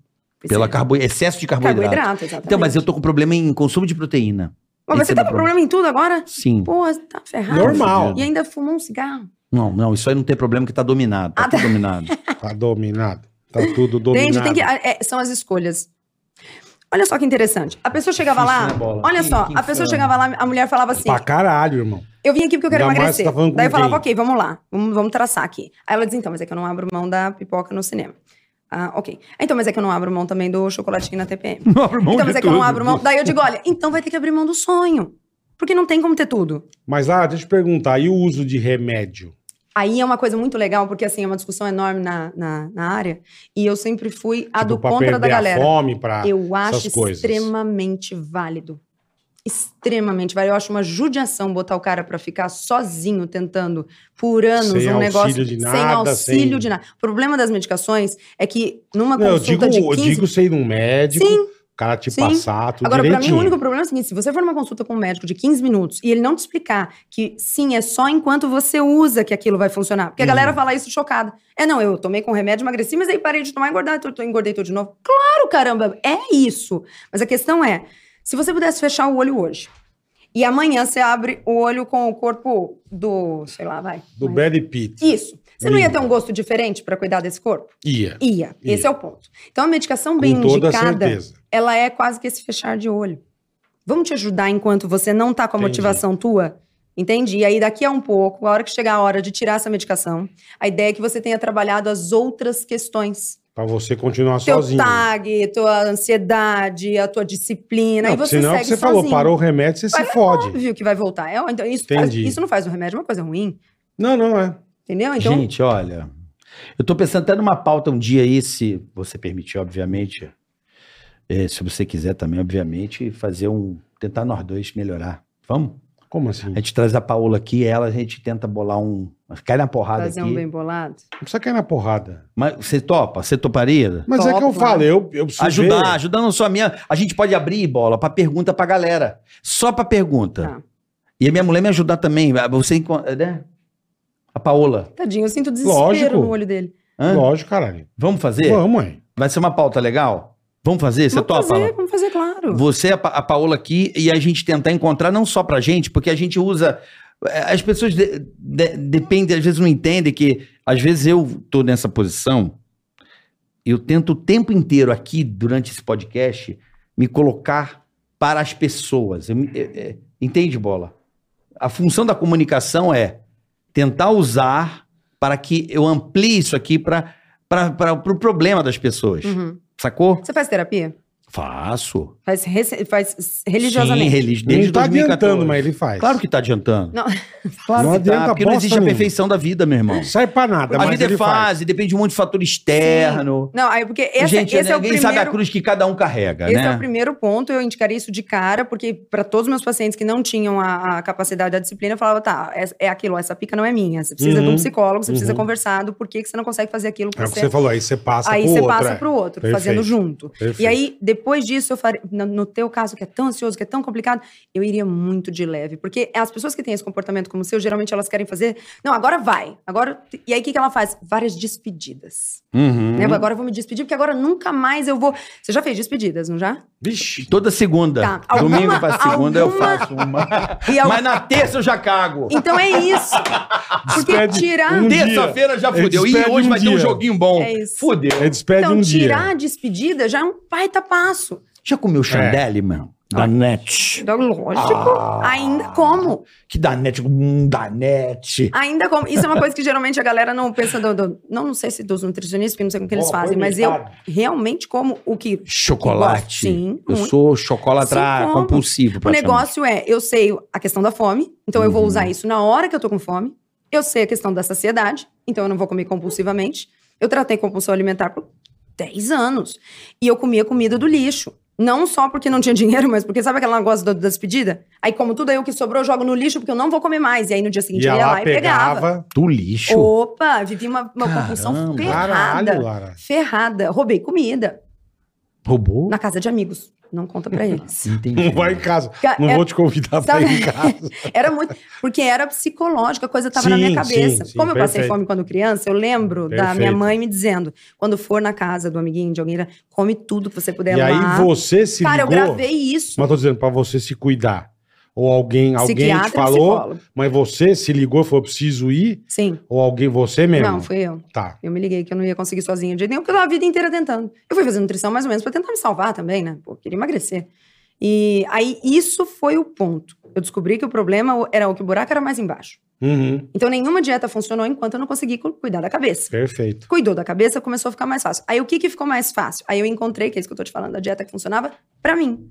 Pela carbo... excesso de carboidrato.
é. carboidrato, exatamente.
Então, mas eu tô com problema em consumo de proteína.
Mas
esse
você
é
tá
meu
com problema em tudo agora?
Sim.
Pô, você tá ferrado.
Normal.
E ainda fumou um cigarro.
Não, não, isso aí não tem problema que tá dominado. Tá
Ah, tá.
tudo dominado.
Tá dominado. Tá tudo dominado.
Entende? Tem que, é, é, são as escolhas. Olha só que interessante. A pessoa chegava lá.
Difícil, né, Bola?
Olha
Que-
só,
que
a pessoa
inferno.
chegava lá, a mulher falava assim:
Pra caralho, irmão.
Eu vim aqui porque eu quero
Ainda mais
emagrecer.
você tá falando com
Daí eu falava,
quem?
ok, vamos lá, vamos, vamos traçar aqui. Aí ela diz, então, mas é que eu não abro mão da pipoca no cinema. Ah, ok. Então, mas é que eu não abro mão também do chocolatinho na TPM.
Não abro mão
então,
de
mas é que eu não
tudo.
abro mão. Daí eu digo, olha, então vai ter que abrir mão do sonho. Porque não tem como ter tudo.
Mas, Lara, deixa eu te perguntar. E o uso de remédio?
Aí é uma coisa muito legal, porque assim, é uma discussão enorme na, na, na área. E eu sempre fui a
Tipo,
do
pra
contra da
perder a
galera.
fome, pra...
Eu acho
essas coisas.
extremamente válido. Extremamente válido. Eu acho uma judiação botar o cara pra ficar sozinho tentando por anos
Sem
um
auxílio
negócio
de
sem
nada,
auxílio
sem-
de nada. O problema das medicações é que numa
Não, eu digo,
consulta
eu
de 15
digo você ir num médico,
Sim.
o cara te
Sim.
passar tudo
Agora, pra mim,
direitinho.
o único problema é o seguinte: se você for numa consulta com um médico de 15 minutos e ele não te explicar que sim, é só enquanto você usa que aquilo vai funcionar. Porque a
Hum.
galera fala isso chocada. É, não, eu tomei com remédio, emagreci, mas aí parei de tomar, engordar, tô, tô- engordei tudo de novo. Claro, caramba, é isso. Mas a questão é: se você pudesse fechar o olho hoje e amanhã você abre o olho com o corpo do, sei lá, vai.
Do
vai.
Brad Pitt.
Isso. Você não ia
Lindo.
ter um gosto diferente pra cuidar desse corpo?
Ia.
Ia.
Ia.
Esse é o ponto. Então, a medicação bem
com toda
indicada
certeza.
ela é quase que esse fechar de olho. Vamos te ajudar enquanto você não tá com a
Entendi.
motivação tua? Entende? E aí, daqui a um pouco, a hora que chegar a hora de tirar essa medicação, a ideia é que você tenha trabalhado as outras questões.
Pra você continuar
Teu
sozinho.
tag, tua ansiedade, a tua disciplina.
Não,
né? e você
senão é o
segue
que você
sozinho.
falou, parou o remédio, você se fode.
Óbvio que vai voltar. É, então, isso, faz-
Entendi.
isso não faz do remédio é uma coisa ruim.
Não, não é.
Entendeu? Então,
Gente, olha, eu tô pensando até numa pauta um dia aí, se você permitir, obviamente, eh, se você quiser também, obviamente, fazer um, tentar nós dois melhorar. Vamos?
Como assim?
A gente traz a Paola aqui, ela, a gente tenta bolar um, cai na porrada
fazer
aqui.
um bem bolado.
Não precisa cair na porrada.
Mas você topa? Você toparia?
Mas é
Top,
que eu
né?
falo, eu, eu preciso
Ajudar,
ver.
ajudar não só a minha. A gente pode abrir bola pra pergunta pra galera. Só pra pergunta.
Tá.
E a minha mulher me ajudar também. Você, encon- né? A Paola.
Tadinho, eu sinto desespero
Lógico.
no olho dele.
Hã?
Lógico, caralho.
Vamos fazer?
Vamos, mãe.
Vai ser uma pauta legal? Vamos fazer? Você
vamos
topa?
fazer,
Alan?
vamos fazer, claro.
Você, a, Pa- a Paola aqui, e a gente tentar encontrar não só pra gente, porque a gente usa. eh, As pessoas de, de- dependem, às vezes não entendem que. Às vezes eu tô nessa posição, eu tento o tempo inteiro aqui, durante esse podcast, me colocar para as pessoas. Eu me- eh, eh, entende, Bola? A função da comunicação é tentar usar para que eu amplie isso aqui para o pro problema das pessoas.
Uhum.
Sacou?
Você faz terapia?
Faço.
Faz, rece- faz religiosamente.
Sim, religi- desde
Não tá
2014.
adiantando, mas ele faz.
Claro que tá adiantando.
Não.
Claro
Não
que
adianta
tá, porque não
bosta
existe a
nenhuma.
perfeição da vida, meu irmão.
Sai pra nada,
A
mas
vida é
ele
fase,
faz.
depende de um monte de fator externo.
Não, aí porque esse,
Gente,
esse é o
ninguém
primeiro...
sabe a cruz que cada um carrega,
Esse
né?
é o primeiro ponto, eu indicaria isso de cara, porque para todos os meus pacientes que não tinham a, a capacidade da disciplina, eu falava, tá, é, é aquilo, essa pica não é minha. Você precisa de
Uhum,
um psicólogo, você precisa
uhum.
conversar do porquê que você não consegue fazer aquilo que
É o que
você...
você falou, aí você passa
aí
pro
você
outro.
passa
é.
pro outro,
Perfeito.
fazendo junto.
Perfeito.
E aí, depois disso, eu faria, no, no teu caso, que é tão ansioso, que é tão complicado, eu iria muito de leve. Porque as pessoas que têm esse comportamento como o seu, geralmente elas querem fazer. Não, agora vai. Agora. E aí, o que, que ela faz? Várias despedidas.
Uhum.
né? Agora eu vou me despedir, porque agora nunca mais eu vou. Você já fez despedidas, não já?
Vixe.
Toda segunda.
Tá, alguma-
Domingo pra segunda eu
alguma- é
faço uma.
E al-
Mas na terça eu já cago.
Então é isso. Porque
Despede
tirar.
um dia.
Terça-feira já
Ele
fudeu. Ih,
despede
hoje
um
vai ter um
dia.
joguinho bom.
É isso.
Fudeu.
Ele despede
Então,
um
tirar a
dia.
despedida já é um baita passo. Então,
Já comeu
É.
chandelle, mano? Danete.
Lógico.
Ah.
Tipo, Ainda como.
Que danete? Hum, danete.
Ainda como. Isso é uma coisa que geralmente a galera não pensa. Do, do- não, não sei se dos nutricionistas, porque não sei como que eles
Ó,
fazem,
foi
mas eu
metade.
realmente como o que.
Chocolate.
Sim,
Eu
muito.
sou
Sim,
chocolatra
como.
compulsivo.
O
praticamente.
negócio é: eu sei a questão da fome, então eu vou
Uhum.
usar isso na hora que eu tô com fome. Eu sei a questão da saciedade, então eu não vou comer compulsivamente. Eu tratei compulsão alimentar por 10 anos. E eu comia comida do lixo. Não só porque não tinha dinheiro, mas porque sabe aquele negócio da da despedida? Aí, como tudo aí o que sobrou, eu jogo no lixo porque eu não vou comer mais. E aí no dia seguinte
Ia
eu ia
lá,
lá e pegava.
pegava.
Do lixo.
Opa, vivi uma, uma
Caramba.
compulsão ferrada.
Caralho, Lara.
Ferrada. Roubei comida
Roubou?
na casa de amigos. Não conta pra eles.
Entendi.
Não vai em casa.
Ca-
Não
é-
vou te convidar pra
Sabe-
ir em casa.
Era muito. Porque era psicológica, a coisa tava na
Sim,
minha cabeça.
sim, sim,
Como eu passei
perfeito.
fome quando criança, eu lembro da minha
Perfeito.
mãe me dizendo: quando for na casa do amiguinho, de alguém, come tudo que você puder
E aí
lá.
você se
É Cara, eu
ligou.
gravei isso.
Mas tô dizendo, pra você se cuidar. Ou alguém, alguém te
Psiquiatra e
falou,
psicólogo.
mas você se ligou e falou, preciso ir?
Sim.
Ou alguém, você mesmo?
Não, fui eu.
Tá.
Eu me liguei que eu não ia conseguir sozinha de jeito nenhum, porque eu tava a vida inteira tentando. Eu fui fazer nutrição mais ou menos pra tentar me salvar também, né? Pô, eu queria emagrecer. E aí, isso foi o ponto. Eu descobri que o problema era o que o buraco era mais embaixo.
Uhum,
Então, nenhuma dieta funcionou enquanto eu não consegui cu- cuidar da cabeça.
perfeito.
Cuidou da cabeça, começou a ficar mais fácil. Aí, o que, que ficou mais fácil? Aí, eu encontrei, que é isso que eu tô te falando, a dieta que funcionava pra mim.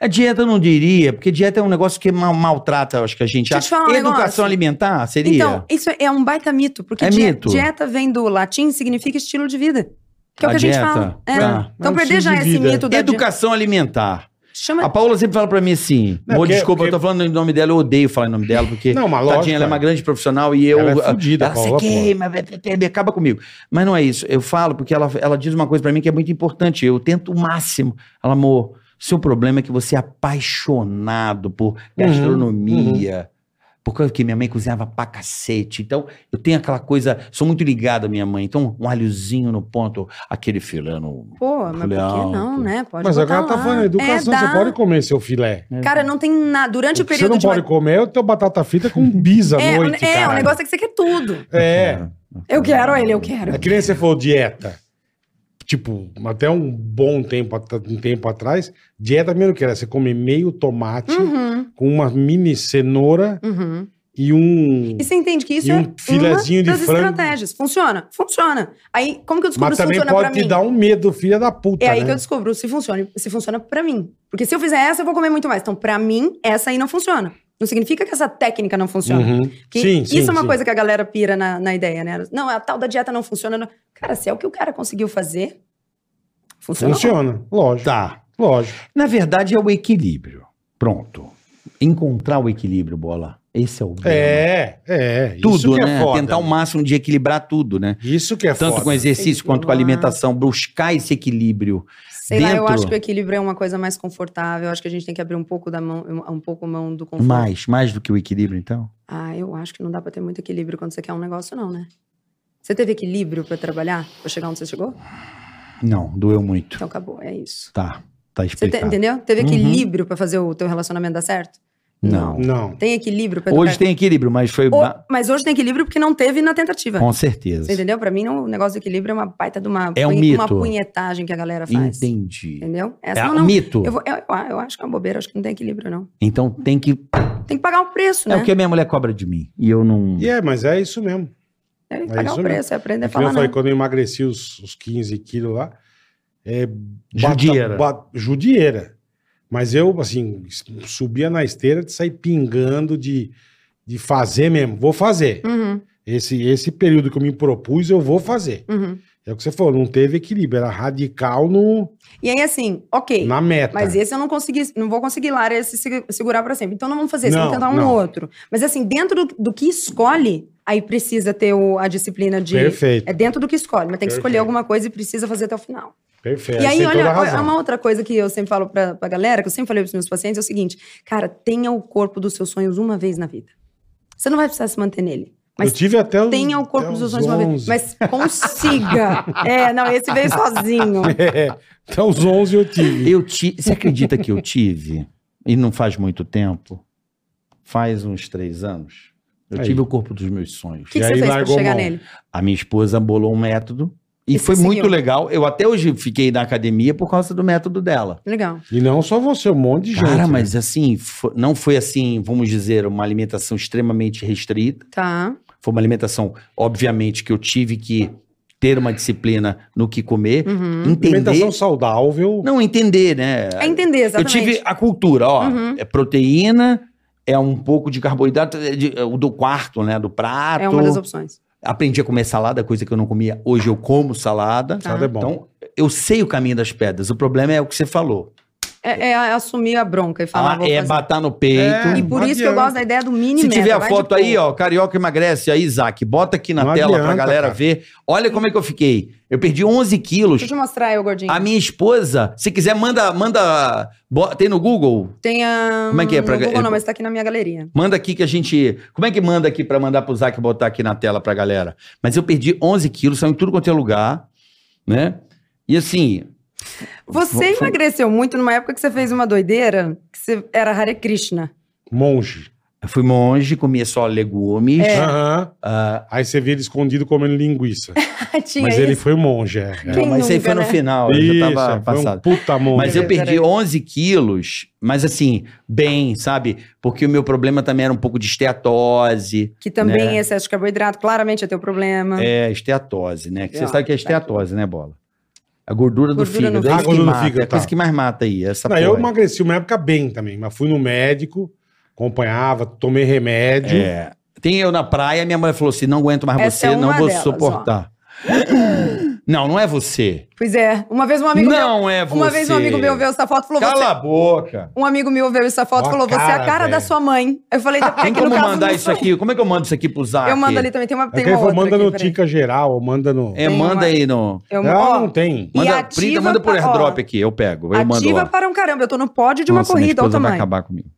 A É dieta eu não diria, porque dieta é um negócio que mal- maltrata, eu acho que a gente.
Deixa eu te falar um
Educação
negócio.
alimentar seria?
Então, isso é um baita mito, porque
É
die-
mito.
dieta vem do latim, significa estilo de vida. Que é
A
o que a gente
dieta,
fala. É.
tá.
Então,
É um
perder
estilo
já
de
esse
vida.
mito da dieta.
Educação alimentar.
Chama
A Paula sempre fala pra mim assim.
Não,
"Mô,
porque-
desculpa,
porque-
eu tô falando em nome dela, eu odeio falar em nome dela, porque.
Não, mas lógico,
Tadinha, ela é uma grande profissional e eu. ah,
Ela é fudida,
ela,
Paula,
"Você queima, be- be- be- acaba comigo. Mas não é isso. Eu falo porque ela, ela diz uma coisa pra mim que é muito importante. Eu tento o máximo. Ela, amor, seu problema é que você é apaixonado
Uhum,
por gastronomia. Por causa que minha mãe cozinhava pra cacete. Então, eu tenho aquela coisa. Sou muito ligado à minha mãe. Então, um alhozinho no ponto, aquele filé no.
Pô, mas por que
Lealto.
não, né? Pode
Mas
botar
agora tá
lá.
falando, educação,
É,
você
dá.
pode comer seu filé.
Cara, não tem nada. Durante
O
o
que você
período
não
de...
pode comer é o teu batata frita com bis à
é, o-
noite,
é, o
caralho.
negócio é que você quer tudo.
É,
Eu quero ele, eu quero.
é que nem você falou dieta. Tipo, até um bom tempo, at- um tempo atrás, dieta mesmo que era você comer meio tomate
Uhum,
com uma mini cenoura
uhum.
e um...
E você entende que isso
E um
é
filezinho
uma
de
das
frango.
estratégias. Funciona, funciona. Aí, como que eu descubro
Mas
se
também
funciona pra
pode te
mim?
dar um medo, filha da puta,
É aí
né?
que eu descubro se funciona, se funciona pra mim. Porque se eu fizer essa, eu vou comer muito mais. Então, pra mim, essa aí não funciona. Não significa que essa técnica não funciona.
Uhum.
Que
Sim,
isso
sim,
é uma
sim.
coisa que a galera pira na, na ideia, né? Não, a tal da dieta não funciona. não. Cara, se é o que o cara conseguiu fazer, funcionou.
Funciona, lógico. Tá. Lógico.
Na verdade, é o equilíbrio. Pronto. Encontrar o equilíbrio, bola. Esse é o drama.
É, é. isso
tudo,
que é
né?
foda.
Tentar o máximo de equilibrar tudo, né?
Isso que é
Tanto
foda.
com exercício quanto com
Equilibrar.
alimentação, buscar esse equilíbrio.
Sei lá, eu
Dentro-
acho que o equilíbrio é uma coisa mais confortável. Eu acho que a gente tem que abrir um pouco da mão, um pouco mão do conforto.
Mais, mais do que o equilíbrio, então.
Ah, eu acho que não dá pra ter muito equilíbrio quando você quer um negócio, não, né? Você teve equilíbrio pra trabalhar? Pra chegar onde você chegou?
Não, doeu muito.
Então acabou, é isso.
Tá, tá
Você te-
explicado.
entendeu? Teve
Uhum.
equilíbrio pra fazer o teu relacionamento dar certo?
Não.
Não.
Tem equilíbrio pra
Hoje
educar-
tem equilíbrio, mas foi...
Ou-
ba-
Mas hoje tem equilíbrio porque não teve na tentativa.
Com certeza.
Você entendeu? Pra mim, não- o negócio do equilíbrio é uma baita de uma,
É um
punhe- uma
mito.
punhetagem que a galera faz.
Entendi.
Entendeu? Essa
É
não,
um
não.
mito.
Eu, vou- eu- eu acho que é uma bobeira, acho que não tem equilíbrio, não.
Então tem que...
Tem que pagar o preço,
É
né?
o que a minha mulher cobra de mim. E eu não...
E é, mas é isso mesmo.
Tem que
É
pagar
isso
o
mesmo.
preço, é aprender
É
a
que nem
falar
eu falei,
não.
quando eu emagreci os, os 15 quilos lá, é bata-
Judieira.
ba- judieira. Mas eu, assim, s- subia na esteira de sair pingando de, de fazer mesmo. Vou fazer.
Uhum,
Esse, esse período que eu me propus, eu vou fazer.
uhum.
É o que você falou, não teve equilíbrio. Era radical no,
E aí, assim, ok.
na meta.
Mas esse eu não consegui, não vou conseguir lá esse se- segurar pra sempre. Então não vamos fazer isso, vamos
Não,
tentar um
não.
outro. Mas assim, dentro do, do que escolhe, aí precisa ter o- a disciplina de.
Perfeito,
É dentro do que escolhe, mas tem que escolher
Perfeito.
alguma coisa e precisa fazer até o final.
perfeito.
É,
E
Você
aí,
tem toda
olha,
a
olha,
razão.
uma outra coisa que eu sempre falo pra, pra galera, que eu sempre falei pros meus pacientes, é o seguinte: cara, tenha o corpo dos seus sonhos uma vez na vida. Você não vai precisar se manter nele. Mas
eu tive até os,
tenha o corpo
até
dos
os
seus sonhos uma vez.
11.
Mas consiga. é, não, esse veio sozinho.
É, até os 11 eu tive.
Eu ti... Você acredita que eu tive? E não faz muito tempo? Faz uns três anos. Eu
Aí.
tive o corpo dos meus sonhos.
O que,
E
que
aí
você fez pra
largou a
chegar
mão.
nele?
A minha esposa bolou um método e
E
foi
você
muito
seguiu.
legal. Eu até hoje fiquei na academia por causa do método dela.
Legal.
E não só você, um monte de gente.
Cara,
né?
mas assim, fo- não foi assim, vamos dizer, uma alimentação extremamente restrita.
Tá.
Foi uma alimentação, obviamente, que eu tive que ter uma disciplina no que comer,
Uhum.
Alimentação
entender.
saudável.
Não, entender, né?
É entender,
Eu
exatamente.
tive a cultura, ó,
Uhum.
é proteína, é um pouco de carboidrato, é de- é o do quarto, né, do prato.
É uma das opções.
Aprendi a comer salada, coisa que eu não comia. Hoje eu como salada.
Tá.
Nada é bom.
Então, eu sei o caminho das pedras. O problema é o que você falou.
É, é assumir a bronca e falar.
Ah,
vou
é
fazer.
batar no peito.
É,
E por
Não
isso que eu
adianta.
gosto da ideia do mini
Se
meta,
tiver a
vai de
foto
boa.
aí, ó, Carioca emagrece, aí, Isaac, bota aqui na
Não
tela pra
adianta,
galera
cara.
ver. Olha como é que eu fiquei. Eu perdi 11 quilos.
Deixa eu te mostrar eu, gordinho.
A minha esposa, se quiser, manda, manda, bo- tem no Google?
Tem a...
Como é que é pra-
No Google não, mas tá aqui na minha galeria.
Manda aqui que a gente, como é que manda aqui pra mandar pro Isaac botar aqui na tela pra galera? Mas eu perdi 11 quilos, saiu em tudo quanto é lugar, né? E assim,
Você
Foi- foi-
emagreceu muito numa época que você fez uma doideira, que você era Hare Krishna.
Monge.
eu fui monge, comia só legumes.
É.
Aham.
ah,
Aí você vê ele escondido comendo linguiça.
Ah, Tinha
Mas ele
isso.
foi monge, é.
não,
Quem
mas isso aí
nunca,
foi no
né?
final,
Isso,
eu já tava
foi um
passado.
puta monge.
Mas eu
Peraí,
perdi
peraí.
11 quilos, mas assim, bem, sabe? Porque o meu problema também era um pouco de esteatose.
Que também
né?
é excesso de carboidrato, claramente é teu problema.
É, esteatose, né? Que você
Ó,
sabe que é
tá
esteatose, né, Bola? A gordura do
Gordura
fígado.
no
é isso
fígado.
que
Ah, gordura no
mata,
fígado,
é a coisa
tá.
que mais mata aí, essa
Não,
porra.
eu emagreci uma época bem também, mas fui no médico, acompanhava, tomei remédio.
É. Tem eu na praia, minha mãe falou assim: não aguento mais
Essa
você,
é
não
uma
vou
delas,
suportar. Não, não é você.
Pois é. Uma vez um amigo meu...
não é você.
Uma vez um amigo meu viu essa foto e falou...
Cala
Você...
a boca.
Um amigo meu viu essa foto e
Ó a
falou, você é
cara,
a cara da
velho.
sua mãe. Eu falei, é
Tem
que no
como
caso
mandar
não
isso
sou
aqui? Como é que eu mando isso aqui pro Zac?
Eu mando ali também, tem uma,
Aí
tem
ele
uma
falou,
outra
manda
aqui,
no
peraí.
Tica Geral, ou manda no.
É,
Tem
manda
uma-
aí no.
Eu,
Não,
ó,
não tem.
E
Manda,
ativa
printa, manda por
pra-
airdrop
ó,
aqui, eu pego. Eu mando
ativa
lá.
para um caramba, eu tô no pódio de uma
Nossa, minha
corrida, olha o
esposa vai
tamanho.
acabar comigo.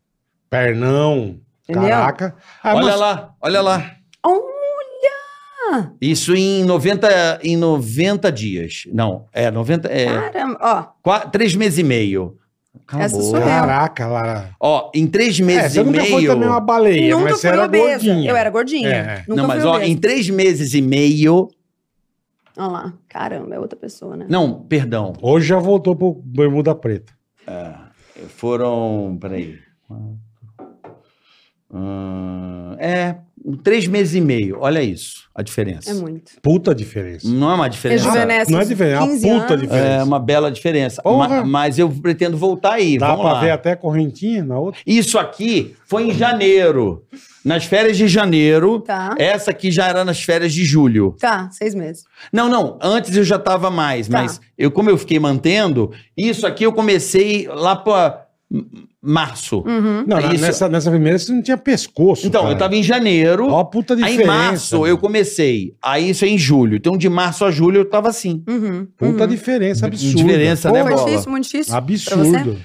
Pernão.
Entendeu?
Caraca. Ah,
olha
mas-
lá, olha lá.
Oh, Olha!
Isso em 90, em 90 dias. Não, é 90, é
Caramba, ó.
qua- três meses e meio. Cala a
Ah. Essa
boca.
sou eu.
Caraca, Lara.
Ó, em três
É,
meses
você
e
nunca foi também uma
meio.
baleia,
nunca
mas você
fui
era
obesa.
gordinha.
Eu era gordinha.
É.
Nunca
não, mas
fui
ó,
obesa.
em três meses e meio.
Olha lá, caramba, é outra pessoa, né?
Não, perdão.
Hoje já voltou pro Bermuda Preta.
Foram. Peraí. Hum, é, três meses e meio. Olha isso, a diferença.
É muito.
Puta diferença.
Não é uma
Eu
diferença.
juvenesce
Não é
uns
diferente, é uma
15
puta
anos.
diferença.
É uma bela diferença.
Porra.
Ma- mas eu pretendo voltar aí.
Dá
vamos
pra
lá.
ver até a correntinha na outra.
Isso aqui foi em janeiro. Nas férias de janeiro.
Tá.
Essa aqui já era nas férias de julho.
Tá, seis meses.
Não, não. Antes eu já tava mais,
Tá.
mas eu, como eu fiquei mantendo, isso aqui eu comecei lá pra. março.
Hum. Uhum,
Não,
É
na-
isso.
nessa, nessa primeira você não tinha pescoço.
Então,
cara.
eu tava em janeiro.
Ó, a puta
aí
diferença.
em março
mano.
eu comecei. Aí isso é em julho. Então de março a julho eu tava assim.
Uhum,
Puta
uhum.
diferença absurda.
Diferença, né,
Pô,
Foi
bola?
difícil, muito difícil. Um
Absurdo.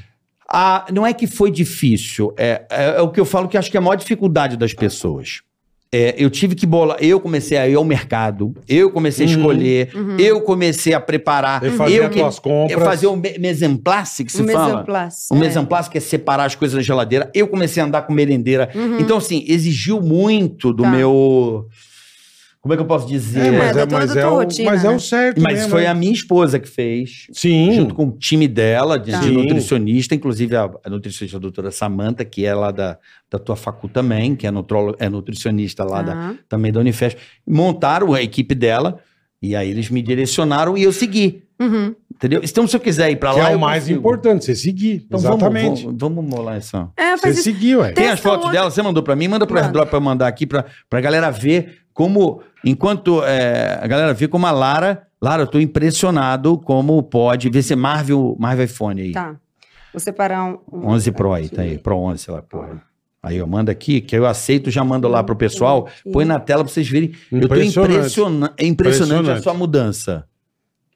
Ah, não é que foi difícil. É, é- é o que eu falo que acho que é a maior dificuldade das pessoas. É, eu tive que bolar. Eu comecei a ir ao mercado. Eu comecei a
Uhum.
escolher.
Uhum.
Eu comecei a preparar.
Eu fazia
eu
as
que-
tuas
Eu
compras.
fazia o me- mesemplace, que se
Um
fala.
mesoplace.
O mesemplace que é separar as coisas na geladeira. Eu comecei a andar com merendeira.
Uhum.
Então, assim, exigiu muito do
Tá.
meu. Como é que eu posso dizer?
É,
mas
mas, é,
é toda
mas,
tua
é o,
rotina,
mas é
né?
o certo
Mas
mesmo,
foi
né?
a minha esposa que fez.
Sim.
Junto com o time dela, de,
Tá.
de
Sim.
nutricionista, inclusive a, a nutricionista doutora Samanta, que é lá da, da tua facu também, que é, nutrolo, é nutricionista lá da,
Tá.
também da Unifesp. Montaram a equipe dela e aí eles me direcionaram e eu segui.
Uhum.
Entendeu? Então, se eu quiser ir pra
Que
lá.
é o
eu
mais
consigo.
importante, você seguir.
Então,
Exatamente.
Exatamente. Vamos, vamos, vamos molar essa.
É,
você
faz isso.
seguiu, ué.
Tem-
Tem as
Testa
fotos
outra.
dela, você mandou pra mim, manda pro
Manda.
airdrop pra eu mandar aqui pra, pra galera ver como, enquanto é, a galera vê como a Lara, Lara, eu tô impressionado como pode, vê se é Marvel, Marvel iPhone aí,
Tá. Vou separar um. um
11 Pro aí,
aqui.
tá aí, Pro 11, sei lá, porra. Aí eu mando aqui, que eu aceito, já mando lá pro pessoal,
Aqui.
põe na tela pra vocês verem. Eu tô
Impressionante.
impressiona é impressionante,
Impressionante.
a sua mudança.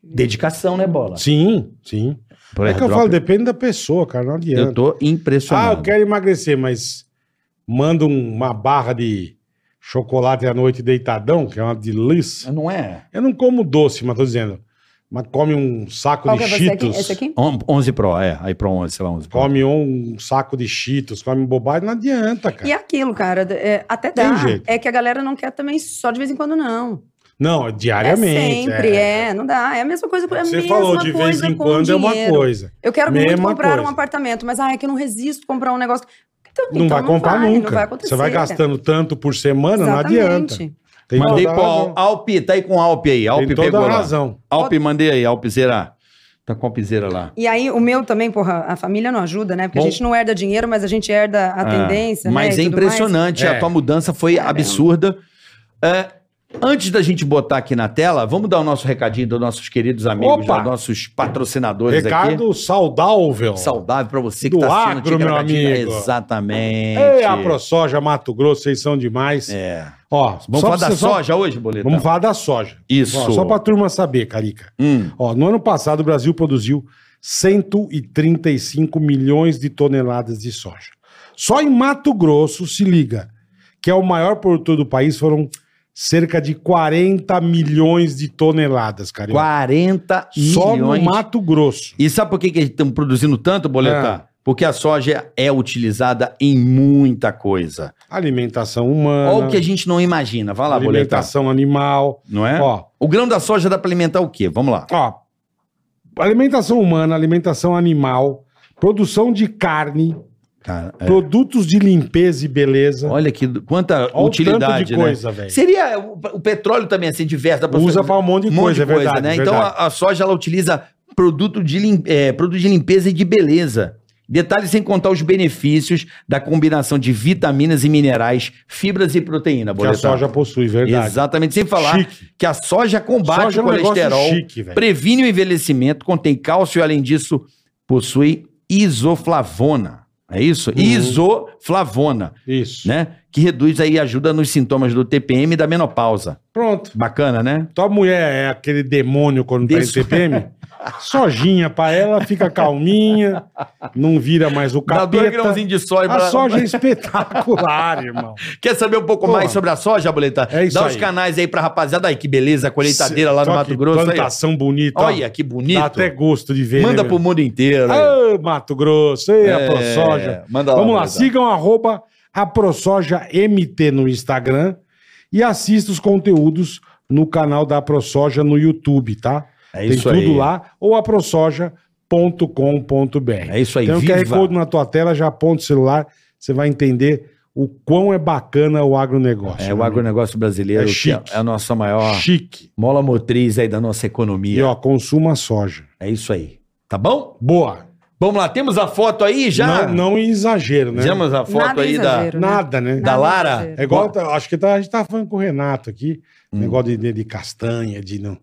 Dedicação, né, Bola?
Sim, sim.
Pro
É que eu
airdrop,
falo, depende da pessoa, cara, não adianta.
eu tô
Ah,
impressionado.
eu quero emagrecer, mas manda um- uma barra de chocolate à noite deitadão, que é uma delícia.
Não é?
Eu não como doce, mas tô dizendo. Mas come um saco
Qual que
de
é você aqui?
cheetos.
Esse aqui?
On- 11 Pro, é, aí Pro 11, sei lá, 11 Pro.
Come um saco de cheetos, come um bobagem, não adianta, cara.
E aquilo, cara, é, até
Tem
dá.
jeito.
É que a galera não quer também só de vez em quando, não.
Não, é
É
diariamente.
sempre, é. não dá. É a mesma coisa, é a
Você
mesma
falou, de
coisa
vez em
com
quando é uma
dinheiro.
coisa.
Eu quero muito
Mesma
comprar um
coisa.
apartamento, mas ah, é que eu não resisto comprar um negócio. Então,
Não
então
vai comprar
vai,
nunca.
Não vai acontecer.
Você vai gastando tanto por semana,
Exatamente.
não adianta. Tem
Mandei
toda
pro
a razão.
Al- Alpe, tá aí com o Alpe aí. Alpe
Tem toda
pegou
a
lá.
razão.
Alpe, mandei aí, Alpezeira. Tá com a Alpezeira lá.
E aí, o meu também, porra, a família não ajuda, né? Porque
Bom.
a gente não herda dinheiro, mas a gente herda a tendência.
É,
né,
Mas
e
é
tudo mais.
impressionante,
É.
a tua mudança foi absurda. É, antes da gente botar aqui na tela, vamos dar o nosso recadinho dos nossos queridos amigos,
Opa!
dos nossos patrocinadores aqui.
Ricardo saudável.
Saudável pra você que
Do
tá
agro,
Tica
meu
Latina.
amigo.
Exatamente.
Ei, É, a ProSoja, Mato Grosso, vocês são demais.
É.
Ó, só
Vamos falar
pra
da
você- só-
soja hoje, Boleto?
Vamos falar da soja.
Isso.
Ó, só pra turma saber, Carica.
Hum.
Ó, no ano passado, o Brasil produziu 135 milhões de toneladas de soja. Só em Mato Grosso, se liga, que é o maior produtor do país, foram cerca de 40 milhões de toneladas, Carica.
40
Só
milhões.
no Mato Grosso.
E sabe por que, que eles estão produzindo tanto,
Ah.
Boletar? Porque a soja é utilizada em muita coisa.
Alimentação humana.
Olha o que a gente não imagina. Vai lá, Boletar.
Ah, alimentação animal.
Não é?
Ó,
O grão da soja dá para alimentar o quê? Vamos lá.
ó, alimentação humana, alimentação animal, produção de carne,
Cara, é.
produtos de limpeza e beleza.
Olha que quanta
Olha o
utilidade,
tanto de
né?
coisa, velho.
Seria o, o petróleo também assim diverso, dá pra
Usa
fazer
pra um monte de coisa, é verdade.
né?
é
Então
verdade.
a, a soja ela utiliza produto de, lim- é, produto de limpeza e de beleza. Detalhes sem contar os benefícios da combinação de vitaminas e minerais, fibras e proteína,
que a
Boletar.
soja possui, verdade.
Exatamente, sem falar
Chique.
que a soja combate
Soja é
o
um negócio
colesterol,
chique, velho.
É previne o envelhecimento, contém cálcio e, além disso, possui isoflavona. É
Uhum.
isso? Isoflavona,
Isso.
né? Que reduz aí e ajuda nos sintomas do TPM e da menopausa.
Pronto.
Bacana, né?
Tua mulher é aquele demônio quando
Desse-
tá em TPM? Sojinha pra ela, fica calminha, não vira mais o
Dá dois
capeta.
grãozinhos de soja.
A
pra-
soja é espetacular, irmão.
Quer saber um pouco
Porra.
mais sobre a soja, Boleta?
É isso
Dá
aí.
os canais aí pra rapaziada. Aí, que beleza, a colheitadeira lá no
Só
Mato
que
Grosso. aí, ó.
Plantação bonita. ó.
Olha, que bonito.
Dá até gosto de ver.
Manda
né,
pro
meu?
mundo inteiro. aí. É,
Ô, Mato Grosso, ei, a ProSoja.
Manda lá.
Vamos lá,
Boleta.
sigam arroba a ProSoja MT no Instagram e assista os conteúdos no canal da ProSoja no YouTube, tá?
É
Tem
isso
tudo
aí.
lá, ou aprosoja.com.br.
É isso aí,
Tem um QR
viva.
Code na tua tela, já aponta o celular, você vai entender o quão é bacana o agronegócio.
É o
né?
agronegócio
É
brasileiro, que é
chique.
é a nossa maior
Chique.
mola motriz aí da nossa
E
economia.
ó, consuma soja.
É isso aí. Tá bom?
Boa.
Vamos lá, temos a foto aí já?
Não, não em exagero, né?
Temos a foto
Nada é
aí
exagero, né?
Nada, né?
da, da Lara.
exagero.
Hum.
É igual, tá- acho que tá- a gente tava falando com o Renato aqui, negócio de, de castanha, de não.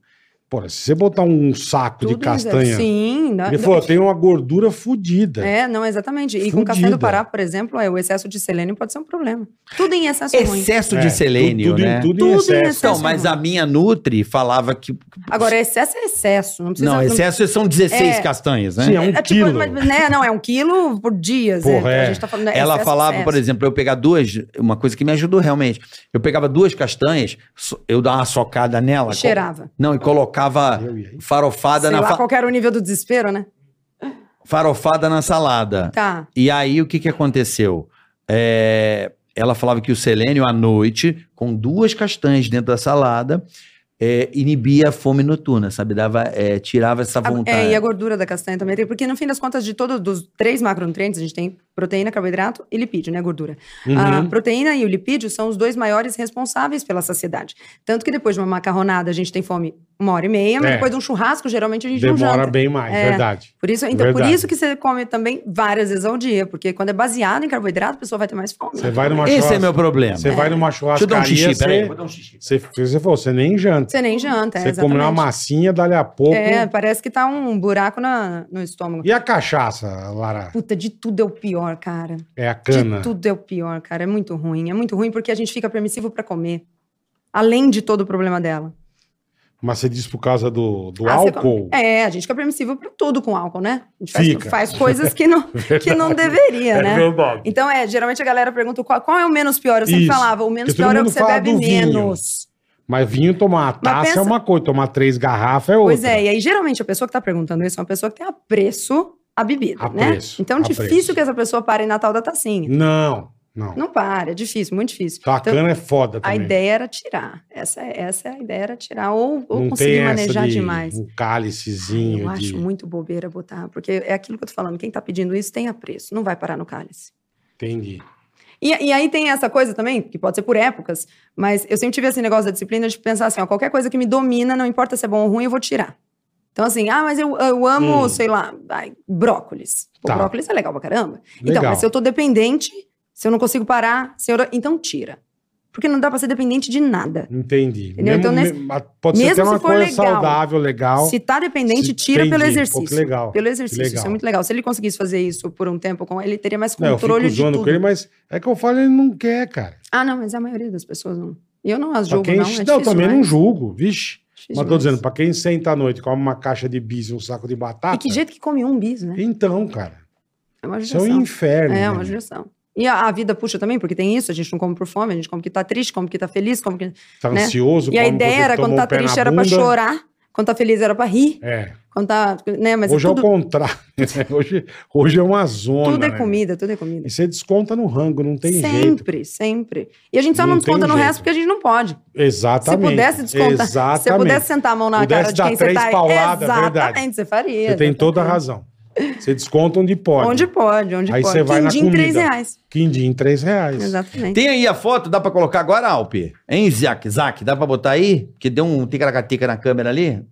Pô, se você botar um saco de
Tudo em zero.
castanha.
Sim, não,
Ele
não-
falou, tem uma gordura fodida.
É, não, exatamente. E com castanha
Fudida.
do Pará, por exemplo, é, o excesso de selênio pode ser um problema. Tudo em excesso é ruim.
Excesso
É,
de
tu-
selênio,
tudo, em-
né?
Tudo, em
Tudo em
excesso.
excesso.
Então, mas a minha Nutri falava que.
Agora, excesso é excesso. Não precisa.
Não, excesso são 16
É.
castanhas, né?
Sim, é um quilo.
mas, né, não, é um quilo por dias.
Porra,
é,
é.
A gente tá falando, é
Ela
excesso,
falava, por
excesso.
exemplo, eu pegar duas, uma coisa que me ajudou realmente. Eu pegava duas castanhas, so- eu dava uma socada nela.
E cheirava.
co- Não, e
Ah.
colocava
Eu ia.
farofada
Sei
na,
lá,
fa-
qual que era o nível do desespero, né?
farofada na salada.
Tá.
E aí, o que, que aconteceu? É, ela falava que o selênio, à noite, com duas castanhas dentro da salada, é, inibia a fome noturna, sabe? Dava, é, tirava essa
A-
vontade.
é, e a gordura da castanha também tem, porque no fim das contas, de todos os três macronutrientes, a gente tem proteína, carboidrato e lipídio, né? Gordura. A
Uhum.
proteína e o lipídio são os dois maiores responsáveis pela saciedade. Tanto que depois de uma macarronada a gente tem fome uma hora e meia, mas
É.
depois de um churrasco geralmente a gente não
Demora
janta.
bem mais,
É.
verdade.
Por isso, então, por
Verdade.
isso que você come também várias vezes ao dia, porque quando é baseado em carboidrato, a pessoa vai ter mais fome.
Você vai numa
Esse é
churras-
meu problema.
Você vai
É.
numa
Deixa eu dar um
churrascaria,
xixi, peraí.
você,
Vou dar um xixi.
você, você falou, você nem janta.
Você nem janta, é,
Você come uma
exatamente.
massinha, dali a pouco.
É, parece que tá um buraco na, no estômago.
E a cachaça, Lara?
Puta, de tudo é o pior, cara.
É a
De
cana.
tudo é o pior, cara. É muito ruim. É muito ruim porque a gente fica permissivo pra comer. Além de todo o problema dela.
Mas você diz por causa do, do
Ah, você
álcool?
come- É, a gente fica permissivo pra tudo com álcool, né? A gente faz,
Fica.
faz coisas que não, É que não deveria, né?
verdade.
Então, é, geralmente a galera pergunta qual, qual é o menos pior. Eu sempre
Isso.
falava, o menos
Porque todo
pior é o
mundo
que você
fala
bebe
do vinho.
menos.
Mas vinho tomar uma taça
pensa-
é uma coisa, tomar três garrafas é outra.
Pois é, e aí geralmente a pessoa que tá perguntando isso é uma pessoa que tem apreço à bebida,
A
né?
preço,
então,
a
difícil
preço.
que essa pessoa pare na tal da tacinha.
Não, não.
então. Não para, é difícil, muito difícil.
Então a
Então,
cana é foda
a
também.
ideia era tirar. Essa, é- essa é a ideia era tirar ou, ou
não
conseguir
tem
manejar
essa de
demais.
um cálicezinho
Eu
de...
acho muito bobeira botar, porque é aquilo que eu tô falando, quem tá pedindo isso tem apreço, não vai parar no cálice.
Entendi.
E, e aí tem essa coisa também, que pode ser por épocas, mas eu sempre tive esse negócio da disciplina de pensar assim, ó, qualquer coisa que me domina, não importa se é bom ou ruim, eu vou tirar. Então assim, ah, mas eu, eu amo,
Hum.
sei lá, ai, brócolis. Pô,
Tá.
brócolis é legal pra caramba. Então,
Legal.
mas se eu tô dependente, se eu não consigo parar, se eu, então tira. Porque não dá pra ser dependente de nada.
Entendi.
Entendeu? Então, nesse-
me- Pode ser
mesmo
até
se
uma
for
coisa
legal,
saudável, legal.
Se tá dependente,
Se-
tira pelo
entendi. Pô,
exercício.
que legal.
Pelo exercício,
legal.
isso é muito legal. Se ele conseguisse fazer isso por um tempo com ele, ele teria mais
Não, eu
controle
fico
de
zoando
tudo.
com ele, mas é que eu falo, ele não quer, cara.
Ah, não, mas a maioria das pessoas não. E eu não as
Pra
julgo,
quem...
não. É
não,
difícil, é
eu também
né?
não julgo, vixe.
Difícil
mas tô
demais.
dizendo, pra quem senta à noite, come uma caixa de bis e um saco de batata...
E que jeito que come um bis, né?
Então, cara,
É uma
isso é um
judiação.
inferno.
É
né?
uma judiação. E a, a vida puxa também, porque tem isso, a gente não come por fome, a gente come que tá triste, come que tá feliz, come que...
Tá
né?
ansioso,
E a
come
ideia
porque
era, quando
tomou
tá
um pé na
triste, era pra
bunda.
chorar, quando tá feliz era pra rir,
É,
quando tá... Né, mas
hoje
é
é
tudo,
o contrário. né? Hoje, hoje é uma zona.
tudo é
né?
comida, tudo é comida.
E você desconta no rango, não tem jeito.
sempre, sempre. E a gente só não,
Não tem
desconta no
jeito.
resto porque a gente não pode.
Exatamente.
Se pudesse descontar,
Exatamente.
se você pudesse sentar a mão na
Pudesse
cara de
dar
quem você
três
tá...
pauladas, é
exatamente,
verdade.
você faria.
Você tem toda a
exatamente.
razão. Você desconta onde pode.
Onde pode, onde
Aí
pode.
você vai na
Quindim, três
comida.
reais.
Quindim, três reais.
Exatamente.
Tem aí a foto, dá pra colocar agora, Alpe? Hein, Zac? Zac, dá pra botar aí? Que deu um ticaracateca na câmera ali?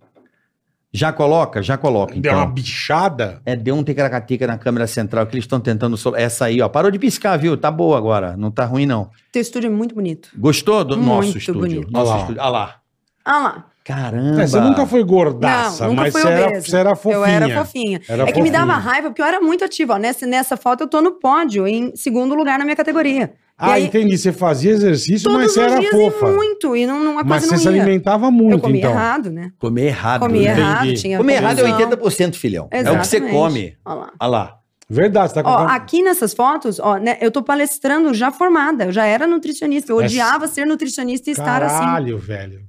Já coloca? Já coloca,
Deu uma
então.
bichada.
É, deu um ticaracateca na câmera central que eles estão tentando... sol- Essa aí, ó. Parou de piscar, viu? Tá boa agora. Não tá ruim, não.
Teu estúdio é muito bonito.
Gostou do
Muito
nosso estúdio?
bonito.
Nosso
Olha lá.
estúdio. Olha lá.
Ah lá.
Caramba.
É, você nunca foi gordaça,
não, nunca
mas
fui
você era,
obesa.
você era fofinha.
Eu era fofinha.
Era
é que me
fofinha.
dava raiva, porque eu era muito ativa. ó. Nessa, nessa foto eu tô no pódio, em segundo lugar na minha categoria.
Ah,
e aí,
entendi. Você fazia exercício,
todos
mas você
os
era
dias
fofa.
e muito. E não, não, a
Mas
coisa
você se
não ia.
alimentava
eu
muito,
comia
então.
errado, né?
Comer errado.
Comia
né?
errado,
Entendi.
tinha
Comer errado é
confusão.
80%, filhão. É o que você
Exatamente.
come.
Ó lá.
Olha lá.
Verdade, você tá com
Ó,
a-
aqui nessas fotos, ó, né, eu tô palestrando já formada, eu já era nutricionista, eu
É.
odiava ser nutricionista e estar assim.
Caralho, velho.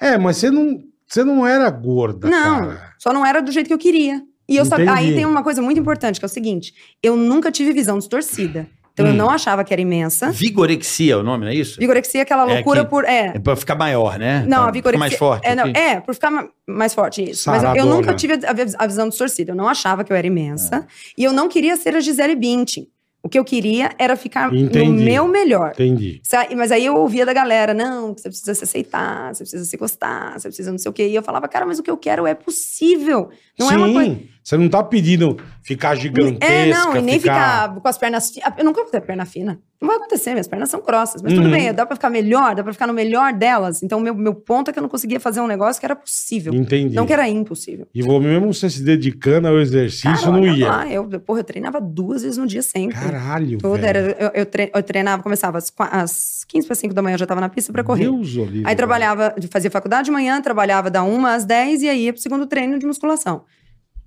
É, mas você não, você não era gorda,
Não,
cara.
só não era do jeito que eu queria. E eu sabia. Aí
Entendi.
tem uma coisa muito importante, que é o seguinte: eu nunca tive visão distorcida. Então eu
Hum.
não achava que era imensa.
Vigorexia é o nome, não é isso?
Vigorexia é aquela
É
loucura
que-
por. É.
É pra ficar maior, né?
Não,
Pra
a
Ficar
vigorexia.
mais forte.
É, não,
aqui.
é, por ficar ma- mais forte, isso. Mas eu- eu,
Saradona. É.
nunca tive a, vi- a visão distorcida. Eu não achava que eu era imensa. E eu não queria ser a Gisele Bündchen. O que eu queria era ficar no
Entendi.
meu melhor.
Entendi.
Sa- Mas aí eu ouvia da galera, não, que você precisa se aceitar, você precisa se gostar, você precisa não sei o quê. E eu falava, cara, mas o que eu quero é possível. Não é uma coisa.
Você não tá pedindo ficar gigantesca,
É, não, e nem
ficar...
ficar com as pernas. fi- Eu nunca vou ter perna fina. Não vai acontecer, minhas pernas são grossas. Mas tudo
Uhum.
bem, dá pra ficar melhor, dá pra ficar no melhor delas. Então, meu, meu ponto é que eu não conseguia fazer um negócio que era possível.
Entendi.
Não que era impossível.
E vou mesmo você se dedicando ao exercício,
Cara,
não
olha
ia.
lá, eu, porra, eu treinava duas vezes no dia sempre.
Caralho,
Tudo
velho.
era, eu, eu tre- eu treinava, começava às, qua- às 15 para 5 da manhã, eu já tava na pista pra correr.
Deus, Olívia,
Aí trabalhava, fazia faculdade de manhã, trabalhava da 1 às 10 e aí ia pro segundo treino de musculação.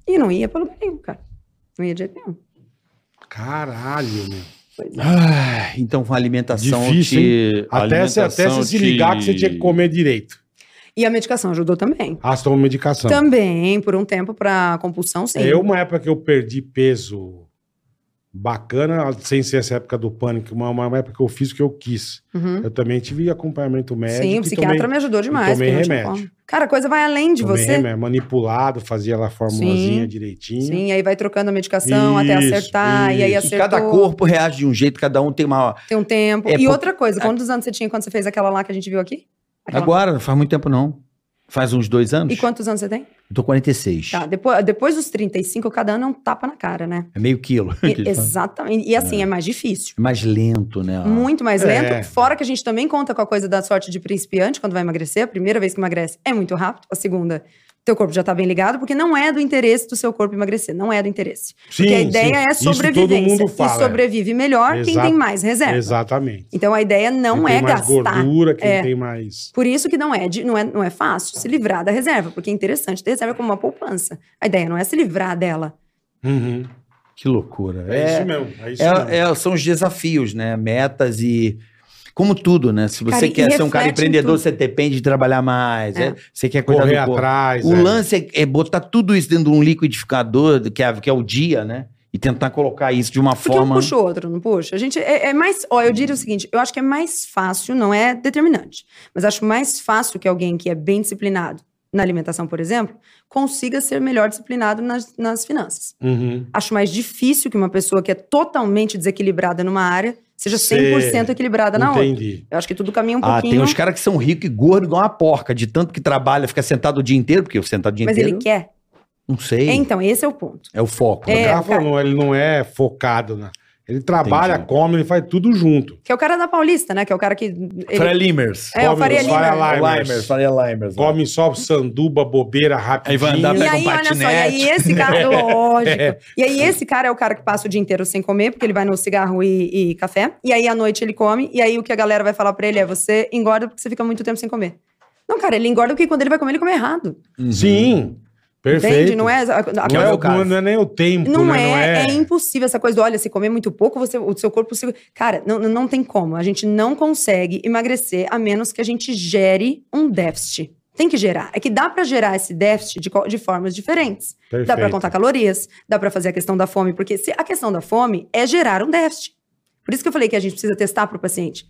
E não ia pelo lugar nenhum, cara. Não ia de jeito nenhum.
Caralho, meu.
Pois é.
Ah, então, a alimentação
Difícil,
te...
Até você até você se
te-
ligar que você tinha que comer direito.
E a medicação ajudou também.
Ah, você toma medicação.
Também, por um tempo, pra compulsão, sim.
É uma época que eu perdi peso bacana, sem ser essa época do pânico, uma, uma época que eu fiz o que eu quis.
Uhum.
Eu também tive acompanhamento médico.
Sim, o
e
psiquiatra
tomei-
me ajudou demais.
tomei
porque não tinha
remédio.
como. Cara, a coisa vai além de
tomei
você.
remédio, é manipulado, fazia lá a formulazinha
Sim.
direitinho.
Sim, aí vai trocando a medicação até
Isso,
acertar. E
isso.
aí
E
acertou.
cada corpo reage de um jeito, cada um tem uma...
Tem um tempo.
É,
e
pô-
outra coisa, quantos anos você tinha quando você fez aquela lá que a gente viu aqui? Aquela-
Agora, não faz muito tempo não. Faz uns dois anos.
E quantos anos você tem?
Eu tô 46.
Tá, depois, depois dos 35, cada ano é um tapa na cara, né?
É meio quilo. que
E-
eles falam.
exatamente. E assim, é, mais difícil.
É mais lento, né?
Muito mais
É.
lento. Fora que a gente também conta com a coisa da sorte de principiante quando vai emagrecer. A primeira vez que emagrece é muito rápido. A segunda, teu corpo já tá bem ligado, porque não é do interesse do seu corpo emagrecer. Não é do interesse.
Sim,
porque a ideia
sim.
é
Isso todo
sobrevivência.
mundo fala, é.
e sobrevive melhor quem
Exato.
tem mais reserva.
Exatamente.
Então a ideia não
quem
é
tem mais
gastar.
gordura, quem
É.
tem mais...
Por isso que não é, de- não é, não é fácil se livrar da reserva, porque é interessante ter reserva como uma poupança. A ideia não é se livrar dela.
Uhum.
Que loucura.
É,
É,
isso mesmo, é isso mesmo.
é- é- são os desafios, né? Metas e. Como tudo, né? Se
Cara,
você
e
quer ser um cara
reflete em
empreendedor,
tudo.
você depende de trabalhar mais.
É.
é, Você quer cuidar
Correr
do corpo.
atrás.
O
é.
lance é, é botar tudo isso dentro de um liquidificador, que é, que é o dia, né? E tentar colocar isso de uma
Porque
forma.
um puxa o outro, não puxa? A gente é, é mais. Ó, eu diria o seguinte: eu acho que é mais fácil, não é determinante, mas acho mais fácil que alguém que é bem disciplinado na alimentação, por exemplo, consiga ser melhor disciplinado nas, nas finanças.
Uhum.
Acho mais difícil que uma pessoa que é totalmente desequilibrada numa área seja
Cê-
100% equilibrada na outra.
Entendi.
Eu acho que tudo caminha um
Ah,
pouquinho.
tem uns caras que são ricos e gordos igual uma porca, de tanto que trabalha, fica sentado o dia inteiro, porque eu sentado o dia
mas
inteiro.
ele quer.
Não sei.
Então, esse é o ponto.
É o foco.
o
É,
cara
o cara-
falou, ele não é focado, né? Ele trabalha,
Entendi.
come, ele faz tudo junto.
Que é o cara da Paulista, né? Que é o cara que. ele-
Faria Limers.
É, o
come,
Faria
os Faria
Lima.
Limers.
Faria Limers. ó.
Come só sanduba, bobeira, rapidinho.
Aí vai andar
E
Pega
aí,
um
olha só, e aí
patinete.
esse cara, lógico. E aí esse cara é o cara que passa o dia inteiro sem comer, porque ele vai no cigarro e, e café. E aí à noite ele come, e aí o que a galera vai falar pra ele é: você engorda porque você fica muito tempo sem comer. Não, cara, ele engorda porque quando ele vai comer, ele come errado.
um- Uhum.
Sim, perfeito.
Entende? Não é. a- a-
Não
a-
é,
meu
o-
caso.
não é nem o tempo,
não
né?
é, é impossível essa coisa do, olha, se comer muito pouco, você, o seu corpo... Se... Cara, não, não tem como. A gente não consegue emagrecer a menos que a gente gere um déficit. Tem que gerar. É que dá pra gerar esse déficit de, co- de formas diferentes. Dá pra
Perfeito.
contar calorias, dá pra fazer a questão da fome, porque se a questão da fome é gerar um déficit. Por isso que eu falei que a gente precisa testar pro paciente.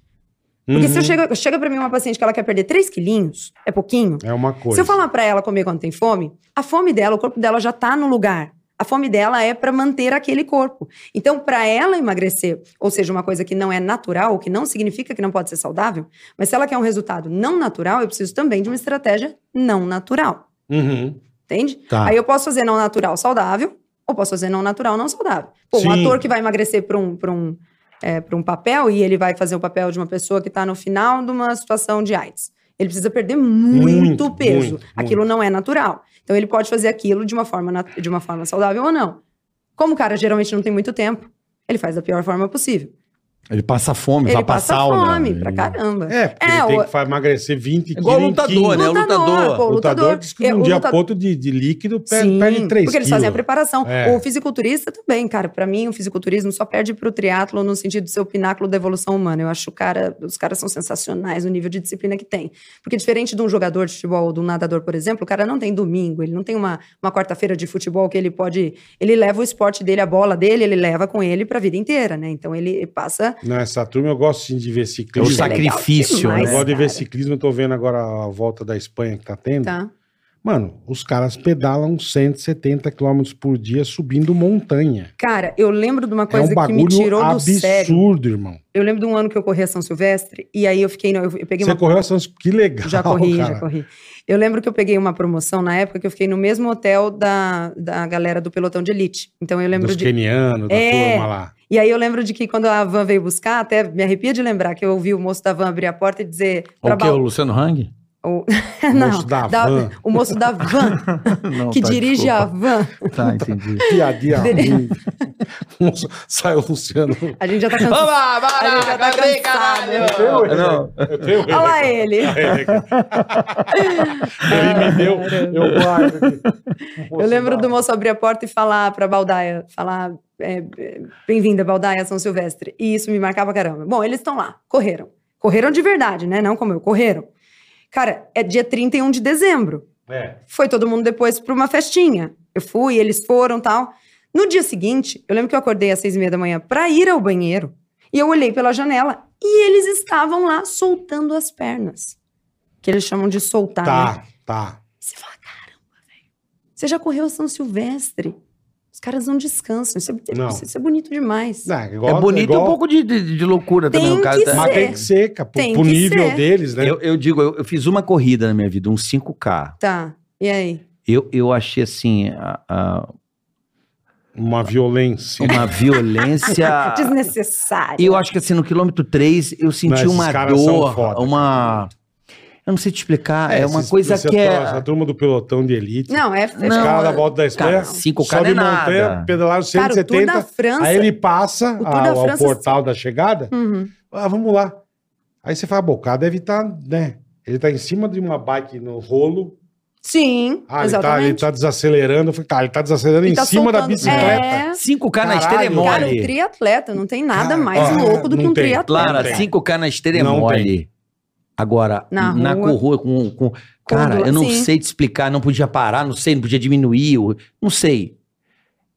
Porque se eu
Uhum.
chego, chega pra mim uma paciente que ela quer perder 3 quilinhos, é pouquinho,
É uma coisa.
se eu falar pra ela comer quando tem fome, a fome dela, o corpo dela já tá no lugar. A fome dela é pra manter aquele corpo. Então, pra ela emagrecer, ou seja, uma coisa que não é natural, que não significa que não pode ser saudável, mas se ela quer um resultado não natural, eu preciso também de uma estratégia não natural.
Uhum.
Entende?
Tá.
Aí eu posso fazer não natural saudável, ou posso fazer não natural não saudável. Pô, um
Sim.
ator que vai emagrecer pra um, pra um, é, pra um papel e ele vai fazer o papel de uma pessoa que tá no final de uma situação de AIDS. Ele precisa perder muito,
Muito,
peso.
muito,
aquilo não é natural. Então ele pode fazer aquilo de uma forma, nat- de uma forma saudável ou não. Como o cara geralmente não tem muito tempo, ele faz da pior forma possível.
Tá, Ele passa fome,
ele
vai pra
passa
sauna.
fome
Ele-
pra caramba.
É, porque
É,
ele tem
o-
que fa- emagrecer 20
É igual
quilos em
lutador,
15.
né? O lutador.
pô,
O lutador diz que de
É,
um
o
dia
luta-
a ponto de, de líquido pe-
Sim,
perde 3
porque eles fazem a preparação.
É.
O fisiculturista também, cara. Pra mim, o fisiculturismo só perde pro triatlo no sentido de ser o pináculo da evolução humana. Eu acho o cara, os caras são sensacionais no nível de disciplina que tem. Porque diferente de um jogador de futebol ou de um nadador, por exemplo, o cara não tem domingo, ele não tem uma, uma quarta-feira de futebol que ele pode, ele leva o esporte dele, a bola dele, ele leva com ele pra vida inteira, né? Então ele passa
Nessa turma eu gosto sim, de ver ciclismo.
É o
Isso legal
sacrifício,
Eu
demais,
né?
gosto de ver
cara.
ciclismo, eu tô vendo agora a volta da Espanha que tá tendo.
tá.
Mano, os caras pedalam 170 km por dia subindo montanha.
Cara, eu lembro de uma
É
coisa
um
que me
bagulho
tirou do sério.
absurdo, irmão.
Eu lembro de um ano que eu corri a São Silvestre e aí eu fiquei. Eu eu peguei
Você
uma
correu a São Que legal.
Já corri,
cara.
já corri. Eu lembro que eu peguei uma promoção na época que eu fiquei no mesmo hotel da, da galera do pelotão de elite. Então eu lembro
Dos
de.
quenianos, da
É.
turma lá.
E aí eu lembro de que quando a van veio buscar, até me arrepia de lembrar que eu ouvi o moço da van abrir a porta e dizer. pra
O que?
ba-
O Luciano Hang?
o-
O
Não,
é moço da
da-
van.
o moço da van,
Não,
que
tá,
dirige a van.
desculpa. Tá, entendi.
Piadinha ruim. Moço, Saiu o Luciano.
A gente já tá cansado.
Vamos,
A gente já tá cansado.
Não,
Eu tenho
Olha lá ele.
Ele me deu. Eu guardo. aqui. Moço
Eu lembro
da-
do moço abrir a porta e falar pra Baldaia, falar, é, é, bem-vinda, Baldaia, São Silvestre. E isso me marcava caramba. Bom, eles estão lá, correram. Correram de verdade, né? Não como eu, correram. Cara, é dia 31 de dezembro.
É.
Foi todo mundo depois pra uma festinha. Eu fui, eles foram tal. No dia seguinte, eu lembro que eu acordei às seis e meia da manhã pra ir ao banheiro. E eu olhei pela janela e eles estavam lá soltando as pernas. Que eles chamam de soltar. né?
Tá, tá.
Você fala, caramba, velho. Você já correu São Silvestre. Os caras não descansam. Isso é,
Não.
isso é bonito demais.
Não, igual-
É bonito e um
igual-
pouco de, de, de loucura
Tem
também. O cara
que
tá-
ser.
Mas tem que ser, cara. Pro,
Tem
pro
que
nível
ser.
deles, né?
Eu, eu digo, eu, eu fiz uma corrida na minha vida, um 5K.
Tá. E aí?
Eu, eu achei assim a- a-
Uma violência.
uma violência.
Desnecessário.
E eu acho que assim, no quilômetro 3, eu senti
Não, esses
uma
caras são
dor,
foda.
uma. Eu não sei te
Ah,
explicar, é, uma
esses-
coisa
essa
que é.
turma- Essa turma do pelotão de elite.
Não, é. é-
Os
Não,
caras da
é-
volta da Espanha.
Cara, 5K
sobe
não é
montanha,
nada.
pedalaram
Cara, o Tour
170.
da França.
Aí ele passa
O Tour da
ao, ao
França-
portal da chegada.
Uhum.
Ah, vamos lá. Aí você fala, bocar deve estar, né? Ele tá em cima de uma bike no rolo.
Sim,
Ah, ele tá, ele
exatamente.
tá desacelerando. Eu falei, tá, ele tá desacelerando
E
em
tá
cima da
soltando-
bicicleta.
É.
5K na
Caralho,
esteira é
Cara, um
mole.
triatleta. Não tem nada
Cara,
mais
ó,
louco do que
não
um
tem.
triatleta.
Clara,
tem.
5K na esteira é
Não
mole. Agora,
Na
na, na
rua.
corrua, com, com- Cara,
Quando-
eu não
sim.
sei te explicar, não podia parar, não sei, não podia diminuir, eu- não sei.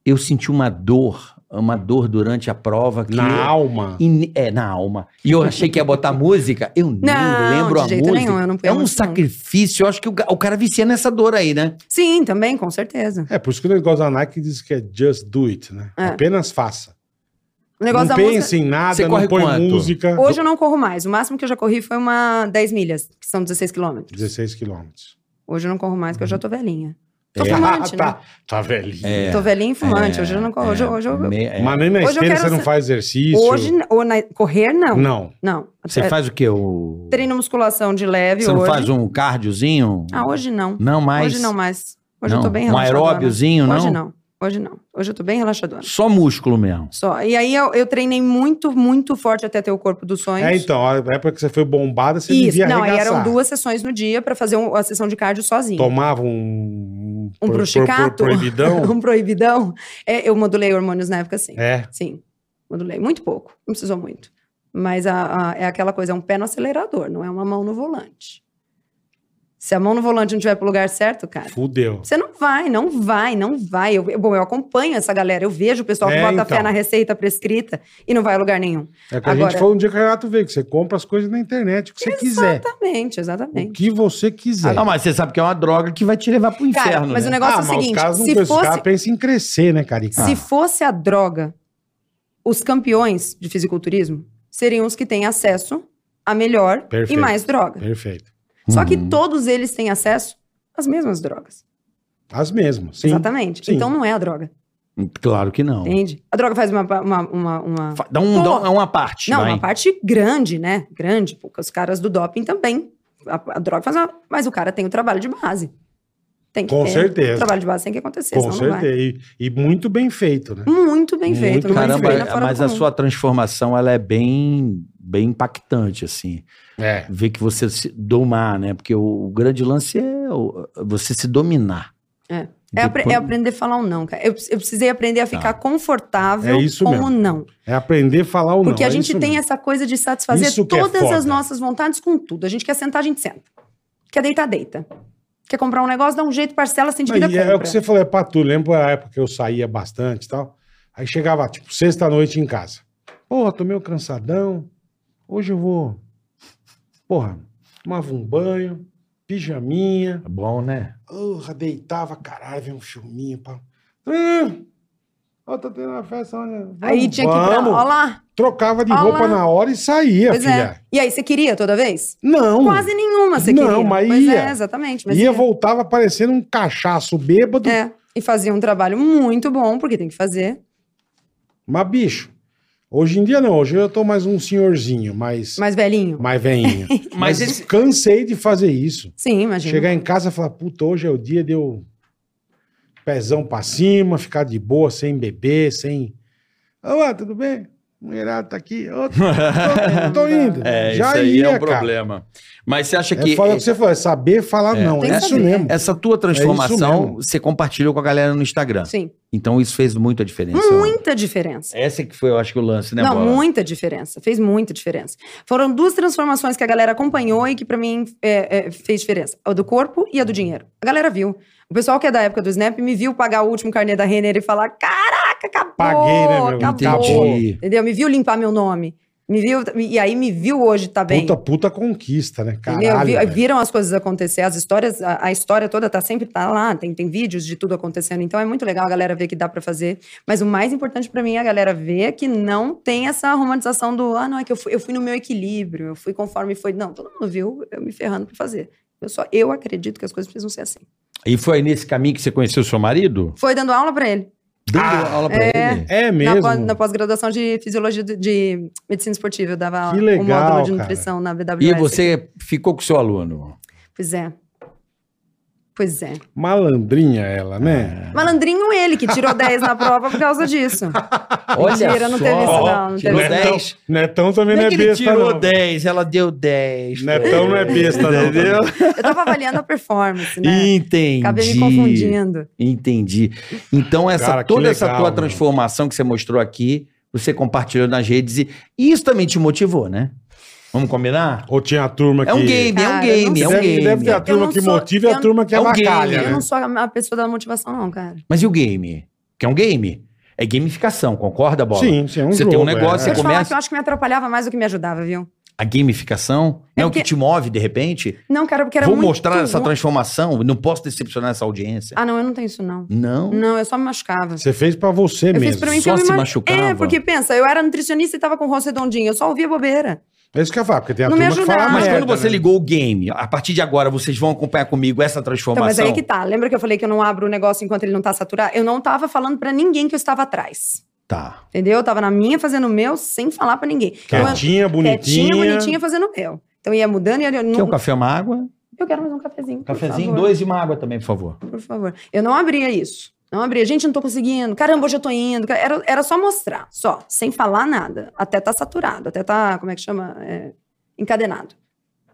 Eu senti uma dor, uma dor durante a prova. Que
Na alma.
E- é, na alma. E eu achei que ia botar música, eu nem
Não,
lembro
de
a
jeito
música.
nenhum, eu não ponho
é um
música, não.
sacrifício, eu acho que o, ga- o cara vicia nessa dor aí, né?
Sim, também, com certeza.
É, por isso que o negócio da Nike diz que é just do it, né?
É.
Apenas faça.
O negócio
não
da
pense
música.
em nada,
Você
não
corre
põe
quanto?
música.
Hoje eu não corro mais. O máximo que eu já corri foi uma 10 milhas, que são 16 quilômetros.
16 quilômetros.
Hoje eu não corro mais, porque eu já tô velhinha. Tô
É.
fumante,
Ah,
né?
tá, tá velhinho.
Tô velhinha e fumante. hoje eu não corro. hoje, eu- hoje eu-
Me- é.
Mas nem na
Hoje eu
esteira
quero
você não
ser-
faz exercício.
hoje ou na- correr, não. Não.
Não.
Você
É,
faz o quê? O...
Treino musculação de leve
Você não
hoje.
faz um cardiozinho?
Ah, hoje não.
Não mais?
Hoje não mais. Hoje eu
Não,
tô bem
Um
relaxadona.
aeróbiozinho, não?
Hoje não. Hoje não. Hoje eu tô bem relaxadona.
Só músculo mesmo.
Só. E aí eu, eu treinei muito, muito forte até ter o corpo dos sonhos.
É, então, a época que você foi bombada, você
Isso.
devia
Não, aí um
arregaçar.
eram duas sessões no dia pra fazer um- a sessão de cardio sozinha.
Tomava um...
Um bruxicato.
proibidão.
um proibidão. É, eu modulei hormônios na época, sim.
é.
Sim, modulei. Muito pouco, não precisou muito. Mas a- a- é aquela coisa, é um pé no acelerador, não é uma mão no volante. Se a mão no volante não tiver pro lugar certo, cara,
Fudeu.
você não vai, não vai, não vai. Eu, bom, eu acompanho essa galera, eu vejo o pessoal que
É,
bota
então.
fé na receita prescrita e não vai a lugar nenhum.
É que a
Agora-
gente falou um dia que o Renato veio, que você compra as coisas na internet, o que você quiser. O
Exatamente, exatamente.
que você quiser.
Não, mas você sabe que é uma droga que vai te levar pro
um
inferno.
Cara, mas
né?
o negócio é o
Ah, mas
seguinte,
os caras não
se
pensam, os
fosse-
caras pensam em crescer, né, Carica?
Se fosse a droga, os campeões de fisiculturismo seriam os que têm acesso a melhor
Perfeito.
e mais droga.
Ah, Perfeito.
Só que
Uhum.
todos eles têm acesso às mesmas drogas.
As mesmas, sim.
Exatamente.
Sim.
Então não é a droga,
Hum, Claro que não.
entende? A droga faz uma. uma, uma, uma-
Fa- Dá um,
Pô.
dá um- é uma parte.
Não,
vai.
uma parte grande, né? Grande, porque os caras do doping também. A, a droga faz uma. Mas o cara tem o trabalho de base. Tem que
Com
ter. O
certeza.
trabalho de base tem que acontecer,
Com
senão
certeza. E, e muito bem feito, né?
não vai. Muito bem
Muito
feito.
bem
uma
Caramba, é,
disciplina fora do
mas a
comum.
sua transformação ela é bem, bem impactante, assim.
É.
Ver que você se domar, né? Porque o, o grande lance é o- você se dominar.
É. É, apre- é aprender a falar um não, cara. Eu, eu precisei aprender a ficar confortável
Tá. É isso
com
mesmo.
o não.
É aprender a falar ou não.
Porque a
é
gente
isso
tem
mesmo.
essa coisa de satisfazer
Isso que é
todas
foda.
as nossas vontades com tudo. A gente quer sentar, a gente senta. Quer deitar, deita. Quer comprar um negócio, dá um jeito, parcela, sem dívida,
Não, e é,
compra.
o que você falou, é pra tu. Lembra a época que eu saía bastante e tal? Aí chegava, tipo, sexta-noite em casa. Porra, tô meio cansadão. Hoje eu vou. Porra, tomava um banho, pijaminha,
É bom, né?
porra, deitava, caralho, via um filminho. Pá. Ah, ó, tá tendo uma festa, olha. Vamos,
Aí tinha que ir pra.
vamos.
Ó lá.
Trocava de
Olha
roupa
lá.
na hora e saía,
Pois
filha.
é. E aí, você queria toda vez?
Não.
Quase nenhuma você
Não,
queria.
mas
pois
ia.
é, exatamente. Mas
Ia,
ia.
voltava parecendo um cachaço bêbado.
É, e fazia um trabalho muito bom, porque tem que fazer.
Mas, bicho, hoje em dia não. Hoje eu tô mais um senhorzinho, mais,
Mais velhinho.
mais venho.
Mas
Mas,
esse-
cansei de fazer isso.
Sim, imagina.
Chegar em casa e falar, puta, hoje é o dia de eu pezão pra cima, ficar de boa, sem beber, sem... Ô, tudo bem? Mulherada tá aqui. Ô, tô, tô- tô indo.
É,
Já
isso aí
ia,
é um
cara.
problema. Mas você acha
É
que
falar o que
esse-
você falou, é saber falar
É.
não.
Tem
É
que
isso
saber.
mesmo.
essa tua
isso
transformação
mesmo.
você compartilhou com a galera no Instagram.
Sim.
Então isso fez muita diferença.
é
Muita diferença.
Essa que foi, eu acho que o lance, né,
Não,
Bola?
muita diferença. Fez muita diferença. Foram duas transformações que a galera acompanhou e que pra mim é, é, fez diferença. A do corpo e a do dinheiro. A galera viu. O pessoal que é da época do Snap me viu pagar o último carnê da Renner e falar: caraca, acabou!
Paguei, né, meu?
Acabou.
Entendi.
Entendeu? Me viu limpar meu nome. Me viu, e aí me viu hoje, tá bem?
Puta, puta conquista, né?
Entendeu?
Caralho,
Vi-
velho.
viram as coisas acontecer, as histórias, a, a história toda tá sempre tá lá, tem, tem vídeos de tudo acontecendo, então é muito legal a galera ver que dá pra fazer. Mas o mais importante pra mim é a galera ver que não tem essa romantização do ah, não, é que eu fui, eu fui no meu equilíbrio, eu fui conforme foi. Não, todo mundo viu eu me ferrando pra fazer. Eu só eu acredito que as coisas precisam ser assim.
E foi nesse caminho que você conheceu seu marido?
Foi dando aula pra ele,
Dando
Ah,
aula pra ele?
É
Ah! na
mesmo.
pós- na pós-graduação de fisiologia de, de medicina esportiva, eu dava
Que
o
legal,
módulo de
cara.
nutrição na BWS.
E você ficou com seu aluno?
Pois é. Pois é.
Malandrinha ela,
Ah.
né?
Malandrinho ele, que tirou 10 na prova por causa disso.
Olha
Ah, Mentira, não
só.
teve isso não. não
Tirou
teve isso, não.
10.
Netão também é não é,
Não é que ele
besta,
tirou
não.
10, ela deu 10.
Netão não é besta, não.
Entendeu?
Eu tava avaliando a performance, né?
Entendi.
Acabei me confundindo.
Entendi. Então, essa,
Cara, que
toda essa
legal,
tua
meu.
transformação que você mostrou aqui, você compartilhou nas redes e, e isso também te motivou, né? Vamos combinar?
Ou tinha a turma que...
É um game, é um
Cara,
game, é um
não sei.
Deve,
game.
deve ter a turma
não
que
sou-
motiva e a
eu-
turma que
é um
avacalha,
game,
Eu
né?
não sou a a pessoa da motivação, não, cara.
Mas e o game? Que é um game? É gamificação, concorda, Bola?
Sim, sim, é um
Você
jogo.
tem um negócio,
Deixa
é.
eu te
começa-
falar que eu acho que me atrapalhava mais do que me ajudava, viu?
A gamificação
É
é, o
porque-
que te move, de repente?
Não, cara, porque era
Vou
muito...
mostrar essa
ruim.
transformação, não posso decepcionar essa audiência.
Ah, não, eu não tenho isso, não.
Não.
Não, eu só me machucava.
Você fez pra você
eu
mesmo.
fiz pra mim
Só
porque eu me
se
ma-
machucava.
É, porque pensa, eu era nutricionista e tava com o rosto redondinho, eu só ouvia bobeira.
É isso que eu ia falar, porque tem a
Não me
turma que fala
ajudava.
Mas
merda,
quando você
né?
ligou o game, a partir de agora vocês vão acompanhar comigo essa
Então,
transformação.
mas aí que tá. Lembra que eu falei que eu não abro o negócio enquanto ele não tá saturado? Eu não tava falando pra ninguém que eu estava atrás.
Tá.
Entendeu? Eu tava na minha fazendo o meu sem falar pra ninguém.
Quietinha,
eu,
bonitinha.
quietinha, bonitinha fazendo o meu. Então ia mudando e eu não.
Quer um café, uma água?
Eu quero mais um cafezinho. por
Cafezinho,
favor,
dois e uma água também, por favor.
Por favor. Eu não abria isso. Não abria. Gente, não tô conseguindo. Caramba, hoje eu tô indo. Era, era só mostrar, só. Sem falar nada. Até tá saturado, até tá, como é que chama? É, encadenado.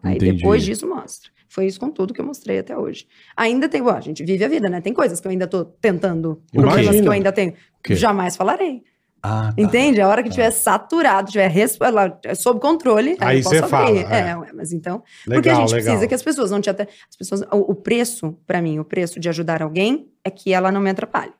Aí
Entendi.
depois disso mostra. Foi isso com tudo que eu mostrei até hoje. Ainda tem, ó, a gente vive a vida, né? Tem coisas que eu ainda tô tentando. Problemas que
Imagino.
eu ainda tenho.
quê?
Jamais falarei.
Ah, tá.
Entende? A hora que tiver saturado, tiver res- lá, sob controle,
Aí
eu
você
posso
fala,
abrir.
é.
É, ué, mas então.
Legal,
porque a gente
legal.
precisa que as pessoas não te até. As pessoas, o, o preço, pra mim, o preço de ajudar alguém é que ela não me atrapalhe.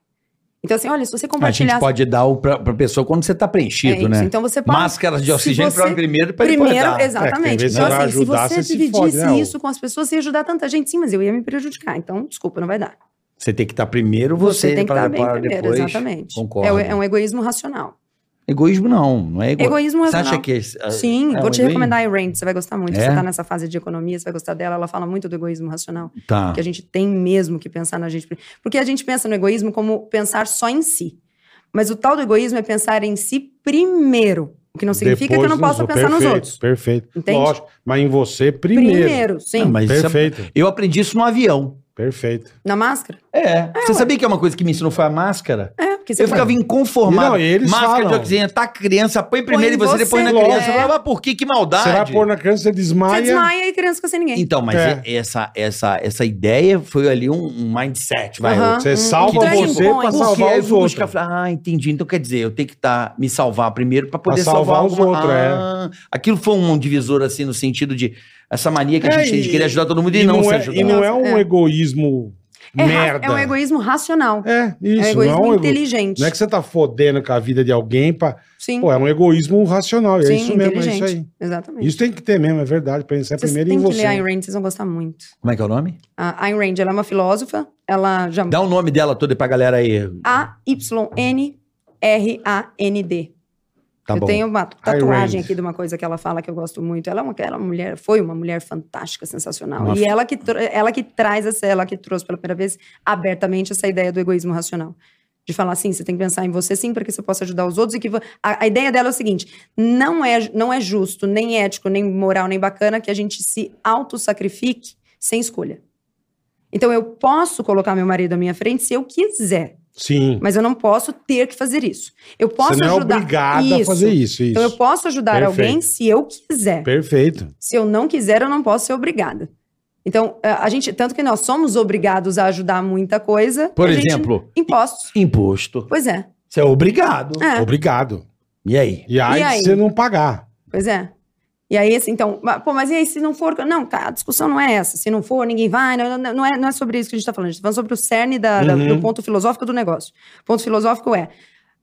Então, assim, olha, se
A
você
gente
compartilhar.
pode dar o pra, pra pessoa quando você tá
é
preenchido,
isso.
né?
Então você pode.
Máscaras de
se
oxigênio
você-
para primeiro para ele poder
Primeiro,
dar.
É, que
exatamente.
tem vezes
então,
que vai
assim,
ajudar,
se
você
você
se
dividisse
fode, né,
isso com as pessoas, você ia ajudar tanta gente, sim, mas eu ia me prejudicar. Então, desculpa, não vai dar.
Você tem que estar primeiro você,
Você, tem que
pra-
estar bem
pra
primeiro,
depois.
exatamente.
Concordo.
É, o- é um egoísmo racional.
Egoísmo não, não é egoísmo.
Egoísmo
Você
racional.
acha que... é-
Ah,
é um
Sim, vou te
egoísmo?
recomendar a Ayn Rand, você vai gostar muito.
É?
Você tá nessa fase de economia, você vai gostar dela. Ela fala muito do egoísmo racional,
Ah.
Tá.
que a gente tem mesmo que pensar na gente. Porque a gente pensa no egoísmo como pensar só em si. Mas o tal do egoísmo é pensar em si primeiro. O que não significa que eu não
Depois
possa
nos
pensar nos
perfeito,
outros.
Perfeito.
Entende?
Lógico, mas em você primeiro. Ah,
Primeiro, sim.
Não, mas isso é-
Perfeito,
Eu aprendi isso no avião.
perfeito.
Na máscara?
É. Você sabia que é uma coisa que me ensinou foi a máscara?
É, porque você
Eu ficava inconformado.
Não, e eles
Máscara
falam.
de oxigênio, tá a criança, põe primeiro
Põe
e você,
em
depois na
você,
criança.
é.
Eu falava, ah, por que? Que maldade.
Você vai pôr na criança, você desmaia.
Você desmaia e criança fica sem ninguém.
Então, mas
É.
e- essa, essa, essa ideia foi ali um, um mindset, vai.
Aham.
Você
Hum,
salva
que
você
transpõe.
pra
Porque
salvar
aí eu
os
fui
outros.
buscar, falei, ah, entendi. Então quer dizer, eu tenho que tá, me salvar primeiro pra poder
Pra salvar
salvar,
os outros, é.
ah, Aquilo foi um divisor, assim, no sentido de essa mania que a
É,
gente tem de
e-
querer ajudar todo mundo e,
E
não,
não,
se
é,
ajudar.
e não é um
É.
egoísmo
É, ra-
merda.
é um egoísmo racional.
É,
É,
isso.
um egoísmo
não, é um ego...
inteligente.
não é que você tá fodendo com a vida de alguém pra.
Sim,
Pô, é um egoísmo racional. e
sim,
é isso mesmo, é
inteligente.
isso aí.
Exatamente.
Isso tem que ter mesmo, é verdade. Pensar
Vocês
primeiro
têm
em
que ler
você.
Ayn Rand, vocês vão gostar muito.
Como é que é o nome?
A Ayn Rand, ela é uma filósofa, ela já...
Dá o nome dela todo pra galera aí.
A-Y-N-R-A-N-D.
Tá
eu
bom.
tenho uma
Ayn
tatuagem
Rand.
aqui de uma coisa que ela fala que eu gosto muito. Ela é uma, ela é uma mulher, foi uma mulher fantástica, sensacional.
Uma
E ela que, tro- ela que traz essa, ela que trouxe pela primeira vez abertamente essa ideia do egoísmo racional. De falar assim, você tem que pensar em você sim, para que você possa ajudar os outros e que vo- a, a ideia dela é o seguinte: não é, não é justo, nem ético, nem moral, nem bacana que a gente se autossacrifique sem escolha. Então eu posso colocar meu marido à minha frente se eu quiser.
Sim.
Mas eu não posso ter que fazer isso. Eu posso
você não é
ajudar.
obrigado a fazer isso. isso.
Então eu posso ajudar
Perfeito.
alguém se eu quiser.
Perfeito.
Se eu não quiser, eu não posso ser obrigada. Então, a a gente, tanto que nós somos obrigados a ajudar muita coisa.
Por
a gente-
exemplo,
impostos.
imposto.
Pois é.
Você é obrigado.
É,
Obrigado.
E aí?
E aí,
E aí?
você não pagar.
pois é. E aí, assim, então, ma- pô, mas e aí se não for. Não, cara, a discussão não é essa. Se não for, ninguém vai. Não, não- não é, não é sobre isso que a gente está falando. A gente está falando sobre o cerne da- da-
Uhum.
do ponto filosófico do negócio. O ponto filosófico é: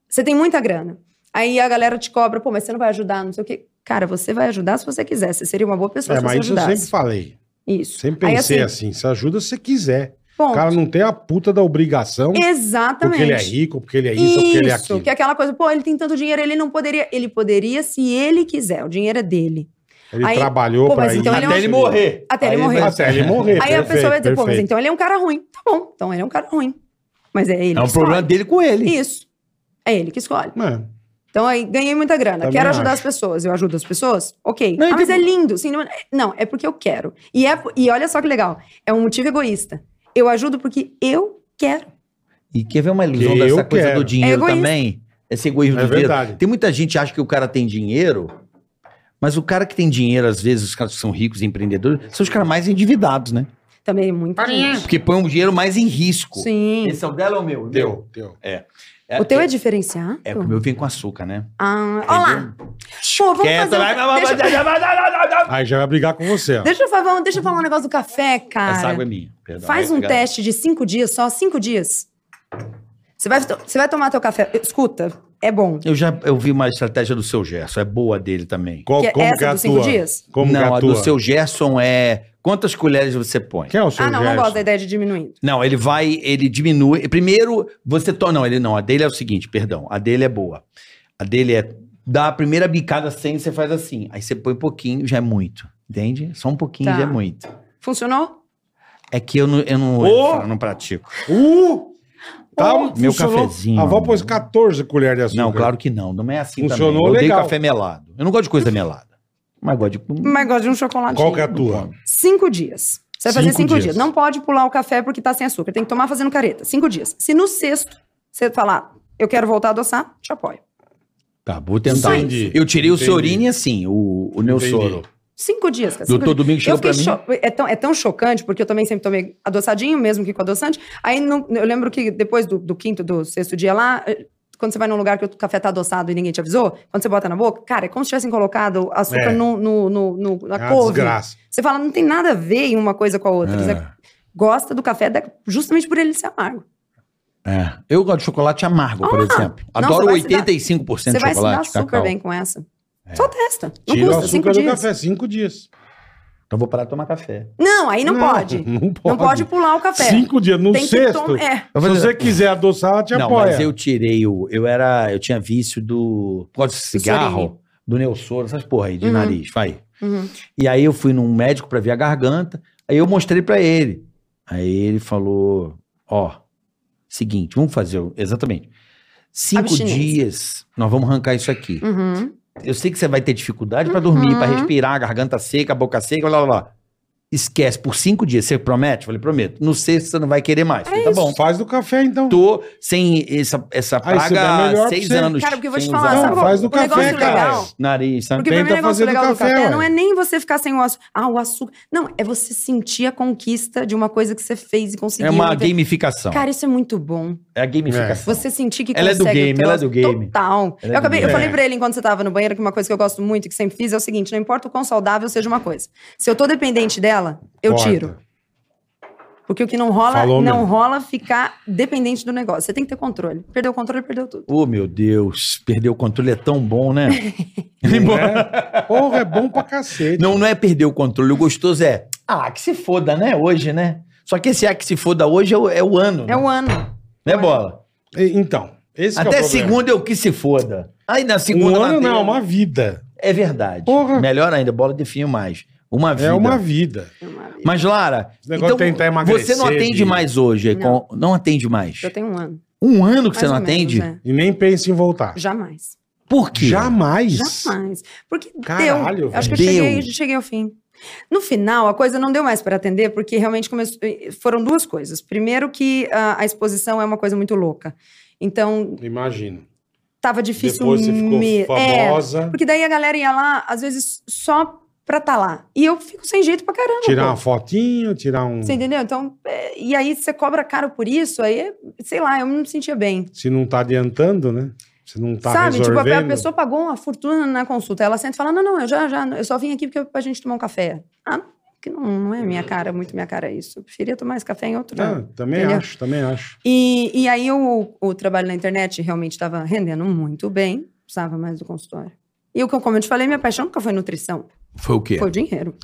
você tem muita grana. Aí a galera te cobra, pô, mas você não vai ajudar, não sei o quê. Cara, você vai ajudar se você quiser. Você seria uma boa pessoa
É,
se você
mas isso eu
ajudasse.
sempre falei.
Isso.
Sempre
Aí,
pensei
assim,
assim, você ajuda se você quiser. O
ponto.
cara não tem a puta da obrigação
Exatamente.
porque ele é rico, porque ele é isso, porque ele é aquilo.
que é aquela coisa, pô, ele tem tanto dinheiro, ele não poderia. Ele poderia se ele quiser, o dinheiro é dele.
Ele
Aí-
trabalhou
Pô,
pra
mas
isso.
então ele é um- Até ele
morrer.
Até ele
Aí
morrer.
Até ele morrer,
Aí a
perfeito,
pessoa vai dizer, pô, mas
perfeito.
então ele é um cara ruim. Tá bom, então ele é um cara ruim. Mas é ele
É
que
um
escolhe.
problema dele com ele.
Isso. É ele que escolhe.
É.
Então aí ganhei muita grana.
Também
quero ajudar
acho.
as pessoas. Eu ajudo as pessoas? Ok.
Não,
ah,
e
mas
tem-
é lindo. Sim, não, não, é porque eu quero. E, é, e olha só que legal. É um motivo egoísta. Eu ajudo porque eu quero.
E quer ver uma ilusão
Que
dessa
eu
coisa
quero.
do
É
dinheiro
egoísta.
também? Esse egoísmo
É
do dinheiro.
verdade.
Tem muita gente que acha que o cara tem dinheiro, mas o cara que tem dinheiro, às vezes, os caras que são ricos, empreendedores, são os caras mais endividados, né?
Também é muito gente.
Porque põe um dinheiro mais em risco.
Sim.
Esse é o dela ou o meu?
Deu, deu.
O teu é
é,
diferenciado?
é, o meu vem com açúcar, né?
Ah, olha lá. Pô, vamos fazer.
Quieta,
um-
vai, vai, vai,
deixa,
vai, vai, vai, vai, vai, vai.
Aí já vai brigar com você, ó.
deixa eu falar, deixa eu falar um negócio do café, cara.
Essa água é minha. Perdão.
Faz
Aí,
um
cara.
teste de cinco dias só, cinco dias. Você vai, to- você vai tomar teu café. Escuta, é bom.
Eu já eu vi uma estratégia do seu Gerson, é boa dele também.
Qual,
Que é
como
essa
que é a
dos cinco
tua?
dias?
Como que é
não,
a
a
tua?
do seu Gerson é quantas colheres você põe?
Quem é o seu
ah, não, não
Gerson?
gosto da ideia de diminuindo.
Não, ele vai, ele diminui. Primeiro, você toma. Não, ele não. A dele é o seguinte, perdão. A dele é boa. A dele é. Dá a primeira bicada sem, você faz assim. Aí você põe um pouquinho, já é muito. Entende? Só um pouquinho
Tá.
já é muito.
Funcionou?
É que eu não, eu não,
Ô!
eu não pratico.
Uh! Tá,
Ô, meu
funcionou.
cafezinho,
A avó
amor.
pôs 14 colheres de açúcar.
Não, claro que não. Não é assim
Funcionou
também. Eu odeio
legal.
café melado. Eu não gosto de coisa melada. Mas gosto de...
Mas gosto de um chocolate.
Qual que é a tua?
Cinco dias. Você vai fazer
Cinco
cinco,
dias.
dias. Não pode pular o café porque tá sem açúcar. Tem que tomar fazendo careta. Cinco dias. Se no sexto você falar, eu quero voltar a adoçar, te apoio.
Tá, vou tentar.
Entendi.
Eu tirei o
Entendi.
Sorini assim, o, o
Entendi.
Neusoro.
Cinco dias, cara. Cinco
Doutor Domingo
Eu
chegou pra
fiquei
mim.
cho- é, tão, é tão chocante, porque eu também sempre tomei adoçadinho, mesmo que com adoçante. Aí não- eu lembro que depois do, do quinto, do sexto dia lá, eh, quando você vai num lugar que o café tá adoçado e ninguém te avisou, quando você bota na boca, cara, é como se tivessem colocado
É.
açúcar no, no, no- no-
É
na
uma
couve.
desgraça. É.
Você fala, não tem nada a ver uma coisa com a outra. Você gosta do café da- justamente por ele ser amargo.
É. Eu gosto de chocolate amargo, por
Ah,
exemplo.
não,
Adoro
você vai se dar-
85% de
Você vai se dar
chocolate,
super
cacau.
bem com essa. Só testa. Não
É. Tira o
custa, cinco
açúcar do
dias.
café, cinco dias.
Então vou parar de tomar café.
Não, aí não, pode.
Não pode.
Não pode pular o café.
Cinco dias. No
Tem que
sexto,
tomar- é.
Eu
se
vou dizer-
você quiser adoçar, ela te
não,
apoia.
mas eu tirei o. Eu era. Eu tinha vício do. Por causa de cigarro,
Sorini.
do Neusoro, essas porra aí, de
Uhum.
nariz. Vai.
Uhum.
E aí eu fui num médico pra ver a garganta. Aí eu mostrei pra ele. Aí ele falou: Ó, seguinte, vamos fazer. o- Exatamente. Cinco
Abstinência.
dias, nós vamos arrancar isso aqui.
Uhum.
Eu sei que você vai ter dificuldade pra dormir,
Uhum.
pra respirar, garganta seca, boca seca, blá blá blá. Esquece por cinco dias. Você promete? Eu Falei, prometo. No sexto você não vai querer mais. Falei, tá bom.
Faz do café, então.
Tô sem essa, essa
Aí você dá
praga
melhor
há
pra
seis
você.
anos.
Cara, porque eu vou te
sem
falar,
usar
Não,
sabe qual-
faz do
tá o
café,
negócio
cara.
legal?
Nariz, sabe?
Porque pra mim
Tenta
o negócio
fazer do
legal do
café,
café,
ué.
não é nem você ficar sem o açúcar. Ah, o açúcar. Não, é você sentir a conquista de uma coisa que você fez e conseguiu.
É uma
entendeu?
gamificação.
Cara, isso é muito bom.
é a gamificação.
Você sentir que
Ela é do
consegue o
game,
troço.
ela é do game.
Total.
Ela é
eu,
do
acabei, eu
game.
falei pra ele enquanto você tava no banheiro que uma coisa que eu gosto muito e que sempre fiz é o seguinte: não importa o quão saudável seja uma coisa. Se eu tô dependente dela, eu
Corta.
tiro. Porque o que não rola,
Falou
não
mesmo.
rola ficar dependente do negócio. Você tem que ter controle. Perdeu o controle, perdeu tudo.
Ô, meu Deus, perder o controle é tão bom, né?
Não é? Porra, é bom pra cacete.
Não, não é perder o controle. O gostoso é. Ah, que se foda, né? Hoje, né? Só que esse ah, que se foda hoje é o, é o ano.
É o ano.
Né, bola?
E- Então, esse que
Até
é o problema.
segunda é o que se foda. Aí na segunda.
Um ano
matéria-
não, é uma vida.
É verdade.
Porra.
Melhor ainda, bola define mais. Uma vida.
É uma vida.
É uma vida.
Mas, Lara, então,
Esse negócio de tentar emagrecer,
você não atende
de-
mais hoje. Não, não atende mais.
Eu tenho um ano.
Um ano que você
Mais
não
ou menos,
atende?
é.
E nem pensa em voltar.
Jamais.
Por quê?
Jamais.
Jamais. Porque
Caralho,
deu.
velho.
Acho que eu
Deu.
cheguei, cheguei ao fim. No final, a coisa não deu mais para atender, porque realmente começou. eh, Foram duas coisas. Primeiro, que ah, a exposição é uma coisa muito louca. Então,
Imagino.
tava difícil
Depois você ficou
me- É,
famosa.
porque daí a galera ia lá, às vezes, só pra tá lá. E eu fico sem jeito pra caramba.
Tirar
pô.
uma fotinho, tirar um.
Você entendeu? Então, é, e aí você cobra caro por isso, aí, é- sei lá, eu não me sentia bem.
Se não tá adiantando, né? Se não tá
Sabe? Tipo,
resolvendo.
a- a pessoa pagou uma fortuna na consulta. Ela senta e fala: Não, não, eu já, já, eu só vim aqui porque eu- pra gente tomar um café. Ah, não, que não, não é minha cara, muito minha cara isso. Eu preferia tomar esse café em outro
Ah,
lugar.
também
Entendeu?
acho, também acho.
E, e aí o, o trabalho na internet realmente estava rendendo muito bem, precisava mais do consultório. E o que eu, como eu te falei, minha paixão nunca foi nutrição,
Foi o quê?
foi o dinheiro.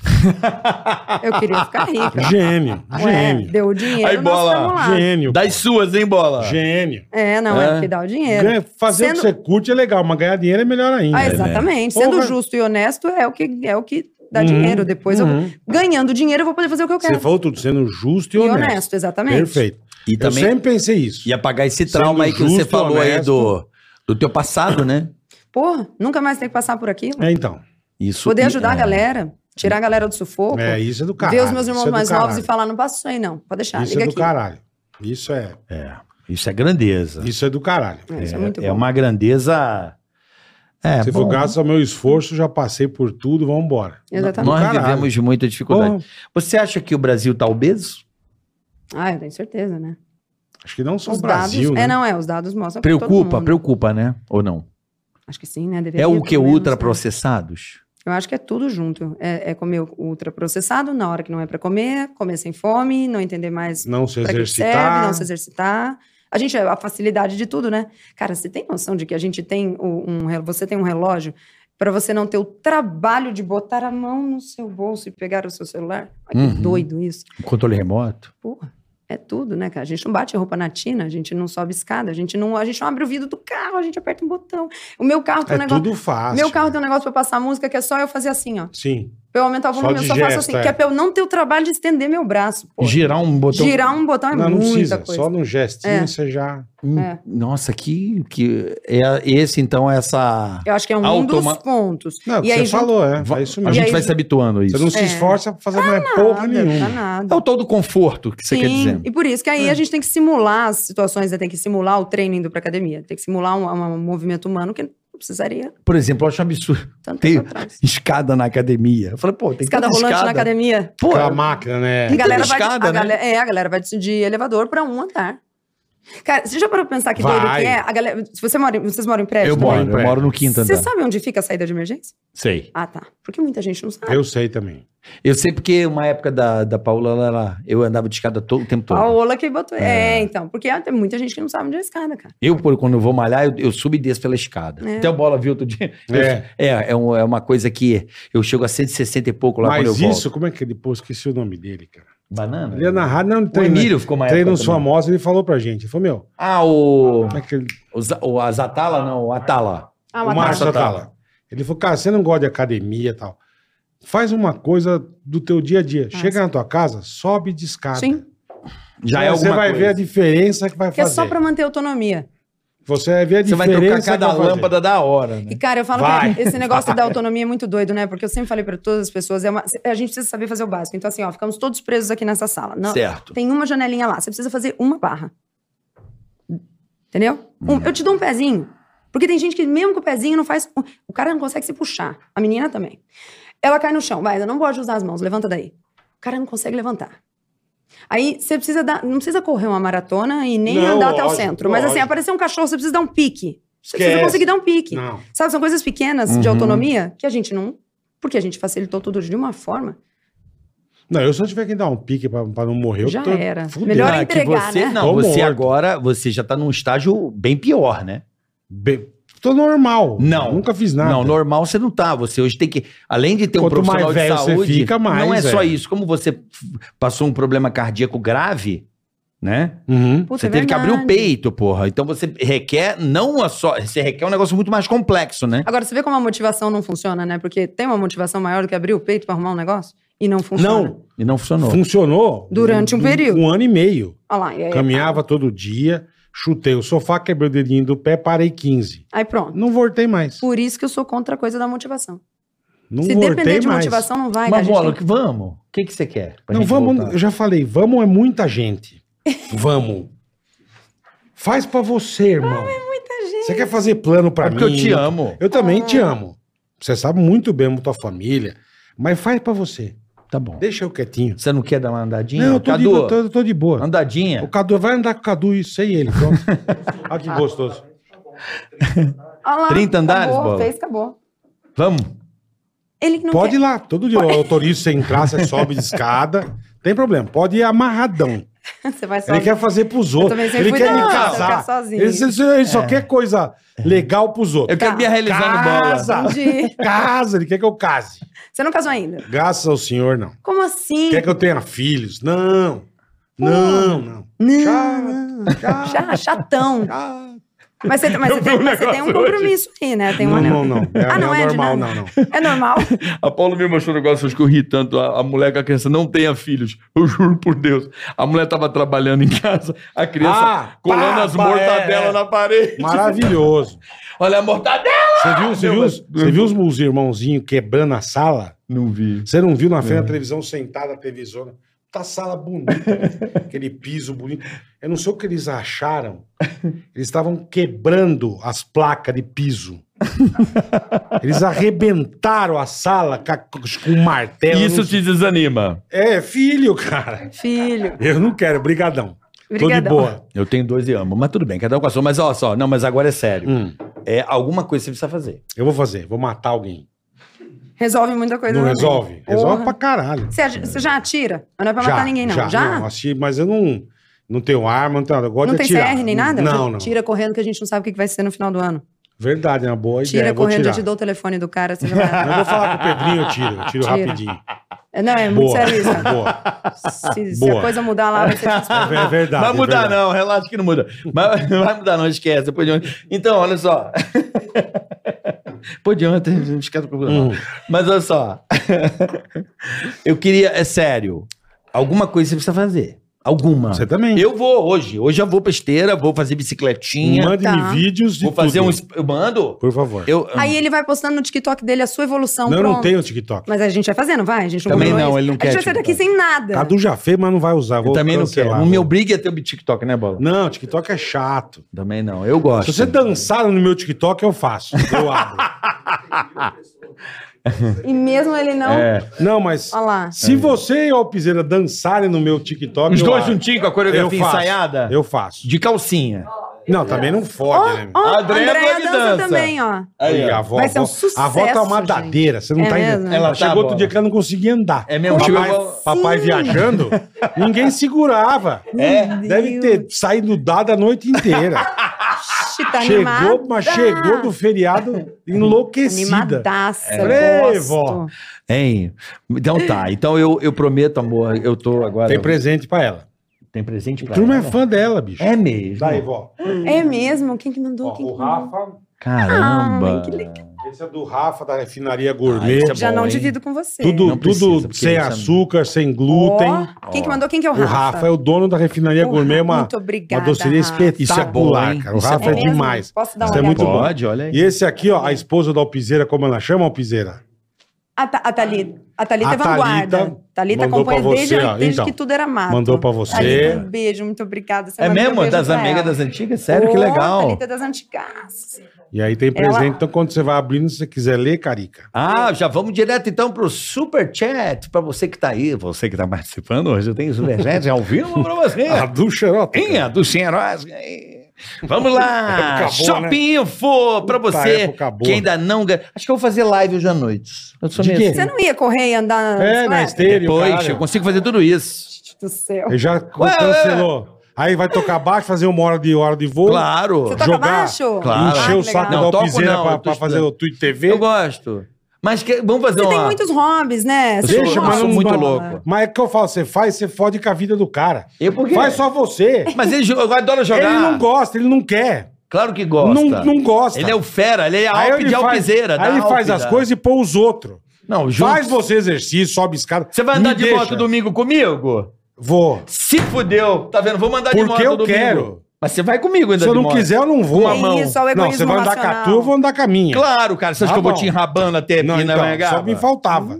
eu queria ficar rica.
Gênio,
Ué,
gênio.
deu o dinheiro,
Aí,
nós
bola.
tamo lá.
Gênio.
Das suas, hein, bola?
Gênio.
É, não, é,
É.
porque dá o dinheiro.
Ganha- fazer o que você
Sendo-
curte é legal, mas ganhar dinheiro é melhor ainda.
Ah, exatamente.
Porra.
Sendo justo e honesto é o que, é o que dá
Uhum,
dinheiro. Depois, eu,
uhum.
ganhando dinheiro, eu vou poder fazer o que eu
Você
quero.
falou tudo, sendo justo
E
e honesto.
honesto, exatamente.
Perfeito.
E
Eu
também
sempre pensei isso.
e apagar esse
Sendo
trauma aí que você
justo,
falou aí
honesto.
do, do teu passado, né?
Porra, nunca mais tem que passar por aquilo.
É, então.
Isso.
Poder
e-
ajudar a
é.
galera, tirar a galera do sufoco.
É, isso é do caralho.
ver os meus irmãos
isso é do
mais novos e
caralho.
falar, não passa isso aí não, pode deixar,
Isso
liga
é do
aqui.
caralho. Isso é,
É. Isso é grandeza.
isso é do caralho.
É, isso é muito bom.
uma grandeza. É,
Se
bom,
for graças ao meu esforço, já passei por tudo, vamos embora.
Exatamente.
nós
do caralho.
vivemos muita dificuldade. Você acha que o Brasil tá obeso?
Ah, eu tenho certeza, né?
acho que não só
Os
o Brasil,
dados...
né?
É, não, é, os dados mostram pra todo
Preocupa,
mundo.
preocupa, né? Ou não?
Acho que sim, né? Deveria,
É o
pelo
que?
menos,
Ultraprocessados?
Eu acho que é tudo junto. É, é comer o ultraprocessado na hora que não é pra comer, comer sem fome, não entender mais
Não se
pra que
exercitar.
serve, não se exercitar. A gente a facilidade de tudo, né? Cara, você tem noção de que a gente tem o- um, rel- você tem um relógio pra você não ter o trabalho de botar a mão no seu bolso e pegar o seu celular? Olha que
Uhum.
doido isso.
Controle remoto?
Porra, é tudo, né, cara? A gente não bate roupa na tina, a gente não sobe escada, a gente não, a gente não abre o vidro do carro, a gente aperta um botão. O meu carro tem
É
um negócio.
tudo fácil. né?
Meu carro tem um negócio pra eu passar música que é só eu fazer assim, ó.
Sim.
Pra eu aumentar o
Só
volume, eu
de
só faço
gesto,
assim.
é.
Que é pra eu não ter o trabalho de estender meu braço, pô.
Girar um botão.
Girar um botão é
não, não
muita
precisa.
coisa.
Só num gestinho
É.
você já.
Hum,
É.
Nossa, que, que. É esse, então, essa.
Eu acho que é um
Automa-
dos pontos.
Não, é o que
E aí,
você falou, é.
Va-
É isso
A
E
mesmo.
gente
aí-
vai se habituando a isso.
Você não se
É.
esforça pra fazer mais
Nada,
porra
Tá
nenhuma.
É
nada.
o todo conforto que você quer dizer. É.
E por isso que aí a gente tem que simular as situações, né? tem que simular o treino indo pra academia, tem que simular um, um movimento humano que não precisaria
Por exemplo, eu acho um absurdo.
tanto
Tem-
tempo atrás.
Escada na academia. Eu falei, pô, tem
Escada
tanta
rolante na academia.
Pô,
Aquela máquina, né?
a galera vai,
É. escada,
a
né?
galera, é, a galera vai de, de elevador pra um andar. Cara, você já parou pra pensar que doido
Vai.
que é? A galera, se você mora, em- vocês moram em prédio
eu
também?
moro, eu moro no quinto andar.
Você sabe onde fica a saída de emergência?
Sei.
Ah, tá. Porque muita gente não sabe.
Eu sei também.
Eu sei porque uma época da, da Paula, ela, ela- eu andava de escada todo o tempo todo.
Paola que botou. É. então. Porque ah, tem muita gente que não sabe onde é a escada, cara.
Eu, por- quando eu vou malhar, eu, eu subo e desço pela escada.
É.
Até a bola viu outro dia.
É.
É, é, um- é uma coisa que eu chego a 160 e pouco lá quando eu
Mas
volto.
isso, como é que ele. Pô, esqueci o nome dele, cara.
Banana?
Ele é na rádio, não
O
treino.
Emílio ficou mais.
Treino famosos, ele falou pra gente. Ele falou, meu,
Ah, o,
como é que ele.
o, Za- o Azatala, não, o Atala.
Ah,
o
uma
Márcio
Atala.
Atala. Ele falou, cara, você não gosta de academia e tal. Faz uma coisa do teu dia a dia. Chega na tua casa, sobe de escada.
Sim.
Já
Aí
é
você
alguma
vai
coisa.
ver a diferença que vai
Que é
fazer.
só pra manter a autonomia.
Você vai ver a
Você vai
diferença.
trocar
que
cada
vai fazer.
lâmpada da hora,
E,
né?
cara, eu falo
Vai.
que esse negócio da autonomia é muito doido, né? Porque eu sempre falei pra todas as pessoas, é uma- a gente precisa saber fazer o básico. Então, assim, ó, ficamos todos presos aqui nessa sala. Não,
Certo.
tem uma janelinha lá, você precisa fazer uma barra. Entendeu? Um- eu te dou um pezinho. Porque tem gente que, mesmo com o pezinho, não faz. um- O cara não consegue se puxar. A menina também. Ela cai no chão. Vai, eu não gosto de usar as mãos. Levanta daí. O cara não consegue levantar. Aí você precisa dar. Não precisa correr uma maratona e nem
Não,
andar até o
lógico,
centro. Mas assim,
lógico.
aparecer um cachorro, você precisa dar um pique. Você
Esquece.
precisa conseguir dar um pique.
Não.
Sabe, são coisas pequenas de
Uhum.
autonomia que a gente não. Porque a gente facilitou tudo de uma forma.
Não, eu só tiver que dar um pique pra, pra não morrer, eu
Já
tô
era.
fudido.
Melhor
Ah, que
entregar,
você,
né?
Não,
Tô
você
morto.
agora, você já tá num estágio bem pior, né?
Be- Tô normal.
Não.
Nunca fiz nada.
Não, normal você não tá. Você hoje tem que, além de ter um
Quanto
profissional
mais
de
velho você
saúde,
fica, mais,
não é só
velho.
isso. Como você f- passou um problema cardíaco grave, né?
Uhum.
Puta,
você
é
teve que abrir o
verdade.
peito, porra. Então você requer não a só, você requer um negócio muito mais complexo, né?
Agora, você vê como a motivação não funciona, né? Porque tem uma motivação maior do que abrir o peito pra arrumar um negócio e não funciona.
Não,
E não funcionou.
funcionou.
Durante um período. É.
Um ano e meio.
Olha lá, e aí,
Caminhava todo dia, chutei o sofá, quebrei o dedinho do pé, parei 15.
aí pronto.
Não voltei mais.
Por isso que eu sou contra a coisa da motivação.
Não
Se
voltei
depender de
mais.
motivação, não vai. cara. A
Mas
tá, gente
bola,
tem-
que vamos. O que que você quer? pra
Não,
gente
vamos,
voltar?
eu já falei, vamos é muita gente. Vamos. Faz pra você, irmão.
é
Você quer fazer plano pra
É
mim?
porque eu te amo.
Eu também
Ah.
te amo. Você sabe muito bem tua família, mas faz pra você.
Tá bom.
Deixa eu quietinho.
Você não quer dar uma andadinha?
Não, eu tô de,
Cadu,
eu tô- eu tô de boa.
andadinha.
O Cadu vai andar com o Cadu e sem ele, pronto. Olha que gostoso.
Olha lá,
30 andares,
acabou,
bola?
Fez, acabou.
Vamos.
Ele que não
Pode
quer.
ir lá, todo dia. Eu autorizo você entrar, você sobe de escada. Tem problema, pode ir amarradão.
Você vai só.
Ele quer fazer pros outros.
também sempre
Ele
fui
quer me
dessa,
casar. é
ficar sozinho.
Ele, ele- ele
É.
só quer coisa legal pros
Eu
outros.
quero me realizando bola.
Casa.
Entendi.
Casa, ele quer que eu case.
Você não casou ainda?
Graças ao senhor, não.
Como assim?
Quer que eu tenha filhos? Não. Não, não.
Não. Já, chatão. Mas você, mas você, tem, mas você tem um compromisso aí, né? Tem um
Não,
anel.
não, não. É,
Ah, não,
é
é
normal, não,
dinâmico.
não.
É normal.
A Paula me mostrou um negócio, acho que eu ri tanto. A, a mulher com a criança não tenha filhos. Eu juro por Deus. A mulher tava trabalhando em casa, a criança
Ah,
colando
pá,
as
pá,
mortadelas
é, é.
na parede.
Maravilhoso.
Olha a mortadela!
Você viu, você
Não,
viu,
mas-
os- você viu os, os irmãozinhos quebrando a sala?
Não vi.
Você não viu na frente da televisão sentada, a televisão? Tá sala bonita, né? aquele piso bonito. Eu não sei o que eles acharam. Eles estavam quebrando as placas de piso. Eles arrebentaram a sala ca- com um martelo.
Isso
não-
te desanima.
É, filho, cara.
Filho.
Eu não quero, brigadão. Tô de
Brigadão.
boa.
Eu tenho dois e amo, mas tudo bem, cada um com a sua. Mas olha só, não, mas agora é sério.
Hum,
É alguma coisa você precisa fazer.
eu vou fazer, vou matar alguém.
Resolve muita coisa.
não
também.
resolve?
Porra.
Resolve pra caralho.
Você, ag- você já atira? Mas Não é pra matar ninguém, não. Já?
Não, assim, mas eu não, não tenho arma, não tenho nada. Eu gosto
Não
de
tem
atirar.
CR nem nada?
Não, não.
Tira correndo que a gente não sabe o que que vai ser no final do ano.
Verdade, é uma boa
Tira
ideia. eu vou
correndo, eu
tirar.
te dou o telefone do cara. Você já vai...
Eu vou falar com o Pedrinho, eu tiro. Eu tiro
Tira.
rapidinho.
Não, é muito
boa.
sério isso. cara.
Boa.
Se, se
Boa.
a coisa mudar lá, vai ser
É, é verdade.
vai mudar,
é verdade.
não, relaxa que não muda. Mas, não vai mudar, não, esquece. Depois de ontem. Então, olha só. Depois de ontem, não esquece o problema.
Hum.
Mas olha só. Eu queria, é sério. Alguma coisa você precisa fazer. Alguma.
Você também.
Eu vou hoje. Hoje eu vou pra esteira, vou fazer bicicletinha.
Mande-me
Tá.
vídeos de
vou fazer
tudo.
um. es- Eu mando?
Por favor.
Eu,
Aí ele vai postando no TikTok dele a sua evolução.
não, eu
pronto.
não tenho TikTok.
Mas a gente vai fazer, não vai? A gente não
Também
combinou
não,
isso.
ele não
A
quer
gente vai sair daqui
TikTok.
sem nada.
Cadu já fez, mas não vai usar.
eu
Vou
também não quero.
cancelar,
O
vou.
meu briga é ter o TikTok, né, Bola?
Não, TikTok é chato.
Também não. Eu gosto.
Se você dançar no meu TikTok, eu faço. Eu abro.
E mesmo ele
um,
não.
É.
não, mas
Olha lá.
se você e o Alpizeira dançarem no meu TikTok.
Os
eu
dois
abro.
juntinhos com a
Eu
coreografia
faço.
ensaiada?
Eu faço.
De calcinha.
Não, também não fode, né?
Ó,
A Andrea
Andréia,
Blanc
dança,
dança.
também, ó.
Aí, a avó,
Vai ser um
a avó- A avó tá
sucesso,
uma madadeira, você não
É
tá
mesmo?
entendendo.
Ela
Ela
tá
chegou outro
boa.
dia que ela não conseguia andar.
É mesmo?
Papai,
Chegou igual-
papai
Sim.
viajando, ninguém segurava.
É?
Meu
Deve ter saído dada a noite inteira.
Ixi, tá animada.
chegou, mas chegou do feriado enlouquecida.
Animadaça,
É. Ei,
eu
vó.
gosto.
Hein? Então tá. Então eu, eu prometo, amor, eu tô agora.
Tem presente pra ela.
Tem presente pra
Turma é
ela?
fã dela, bicho.
É mesmo.
Daí, vó.
É mesmo? Quem que mandou?
Ó,
Quem
o
que mandou?
Rafa,
Caramba.
Ai, que legal.
esse é do Rafa, da refinaria gourmet.
Ah, isso é
Já
bom,
não
hein?
divido com você.
Tudo,
Não precisa,
tudo
porque
sem
isso é-
açúcar, sem glúten.
Ó, Quem que
Ó.
mandou? Quem que é o
O
Rafa?
Rafa é o dono da refinaria
Ô,
gourmet, é
Rafa,
uma,
muito obrigada,
uma doceria
Rafa.
Isso é bom,
espetacular,
hein?
cara. O
Isso é
Rafa é,
bom.
É mesmo?
demais.
Posso dar uma
Isso é
olhada?
muito bom.
Pode, olha aí.
E esse aqui, ó, a esposa da Alpizeira, como ela chama, Alpizeira?
A, Ta- a Thalita. A Thalita
A
é vanguarda.
Thalita
Thalita
mandou
acompanha
pra você,
desde,
ó.
desde
Então,
que tudo era mato.
mandou pra você.
Thalita, um beijo, muito obrigada. Você
É
mandou um
mesmo?
beijo
Das
pra
amigas
ela.
das antigas? Sério, que
Ô,
legal.
Thalita das antigas.
E aí tem
Ela-
presente, então quando você vai abrindo, se você quiser ler, Carica.
Ah, já vamos direto então pro Super Chat. Pra você que tá aí, você que tá
Ah,
participando hoje, eu tenho Super Chat ao vivo pra você.
A do Xerota.
Sim,
cara.
a do Sem Heróis. É. Vamos lá!
Época boa, né?
Shopping Info pra
Puta
você
época boa.
que ainda não ganha. Acho que eu vou fazer live hoje à noite. Eu sou
De
meio
quê?
assim.
Você não ia correr e andar na
É, na
bicicleta?
esteira, e o
Depois,
caralho.
eu consigo fazer tudo isso.
Gente do céu.
Ele já
Ué,
cancelou. Aí vai tocar baixo, fazer uma hora de hora de voo.
Claro.
Você toca
Jogar.
baixo?
Claro.
Ah,
Encher
que
o saco
Não,
da
toco
Alpizeira
não,
pra,
eu tô
pra fazer o
estudando.
Twitch TV.
Eu gosto. Mas que- vamos fazer
Você tem
uma-
muitos hobbies, né? Você
Deixa,
tem um
mas
sou
não-
hobby.
muito
mas-
louco.
Mas é que eu falo, você faz, você fode com a vida do cara.
Eu por quê?
Faz só você.
Mas ele, jo- eu adoro jogar.
Ele não gosta, ele não quer.
Claro que gosta.
Não, não gosta.
Ele é o fera, ele é a
Aí
Alpe
ele
de
faz-
Alpizeira. da
Aí ele
Alpe
faz as
da-
coisas e põe os outros.
Não, junto.
Faz você exercício, sobe escada.
Você vai andar
Me
de
deixa.
moto domingo comigo?
Vou.
Se fudeu. Tá vendo? Vou mandar de moto
Porque eu
domingo.
quero.
Mas você vai comigo ainda
Se eu
de
não
moto.
quiser, eu não vou.
É isso, é o
não, você
egoísmo
vai andar com a
racional.
tua, eu vou andar com a minha.
Claro, né, cara. Você
Tá
acha que eu vou
bom.
te enrabando até
Não,
aqui na
então,
minha
só me
gaba?
faltava.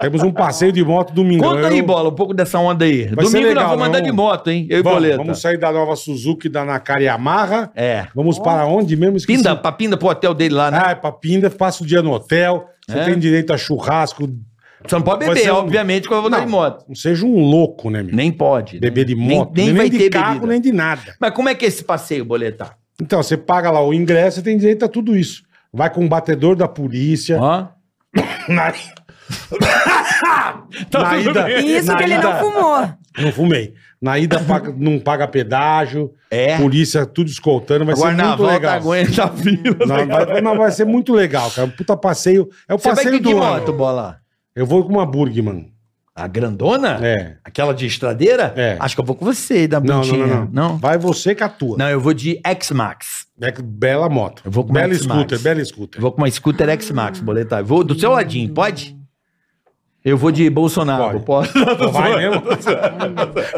Temos um passeio de moto domingo. é
Conta
Eu-
aí, bola, um pouco dessa onda aí.
Vai ser
domingo
legal,
nós vamos
né?
andar de
Vamos-
moto, hein? Eu e
Vamos,
Boleta.
vamos sair da nova Suzuki da Nakara Yamaha.
É.
Vamos para onde mesmo? Esqueci.
Pinda, pra pinda pro hotel dele lá, né?
Ah, é pra Pinda, passa o dia no hotel. Você
É.
tem direito a churrasco.
Você não pode
Vai
beber,
ser um-
obviamente, quando eu vou andar de moto.
Não seja um louco, né, meu?
Nem pode.
Beber de
Nem-
moto,
nem
nem,
vai
de
ter
carro,
bebida.
nem de nada.
Mas como é que é esse passeio, Boleta?
Então, você paga lá o ingresso, você tem direito a tudo isso. Vai com o batedor da polícia.
Hã?
Na, na
Tá tudo
ida,
bem.
Isso
na
que ele
ida-
não fumou.
Não fumei. Na ida paga- não paga pedágio,
É.
polícia tudo escoltando, vai
Agora
ser
na
muito
volta
legal.
aguenta a vila.
Não, vai, mas vai ser muito legal, cara. Um Puta passeio. É o
Você vai
passeio
que,
do
que
ano.
moto, Bola?
Eu vou com uma Burgman.
A grandona?
É.
Aquela de estradeira?
É.
Acho que eu vou com você da
Não, não,
pontinha.
não, não.
Não?
Vai você com a tua.
Não, eu vou de X-Max.
É que bela moto.
Eu vou com
bela
Max
scooter,
Max.
bela scooter.
Eu vou com uma scooter X-Max, boletar. Vou do seu ladinho, pode? Eu vou de Bolsonaro, pode?
Vai mesmo?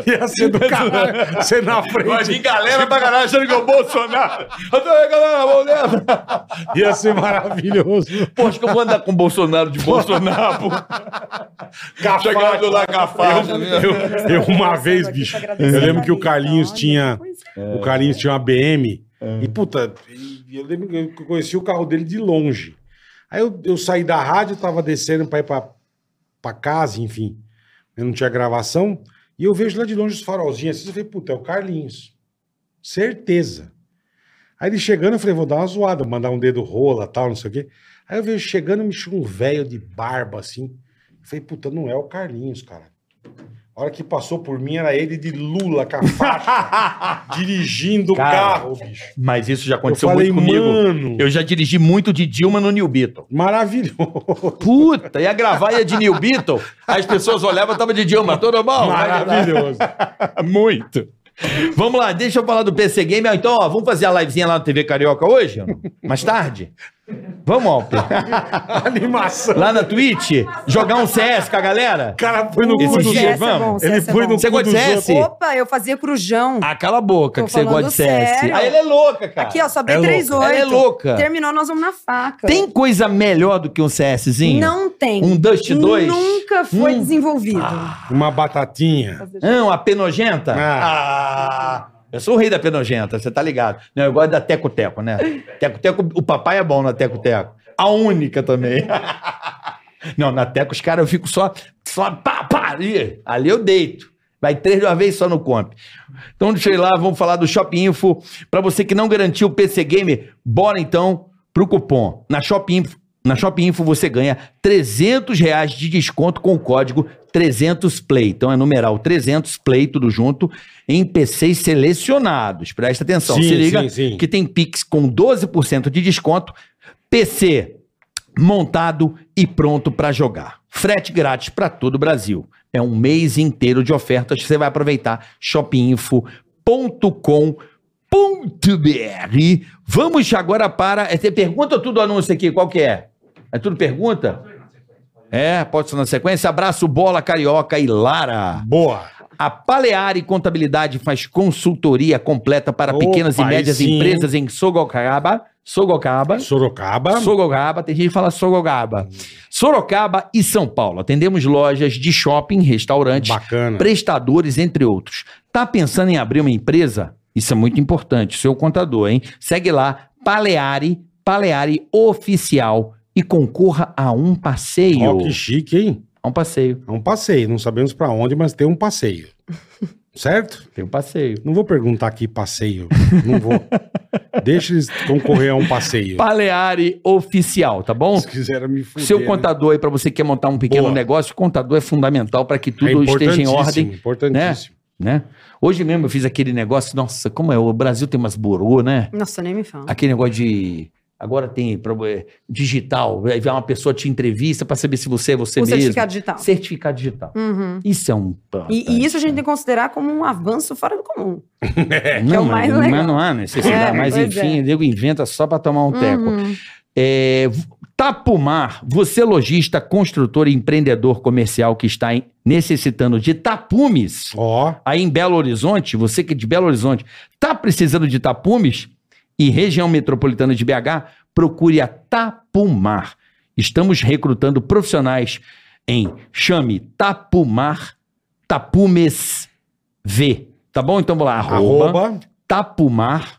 Ia ser do caralho. Você na frente.
galera pra caralho achando que é o Bolsonaro. Eu tô aí, galera, vamos nessa.
Ia ser maravilhoso.
Pô, acho que eu vou andar com o Bolsonaro de Bolsonaro. pô. Chegando lá com a faixa.
Eu, eu uma vez, bicho. Eu lembro que o Carlinhos tinha. O Carlinhos tinha uma BM. E, puta, e eu lembro que eu conheci o carro dele de longe. Aí eu, eu saí da rádio, tava descendo pra ir pra, pra casa, enfim. Eu não tinha gravação. E eu vejo lá de longe os farolzinhos assim. Eu falei, puta, é o Carlinhos. Certeza. Aí ele chegando, eu falei, vou dar uma zoada, mandar um dedo rola, tal, não sei o quê. Aí eu vejo chegando, me chama um velho de barba, assim. Eu falei, puta, não é o Carlinhos, cara. A hora que passou por mim era ele de Lula com a faixa, dirigindo o
Cara,
carro, bicho.
Mas isso já
Eu
aconteceu
falei,
muito um comigo.
mano,
Eu já dirigi muito de Dilma no New Beetle.
maravilhoso.
Puta, ia gravar, ia de New Beetle. As pessoas olhavam, tava de Dilma, todo bom?
Maravilhoso.
Muito. Vamos lá, deixa eu falar do PC Game. Ah, Então, ó, vamos fazer a livezinha lá na TV Carioca hoje? Mais tarde? Vamos, Alpe.
Animação.
Lá na Twitch, jogar um CS com a galera?
O cara foi no
Esse
cu do
CS é
Gê-
bom,
Ele
CS é
foi
bom.
no
Você
cu do
gosta de
Gê-
CS? Sim.
Opa, eu fazia crujão.
Ah, cala a boca
Tô
que você gosta de
falando
CS.
sério.
Aí ela é louca, cara.
Aqui, ó, só
É louca.
B38.
Ela é louca.
Terminou, nós vamos na faca.
Tem coisa melhor do que um CSzinho?
Não tem.
Um Dust 2?
Nunca foi
Hum.
desenvolvido.
Uma batatinha.
Não, a penogenta?
Ah.
Ah. Eu sou o rei da penogenta, você tá ligado. Não, eu gosto da teco-teco, né? Teco-teco, o papai é bom na teco-teco. A única também. Não, na teco os caras eu fico só, só pá, pá, ali. Ali eu deito. Vai três de uma vez só no comp. Então deixa eu ir lá, vamos falar do Shop Info. Pra você que não garantiu o PC Game, bora então pro cupom. Na Shop Info, na Shop Info você ganha 300 reais de desconto com o código 300play. Então é numeral 300play, tudo junto, em PCs selecionados. Presta atenção,
Sim,
se liga
sim, sim.
que tem Pix com 12% de desconto. PC montado e pronto para jogar. Frete grátis para todo o Brasil. É um mês inteiro de ofertas. Você vai aproveitar shopinfo.com.br. Vamos agora para. é, Você pergunta tudo o anúncio aqui, qual que é? É tudo pergunta? É, pode ser na sequência. Abraço, bola carioca e Lara.
Boa.
A Paleari Contabilidade faz consultoria completa para
Opa,
pequenas e
aí
médias
sim.
empresas em Sogocaba. Sogocaba.
Sorocaba.
Sorocaba, tem gente que fala Sorocaba. Sorocaba e São Paulo. Atendemos lojas de shopping, restaurantes,
Bacana.
prestadores, entre outros. Tá pensando em abrir uma empresa? Isso é muito importante, seu contador, hein? Segue lá, Paleari, Paleari Oficial e concorra a um passeio.
Ó, que chique, hein?
A um passeio.
É um passeio. Não sabemos pra onde, mas tem um passeio. Certo?
Tem um passeio.
Não vou perguntar aqui passeio. Não vou. Deixa eles concorrer a um passeio.
Baleari oficial, tá bom?
Se quiseram me fuder.
Seu
né?
contador aí, para você que quer montar um pequeno
Boa.
negócio, o contador é fundamental para que
É
tudo esteja em
importantíssimo,
ordem,
Importantíssimo.
né? Hoje mesmo eu fiz aquele negócio, nossa, como é, o Brasil tem umas burô, né?
Nossa, nem me fala.
aquele negócio de. Agora tem pro- é, digital, aí vai uma pessoa te entrevista para saber se você é você
o
mesmo.
certificado digital.
Certificado digital.
Uhum.
Isso é um.
E, e isso a gente tem que considerar como um avanço fora do comum.
não,
é o mais
mas,
legal.
não há necessidade,
É,
mas
pois
enfim,
é.
o nego inventa só para tomar um teco.
Uhum.
É, v- Tapumar, você é lojista, construtor e empreendedor comercial que está em- necessitando de tapumes
Ó,
aí em Belo Horizonte, você que é de Belo Horizonte, tá precisando de tapumes? E região metropolitana de BH, procure a Tapumar. Estamos recrutando profissionais em chame Tapumar Tapumes V. Tá bom? Então vamos lá. Arroba,
arroba,
Tapumar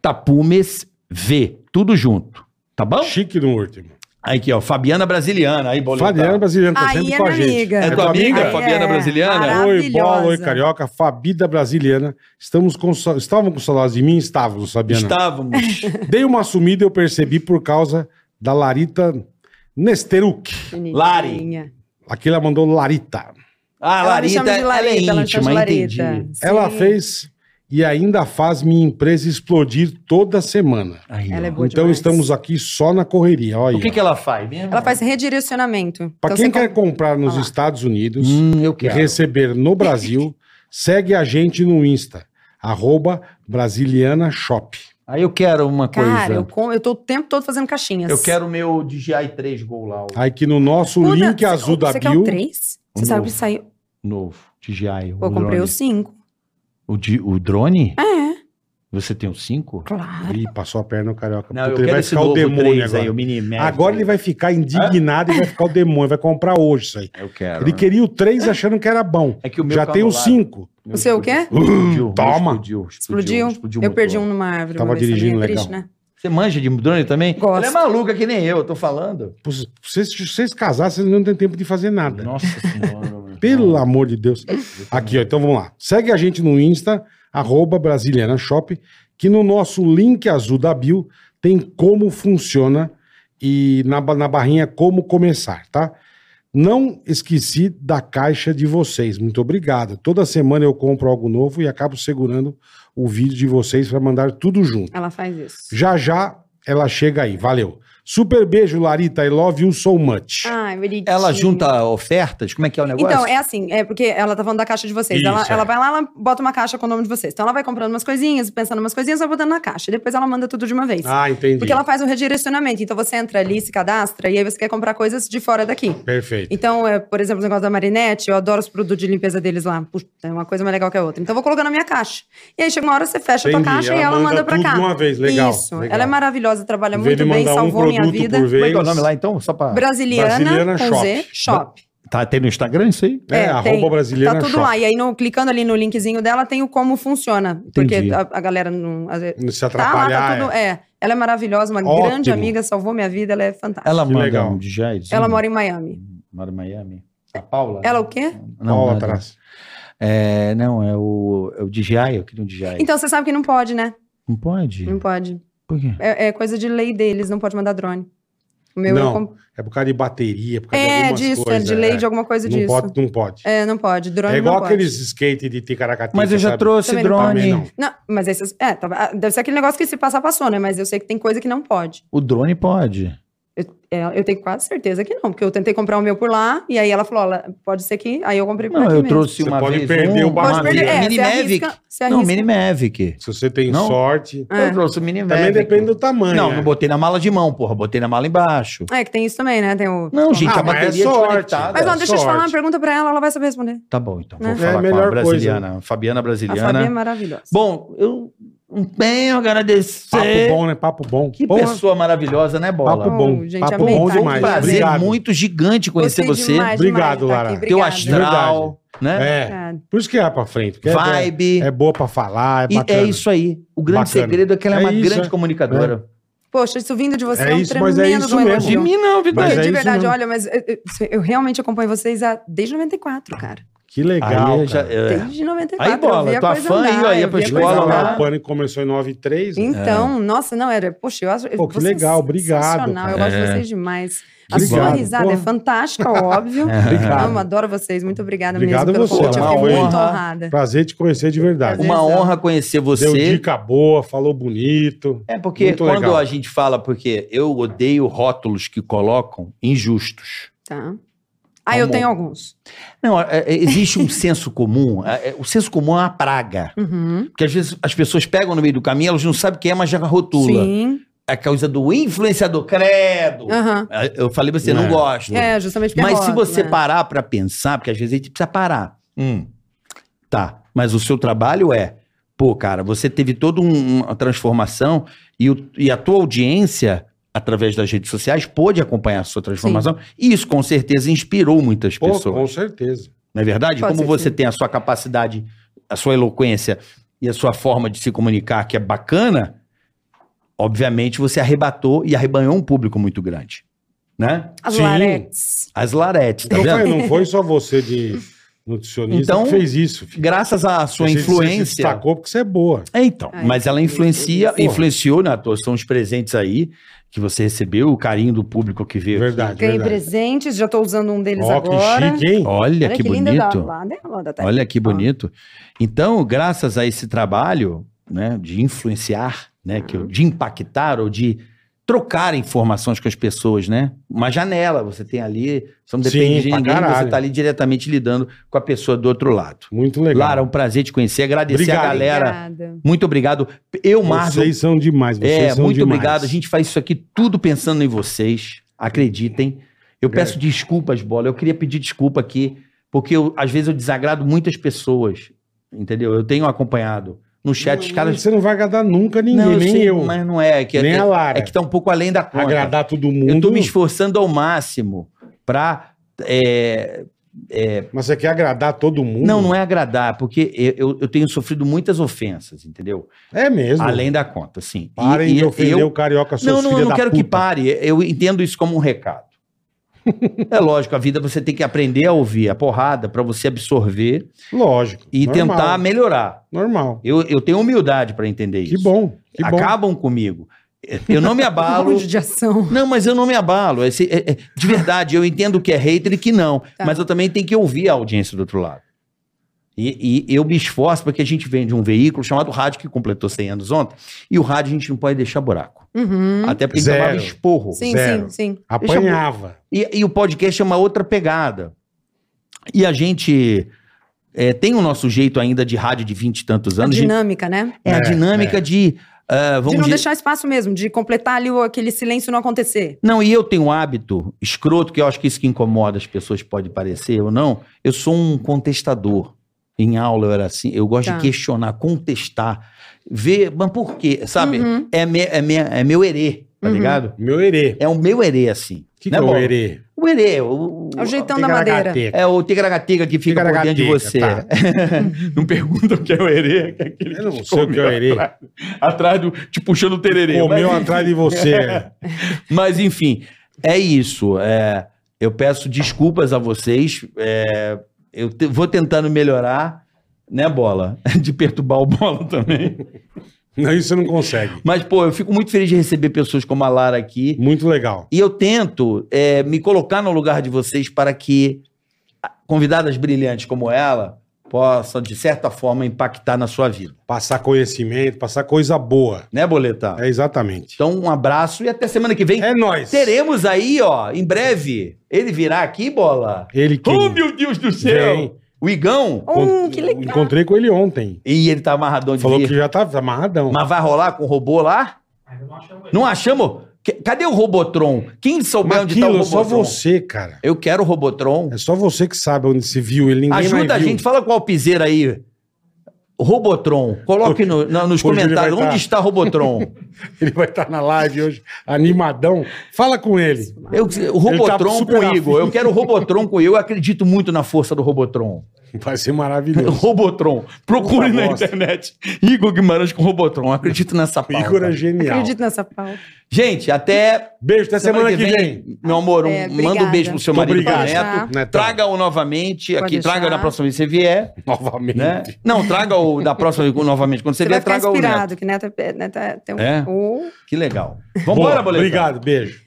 Tapumes V. Tudo junto. Tá bom?
chique no último.
Aí aqui, ó. Fabiana Brasiliana. Aí, boletar.
Fabiana Brasiliana tá
Aí
sempre
é
com a
minha
gente.
amiga. É
tua amiga,
Aí
Fabiana Brasiliana?
Oi, bola, oi,
É, maravilhosa.
carioca. Fabida Brasiliana. Estamos com, sa- estavam com saudades de mim? Estávamos, Fabiana.
Estávamos.
Dei uma sumida, eu percebi por causa da Larita Nesteruk.
Bonitinha.
Aqui ela mandou Larita.
Ah,
Ela me
Larita,
chama
ela
de
é
Larita, ela me chama
íntima,
de
entendi.
Larita. Sim.
Ela fez e ainda faz minha empresa explodir toda semana.
Aí,
Ela é boa
Então
demais.
estamos aqui só na correria. Olha.
O que,
aí,
é?
ó.
que ela faz mesmo?
Ela faz redirecionamento.
Para
Então
quem
você
quer
compra-
comprar nos
Olha lá.
Estados Unidos
Hum, eu
e
quero.
receber no Brasil, segue a gente no Insta, arroba Brasiliana Shop.
Aí eu quero uma
Cara,
coisa.
eu, com... eu tô o tempo todo fazendo caixinhas.
Eu, quero o meu DJI 3 Gol lá, o
Aí que no nosso
Puta,
link
você-
azul da
Você quer um o
bio.
3?
O
Você sabe que
novo.
saiu.
novo. DJI.
Pô, eu
o
comprei
drone.
o 5.
O, di- o drone?
É,
Você tem o 5?
claro.
Ih, passou a perna no carioca.
Não,
Puta,
eu
ele
quero
vai
esse
ficar o
novo
demônio
3
agora.
aí, o Mini Mac.
Agora ele vai ficar indignado e vai ficar o demônio. Vai comprar hoje isso aí.
Eu quero.
Ele queria o 3 achando que era bom.
É que o meu
Já tem o
canulado-
5.
meu
O seu o
explodiu.
quê?
Explodiu,
Toma.
Explodiu.
Explodiu.
explodiu
eu
o
perdi um
motor.
numa árvore.
Tava
uma vez
dirigindo
também, é
legal.
triste, né?
Você manja de drone também?
Gosto.
Ela é maluca que nem eu, eu tô falando.
Se vocês, se vocês casarem, vocês não têm tempo de fazer nada.
Nossa senhora. meu
Pelo
irmão.
amor de Deus. Aqui, ó. Então vamos lá. Segue a gente no Insta, arroba Brasiliana Shop, que no nosso link azul da bio tem como funciona e na, ba- na barrinha como começar, tá? Não esqueci da caixa de vocês. Muito obrigado. Toda semana eu compro algo novo e acabo segurando o vídeo de vocês para mandar tudo junto.
Ela faz isso.
Já já ela chega aí. Valeu. Super beijo, Larita. I love you so much.
Ai, bonitinho.
Ela junta ofertas? Como é que é o negócio?
Então, é assim, é porque ela tá falando da caixa de vocês.
Isso,
ela,
é.
ela vai lá, ela bota uma caixa com o nome de vocês. Então ela vai comprando umas coisinhas, pensando umas coisinhas, vai botando na caixa. E depois ela manda tudo de uma vez.
Ah, entendi.
Porque ela faz um redirecionamento. Então você entra ali, se cadastra, e aí você quer comprar coisas de fora daqui.
Perfeito.
Então, é, por exemplo, o negócio da Marinette, eu adoro os produtos de limpeza deles lá. Puxa, é uma coisa mais legal que a outra. Então, eu vou colocar na minha caixa. E aí chega uma hora, você fecha a
Entendi.
tua caixa
Ela
e ela
manda
manda, pra
tudo
cá.
de uma vez. Legal,
Isso.
legal.
Ela é maravilhosa, trabalha
Em vez
muito
de
bem,
mandar um
salvou minha
produto
vida.
por vez.
Como é que é o nome lá então? Só pra.
Brasiliana,
Brasiliana
com
Shop.
Z, shop.
Tá, tem no Instagram isso aí?
É, arroba
tem.
brasileira
Tá tudo
shop.
lá. E aí, no- clicando ali no linkzinho dela, tem o como funciona.
Entendi.
Porque a, a galera não. às vezes-
Não se
Tá lá,
atrapalhar.
tá tudo. É. Ela é maravilhosa, uma
Ótimo.
grande amiga, salvou minha vida, ela é fantástica.
Ela
Que
manda
legal.
um DJI? zinho?
Ela mora em É. Miami.
Mora em Miami. A Paula?
Ela o quê?
Não, Olha lá
nada.
atrás.
É, não, é o, é o DJI, eu queria um DJI.
É.
Então, você sabe que não pode, né?
não pode?
Não pode.
Por quê?
É, é coisa de lei deles, não pode mandar drone. O meu
Não,
eu comp-
É por causa de bateria, por causa de
é
algumas
disso,
coisas.
é de lei
é.
de alguma coisa
não
disso.
Pode, não pode. É,
É, não pode. Drone
igual
não pode.
aqueles skate de ticaracatica,
Mas eu já
sabe?
trouxe
Também não
drone.
Também não.
Não, mas esses. É, tá- ah, deve ser aquele negócio que se passar, passou, né? Mas eu sei que tem coisa que não pode.
O drone pode.
É, eu tenho quase certeza que não, porque eu tentei comprar o meu por lá, e aí ela falou: "Olha, pode ser que. Aí eu comprei por
Não,
aqui
eu
mesmo.
trouxe
Você
uma
pode
vez.
perder
um,
o
Pode
barato.
perder. É,
Mini
se
Mavic.
arrisca, se arrisca.
Não, Mini Mavic.
Se você tem
Não?
sorte.
É.
Eu trouxe o Mini Mavic.
Também depende do tamanho.
Não,
é.
não botei na mala de mão, porra. Botei na mala embaixo.
É que tem isso também, né? Tem o...
Não, gente,
Ah,
a
mas é
bateria é
sorte.
desconectada.
Mas
é
ó, deixa eu te falar
sorte.
uma pergunta pra ela, ela vai saber responder.
Tá bom, então. Vou
É
Né?
a
falar com a
melhor coisa.
brasiliana. Fabiana
A
Brasiliana.
Fabi é maravilhosa.
Bom, eu não tenho a
Papo
agradecer.
bom, né? Papo bom.
Que
Porra,
pessoa maravilhosa, né, Bola?
Papo bom.
Oh, gente,
papo
amei
bom
estar aqui.
Um
demais.
prazer
Obrigado.
muito gigante conhecer
Gostei
você.
demais,
Obrigado,
demais de estar
Lara.
aqui.
Teu
Obrigada.
astral, né?
É,
Obrigada.
por isso que é pra frente. porque é-
Vibe.
É, boa pra falar, é
E
bacana.
é isso aí. O grande
Bacana.
segredo é que ela é,
É
uma
isso,
grande
é.
comunicadora.
Poxa, isso vindo de você
É
é, um
isso, mas
tremendo
é
de um
isso mesmo.
elogio.
De mim
não,
Mas
Não,
é
de
isso
verdade, eh,
mesmo.
olha, mas eu, eu- eu realmente acompanho vocês há, desde 94, cara.
Que legal.
aí já,
cara.
é.
Desde 94.
Aí, bola,
eu via
tua
coisa
fã aí,
andar,
ó, ia
eu
pra
via coisa
escola lá.
andar.
O Pânico começou em 9 e 3, né?
É.
Então, nossa, não, era. Poxa, eu acho.
Pô, que
vocês
legal, obrigado,
Sensacional, eu
cara.
gosto de
É.
vocês demais. A sua
Obrigado,
risada
porra.
é fantástica, óbvio.
Obrigado.
Amo, adoro vocês. Muito obrigada
Obrigado
mesmo pelo
você,
convite. Eu
uma
fiquei muito
honra.
honrada.
Prazer te conhecer de verdade.
Prazer.
Uma
Beleza.
honra conhecer
Deu
você.
dica boa, falou bonito.
É porque
Muito
quando
legal.
a gente fala, porque eu odeio rótulos que colocam injustos.
Tá. Ah, eu
Amor.
tenho alguns.
Não, é- é- existe um senso comum. é- é- o senso comum é uma praga.
Uhum.
Porque às vezes as pessoas pegam no meio do caminho, elas não sabem quem é, mas já rotula.
Sim.
É a causa do influenciador credo.
Aham.
Eu falei pra você, não
É.
gosto.
Ah. É, justamente porque
Mas se
rola,
você
né?
parar pra pensar, porque às vezes a gente precisa parar. Hum, Tá, mas o seu trabalho é, pô, cara, você teve toda um- uma transformação e, o- e a tua audiência, através das redes sociais, pôde acompanhar a sua transformação. E isso com certeza inspirou muitas
Pô,
pessoas.
com certeza.
Não é verdade?
Pode
Como
ser que
você
sim.
tem a sua capacidade, a sua eloquência e a sua forma de se comunicar, que é bacana, obviamente você arrebatou e arrebanhou um público muito grande. Né?
As
Sim.
laretes.
As laretes, tá
Não
vendo?
foi, não foi só você de nutricionista
Então,
que fez isso. filho.
graças à sua
Você se- Você se
influência.
destacou porque você é boa.
É, então,
Ai,
mas ela
que
influencia,
delícia.
influenciou, né, Tô? São os presentes aí que você recebeu, o carinho do público que veio.
Verdade,
Ganhei
verdade.
presentes, já tô usando um deles
Ó,
agora.
que chique, hein?
aqui. Olha,
Olha
que,
linda da
bonito.
lá dela, da Thaís.
Olha que
Tá. Ó.
bonito. Então, graças a esse trabalho, né, de influenciar, né, que eu-
Uhum.
de impactar ou de trocar informações com as pessoas, né? Uma janela você tem ali, você não depende
Sim,
de
pra
ninguém, você
caralho.
está ali diretamente lidando com a pessoa do outro lado.
Muito legal.
Lara, é um prazer te conhecer, agradecer
Obrigado.
a galera.
Obrigada.
Muito obrigado. Eu, Marvel,
Vocês são demais, vocês
É,
são
muito
demais.
obrigado. A gente faz isso aqui tudo pensando em vocês. Acreditem. Eu peço desculpas, Bola. Eu queria pedir desculpa aqui, porque eu- às vezes eu desagrado muitas pessoas. Entendeu? Eu tenho acompanhado no chat os caras.
Você não vai agradar nunca ninguém,
não,
nem
sei,
eu.
Mas não é. é que,
nem
é,
a Lara.
é que tá um pouco além da conta.
Agradar todo mundo.
Eu tô me esforçando ao máximo pra. é,
Mas você quer agradar todo mundo?
Não, não é agradar, porque eu, eu- eu tenho sofrido muitas ofensas, entendeu?
É mesmo.
Além da conta, sim. E-
Parem
e
de ofender
eu-
o carioca seus
Não, não,
filha
eu não
da
quero que
puta.
pare. Eu entendo isso como um recado. é lógico, a vida você tem que aprender a ouvir a porrada pra você absorver
Lógico.
e
normal,
tentar melhorar.
Normal.
Eu, eu tenho humildade pra entender isso.
Que bom. Que bom.
Acabam comigo. Eu não me
Um
abalo.
Judiação.
Não, mas eu não me abalo. Esse- é- é- de verdade, eu entendo que é hater e que não.
Tá.
Mas eu também tenho que ouvir a audiência do outro lado. E, e eu me esforço porque a gente vem de um veículo chamado rádio que completou 100 anos ontem. E o rádio a gente não pode deixar buraco.
Uhum.
Até porque
Zero.
ele tomava esporro.
Sim,
Zero.
sim, sim.
Apanhava.
E, e o podcast é uma outra pegada. E a gente é, tem o nosso jeito ainda de rádio de vinte e tantos
A
anos. de-
dinâmica, né?
é a
É,
dinâmica
é.
de. ah, vamos
De não
dizer-
deixar espaço mesmo, de completar ali o- aquele silêncio não acontecer.
Não, e eu tenho um hábito escroto, que eu acho que isso que incomoda as pessoas, pode parecer ou não. Eu sou um contestador. Em aula eu era assim. Eu gosto
Tá.
de questionar, contestar, ver. Mas por quê? Sabe?
Uhum.
É, me- é, me- é meu herê, tá
Uhum.
ligado?
Meu herê.
É o meu herê, assim.
O que, que
Né,
é o
Bola?
herê?
O herê. O,
É o jeitão da Então, madeira.
Ticaracateca.
É o tigragatiga que fica por dentro de você.
Tigragatiga,
não pergunta o que é o herê, que é aquele
tá. Eu não
que
sei o que é o
comeu
herê.
Atrás, atrás do, te puxando o tererê.
Comeu
mas,
atrás de você. é.
mas, enfim, é isso. é, eu peço desculpas a vocês. é, eu te- vou tentando melhorar, né, Bola? De perturbar o Bola também.
Não, isso você não consegue.
Mas, pô, eu fico muito feliz de receber pessoas como a Lara aqui.
Muito legal.
E eu tento é, me colocar no lugar de vocês para que convidadas brilhantes como ela possam, de certa forma, impactar na sua vida.
Passar conhecimento, passar coisa boa.
Né, Boleta?
É exatamente.
Então, um abraço e até semana que vem.
É nóis.
Teremos aí, ó, em breve. Ele virá aqui, bola.
Ele que.
Oh, meu Deus do céu!
Vem.
O Igão.
Oh, que legal.
Encontrei com ele ontem.
E ele tá amarradão de
Falou
vir.
que já tá amarradão.
Mas vai rolar com o robô lá? Não achamos? Que- Cadê o Robotron? Quem souber
Mas
onde tá o
aquilo, é só
Robotron?
você, cara.
Eu quero o Robotron.
É só você que sabe onde se viu ele. Ninguém mais
Ajuda a
viu.
gente, fala qual piseira aí. Robotron, coloque no- na- nos
Hoje ele
comentários
vai
onde
tá-
está Robotron.
Ele vai estar na live hoje, animadão. Fala com ele.
Eu- o
Ele tá
Robotron
super
com o Igor.
afim.
Eu quero o Robotron com o Igor. Eu acredito muito na força do Robotron.
Vai ser maravilhoso.
Robotron. Procure
Puta
na
bosta.
internet. Igor Guimarães com Robotron. Acredito nessa
O
pauta.
Igor é genial.
Acredito nessa pauta.
Gente, até
Beijo, até semana, que vem.
Meu amor, um-
É,
manda um
obrigada.
beijo pro seu
Muito
marido
obrigado.
Neto.
Tá.
Netão,
Traga-o novamente
Pode
aqui.
deixar.
Traga da próxima vez que você vier.
novamente.
Né? Não, traga o da próxima novamente. Quando você,
Você
vier,
vai ficar
traga o Neto.
inspirado, que Neto, é, Neto é, tem um...
É?
Oh.
Que legal.
Boa,
Vambora, boleto.
Obrigado, beijo.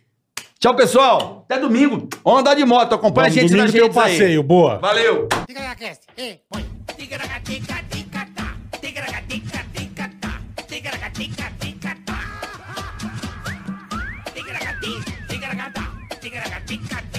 Tchau, pessoal. Até domingo. Vamos andar de moto. Acompanha
Vamos,
a gente
domingo
nas
tem o
redes aí.
passeio, boa.
Valeu.
Ticaracast, ei, põe. Ticaracatica, ticatá. Ticaracatica, ticatá. Ticaracatica, ticatá. Ticaracati, ticaracatá. Ticaracatica,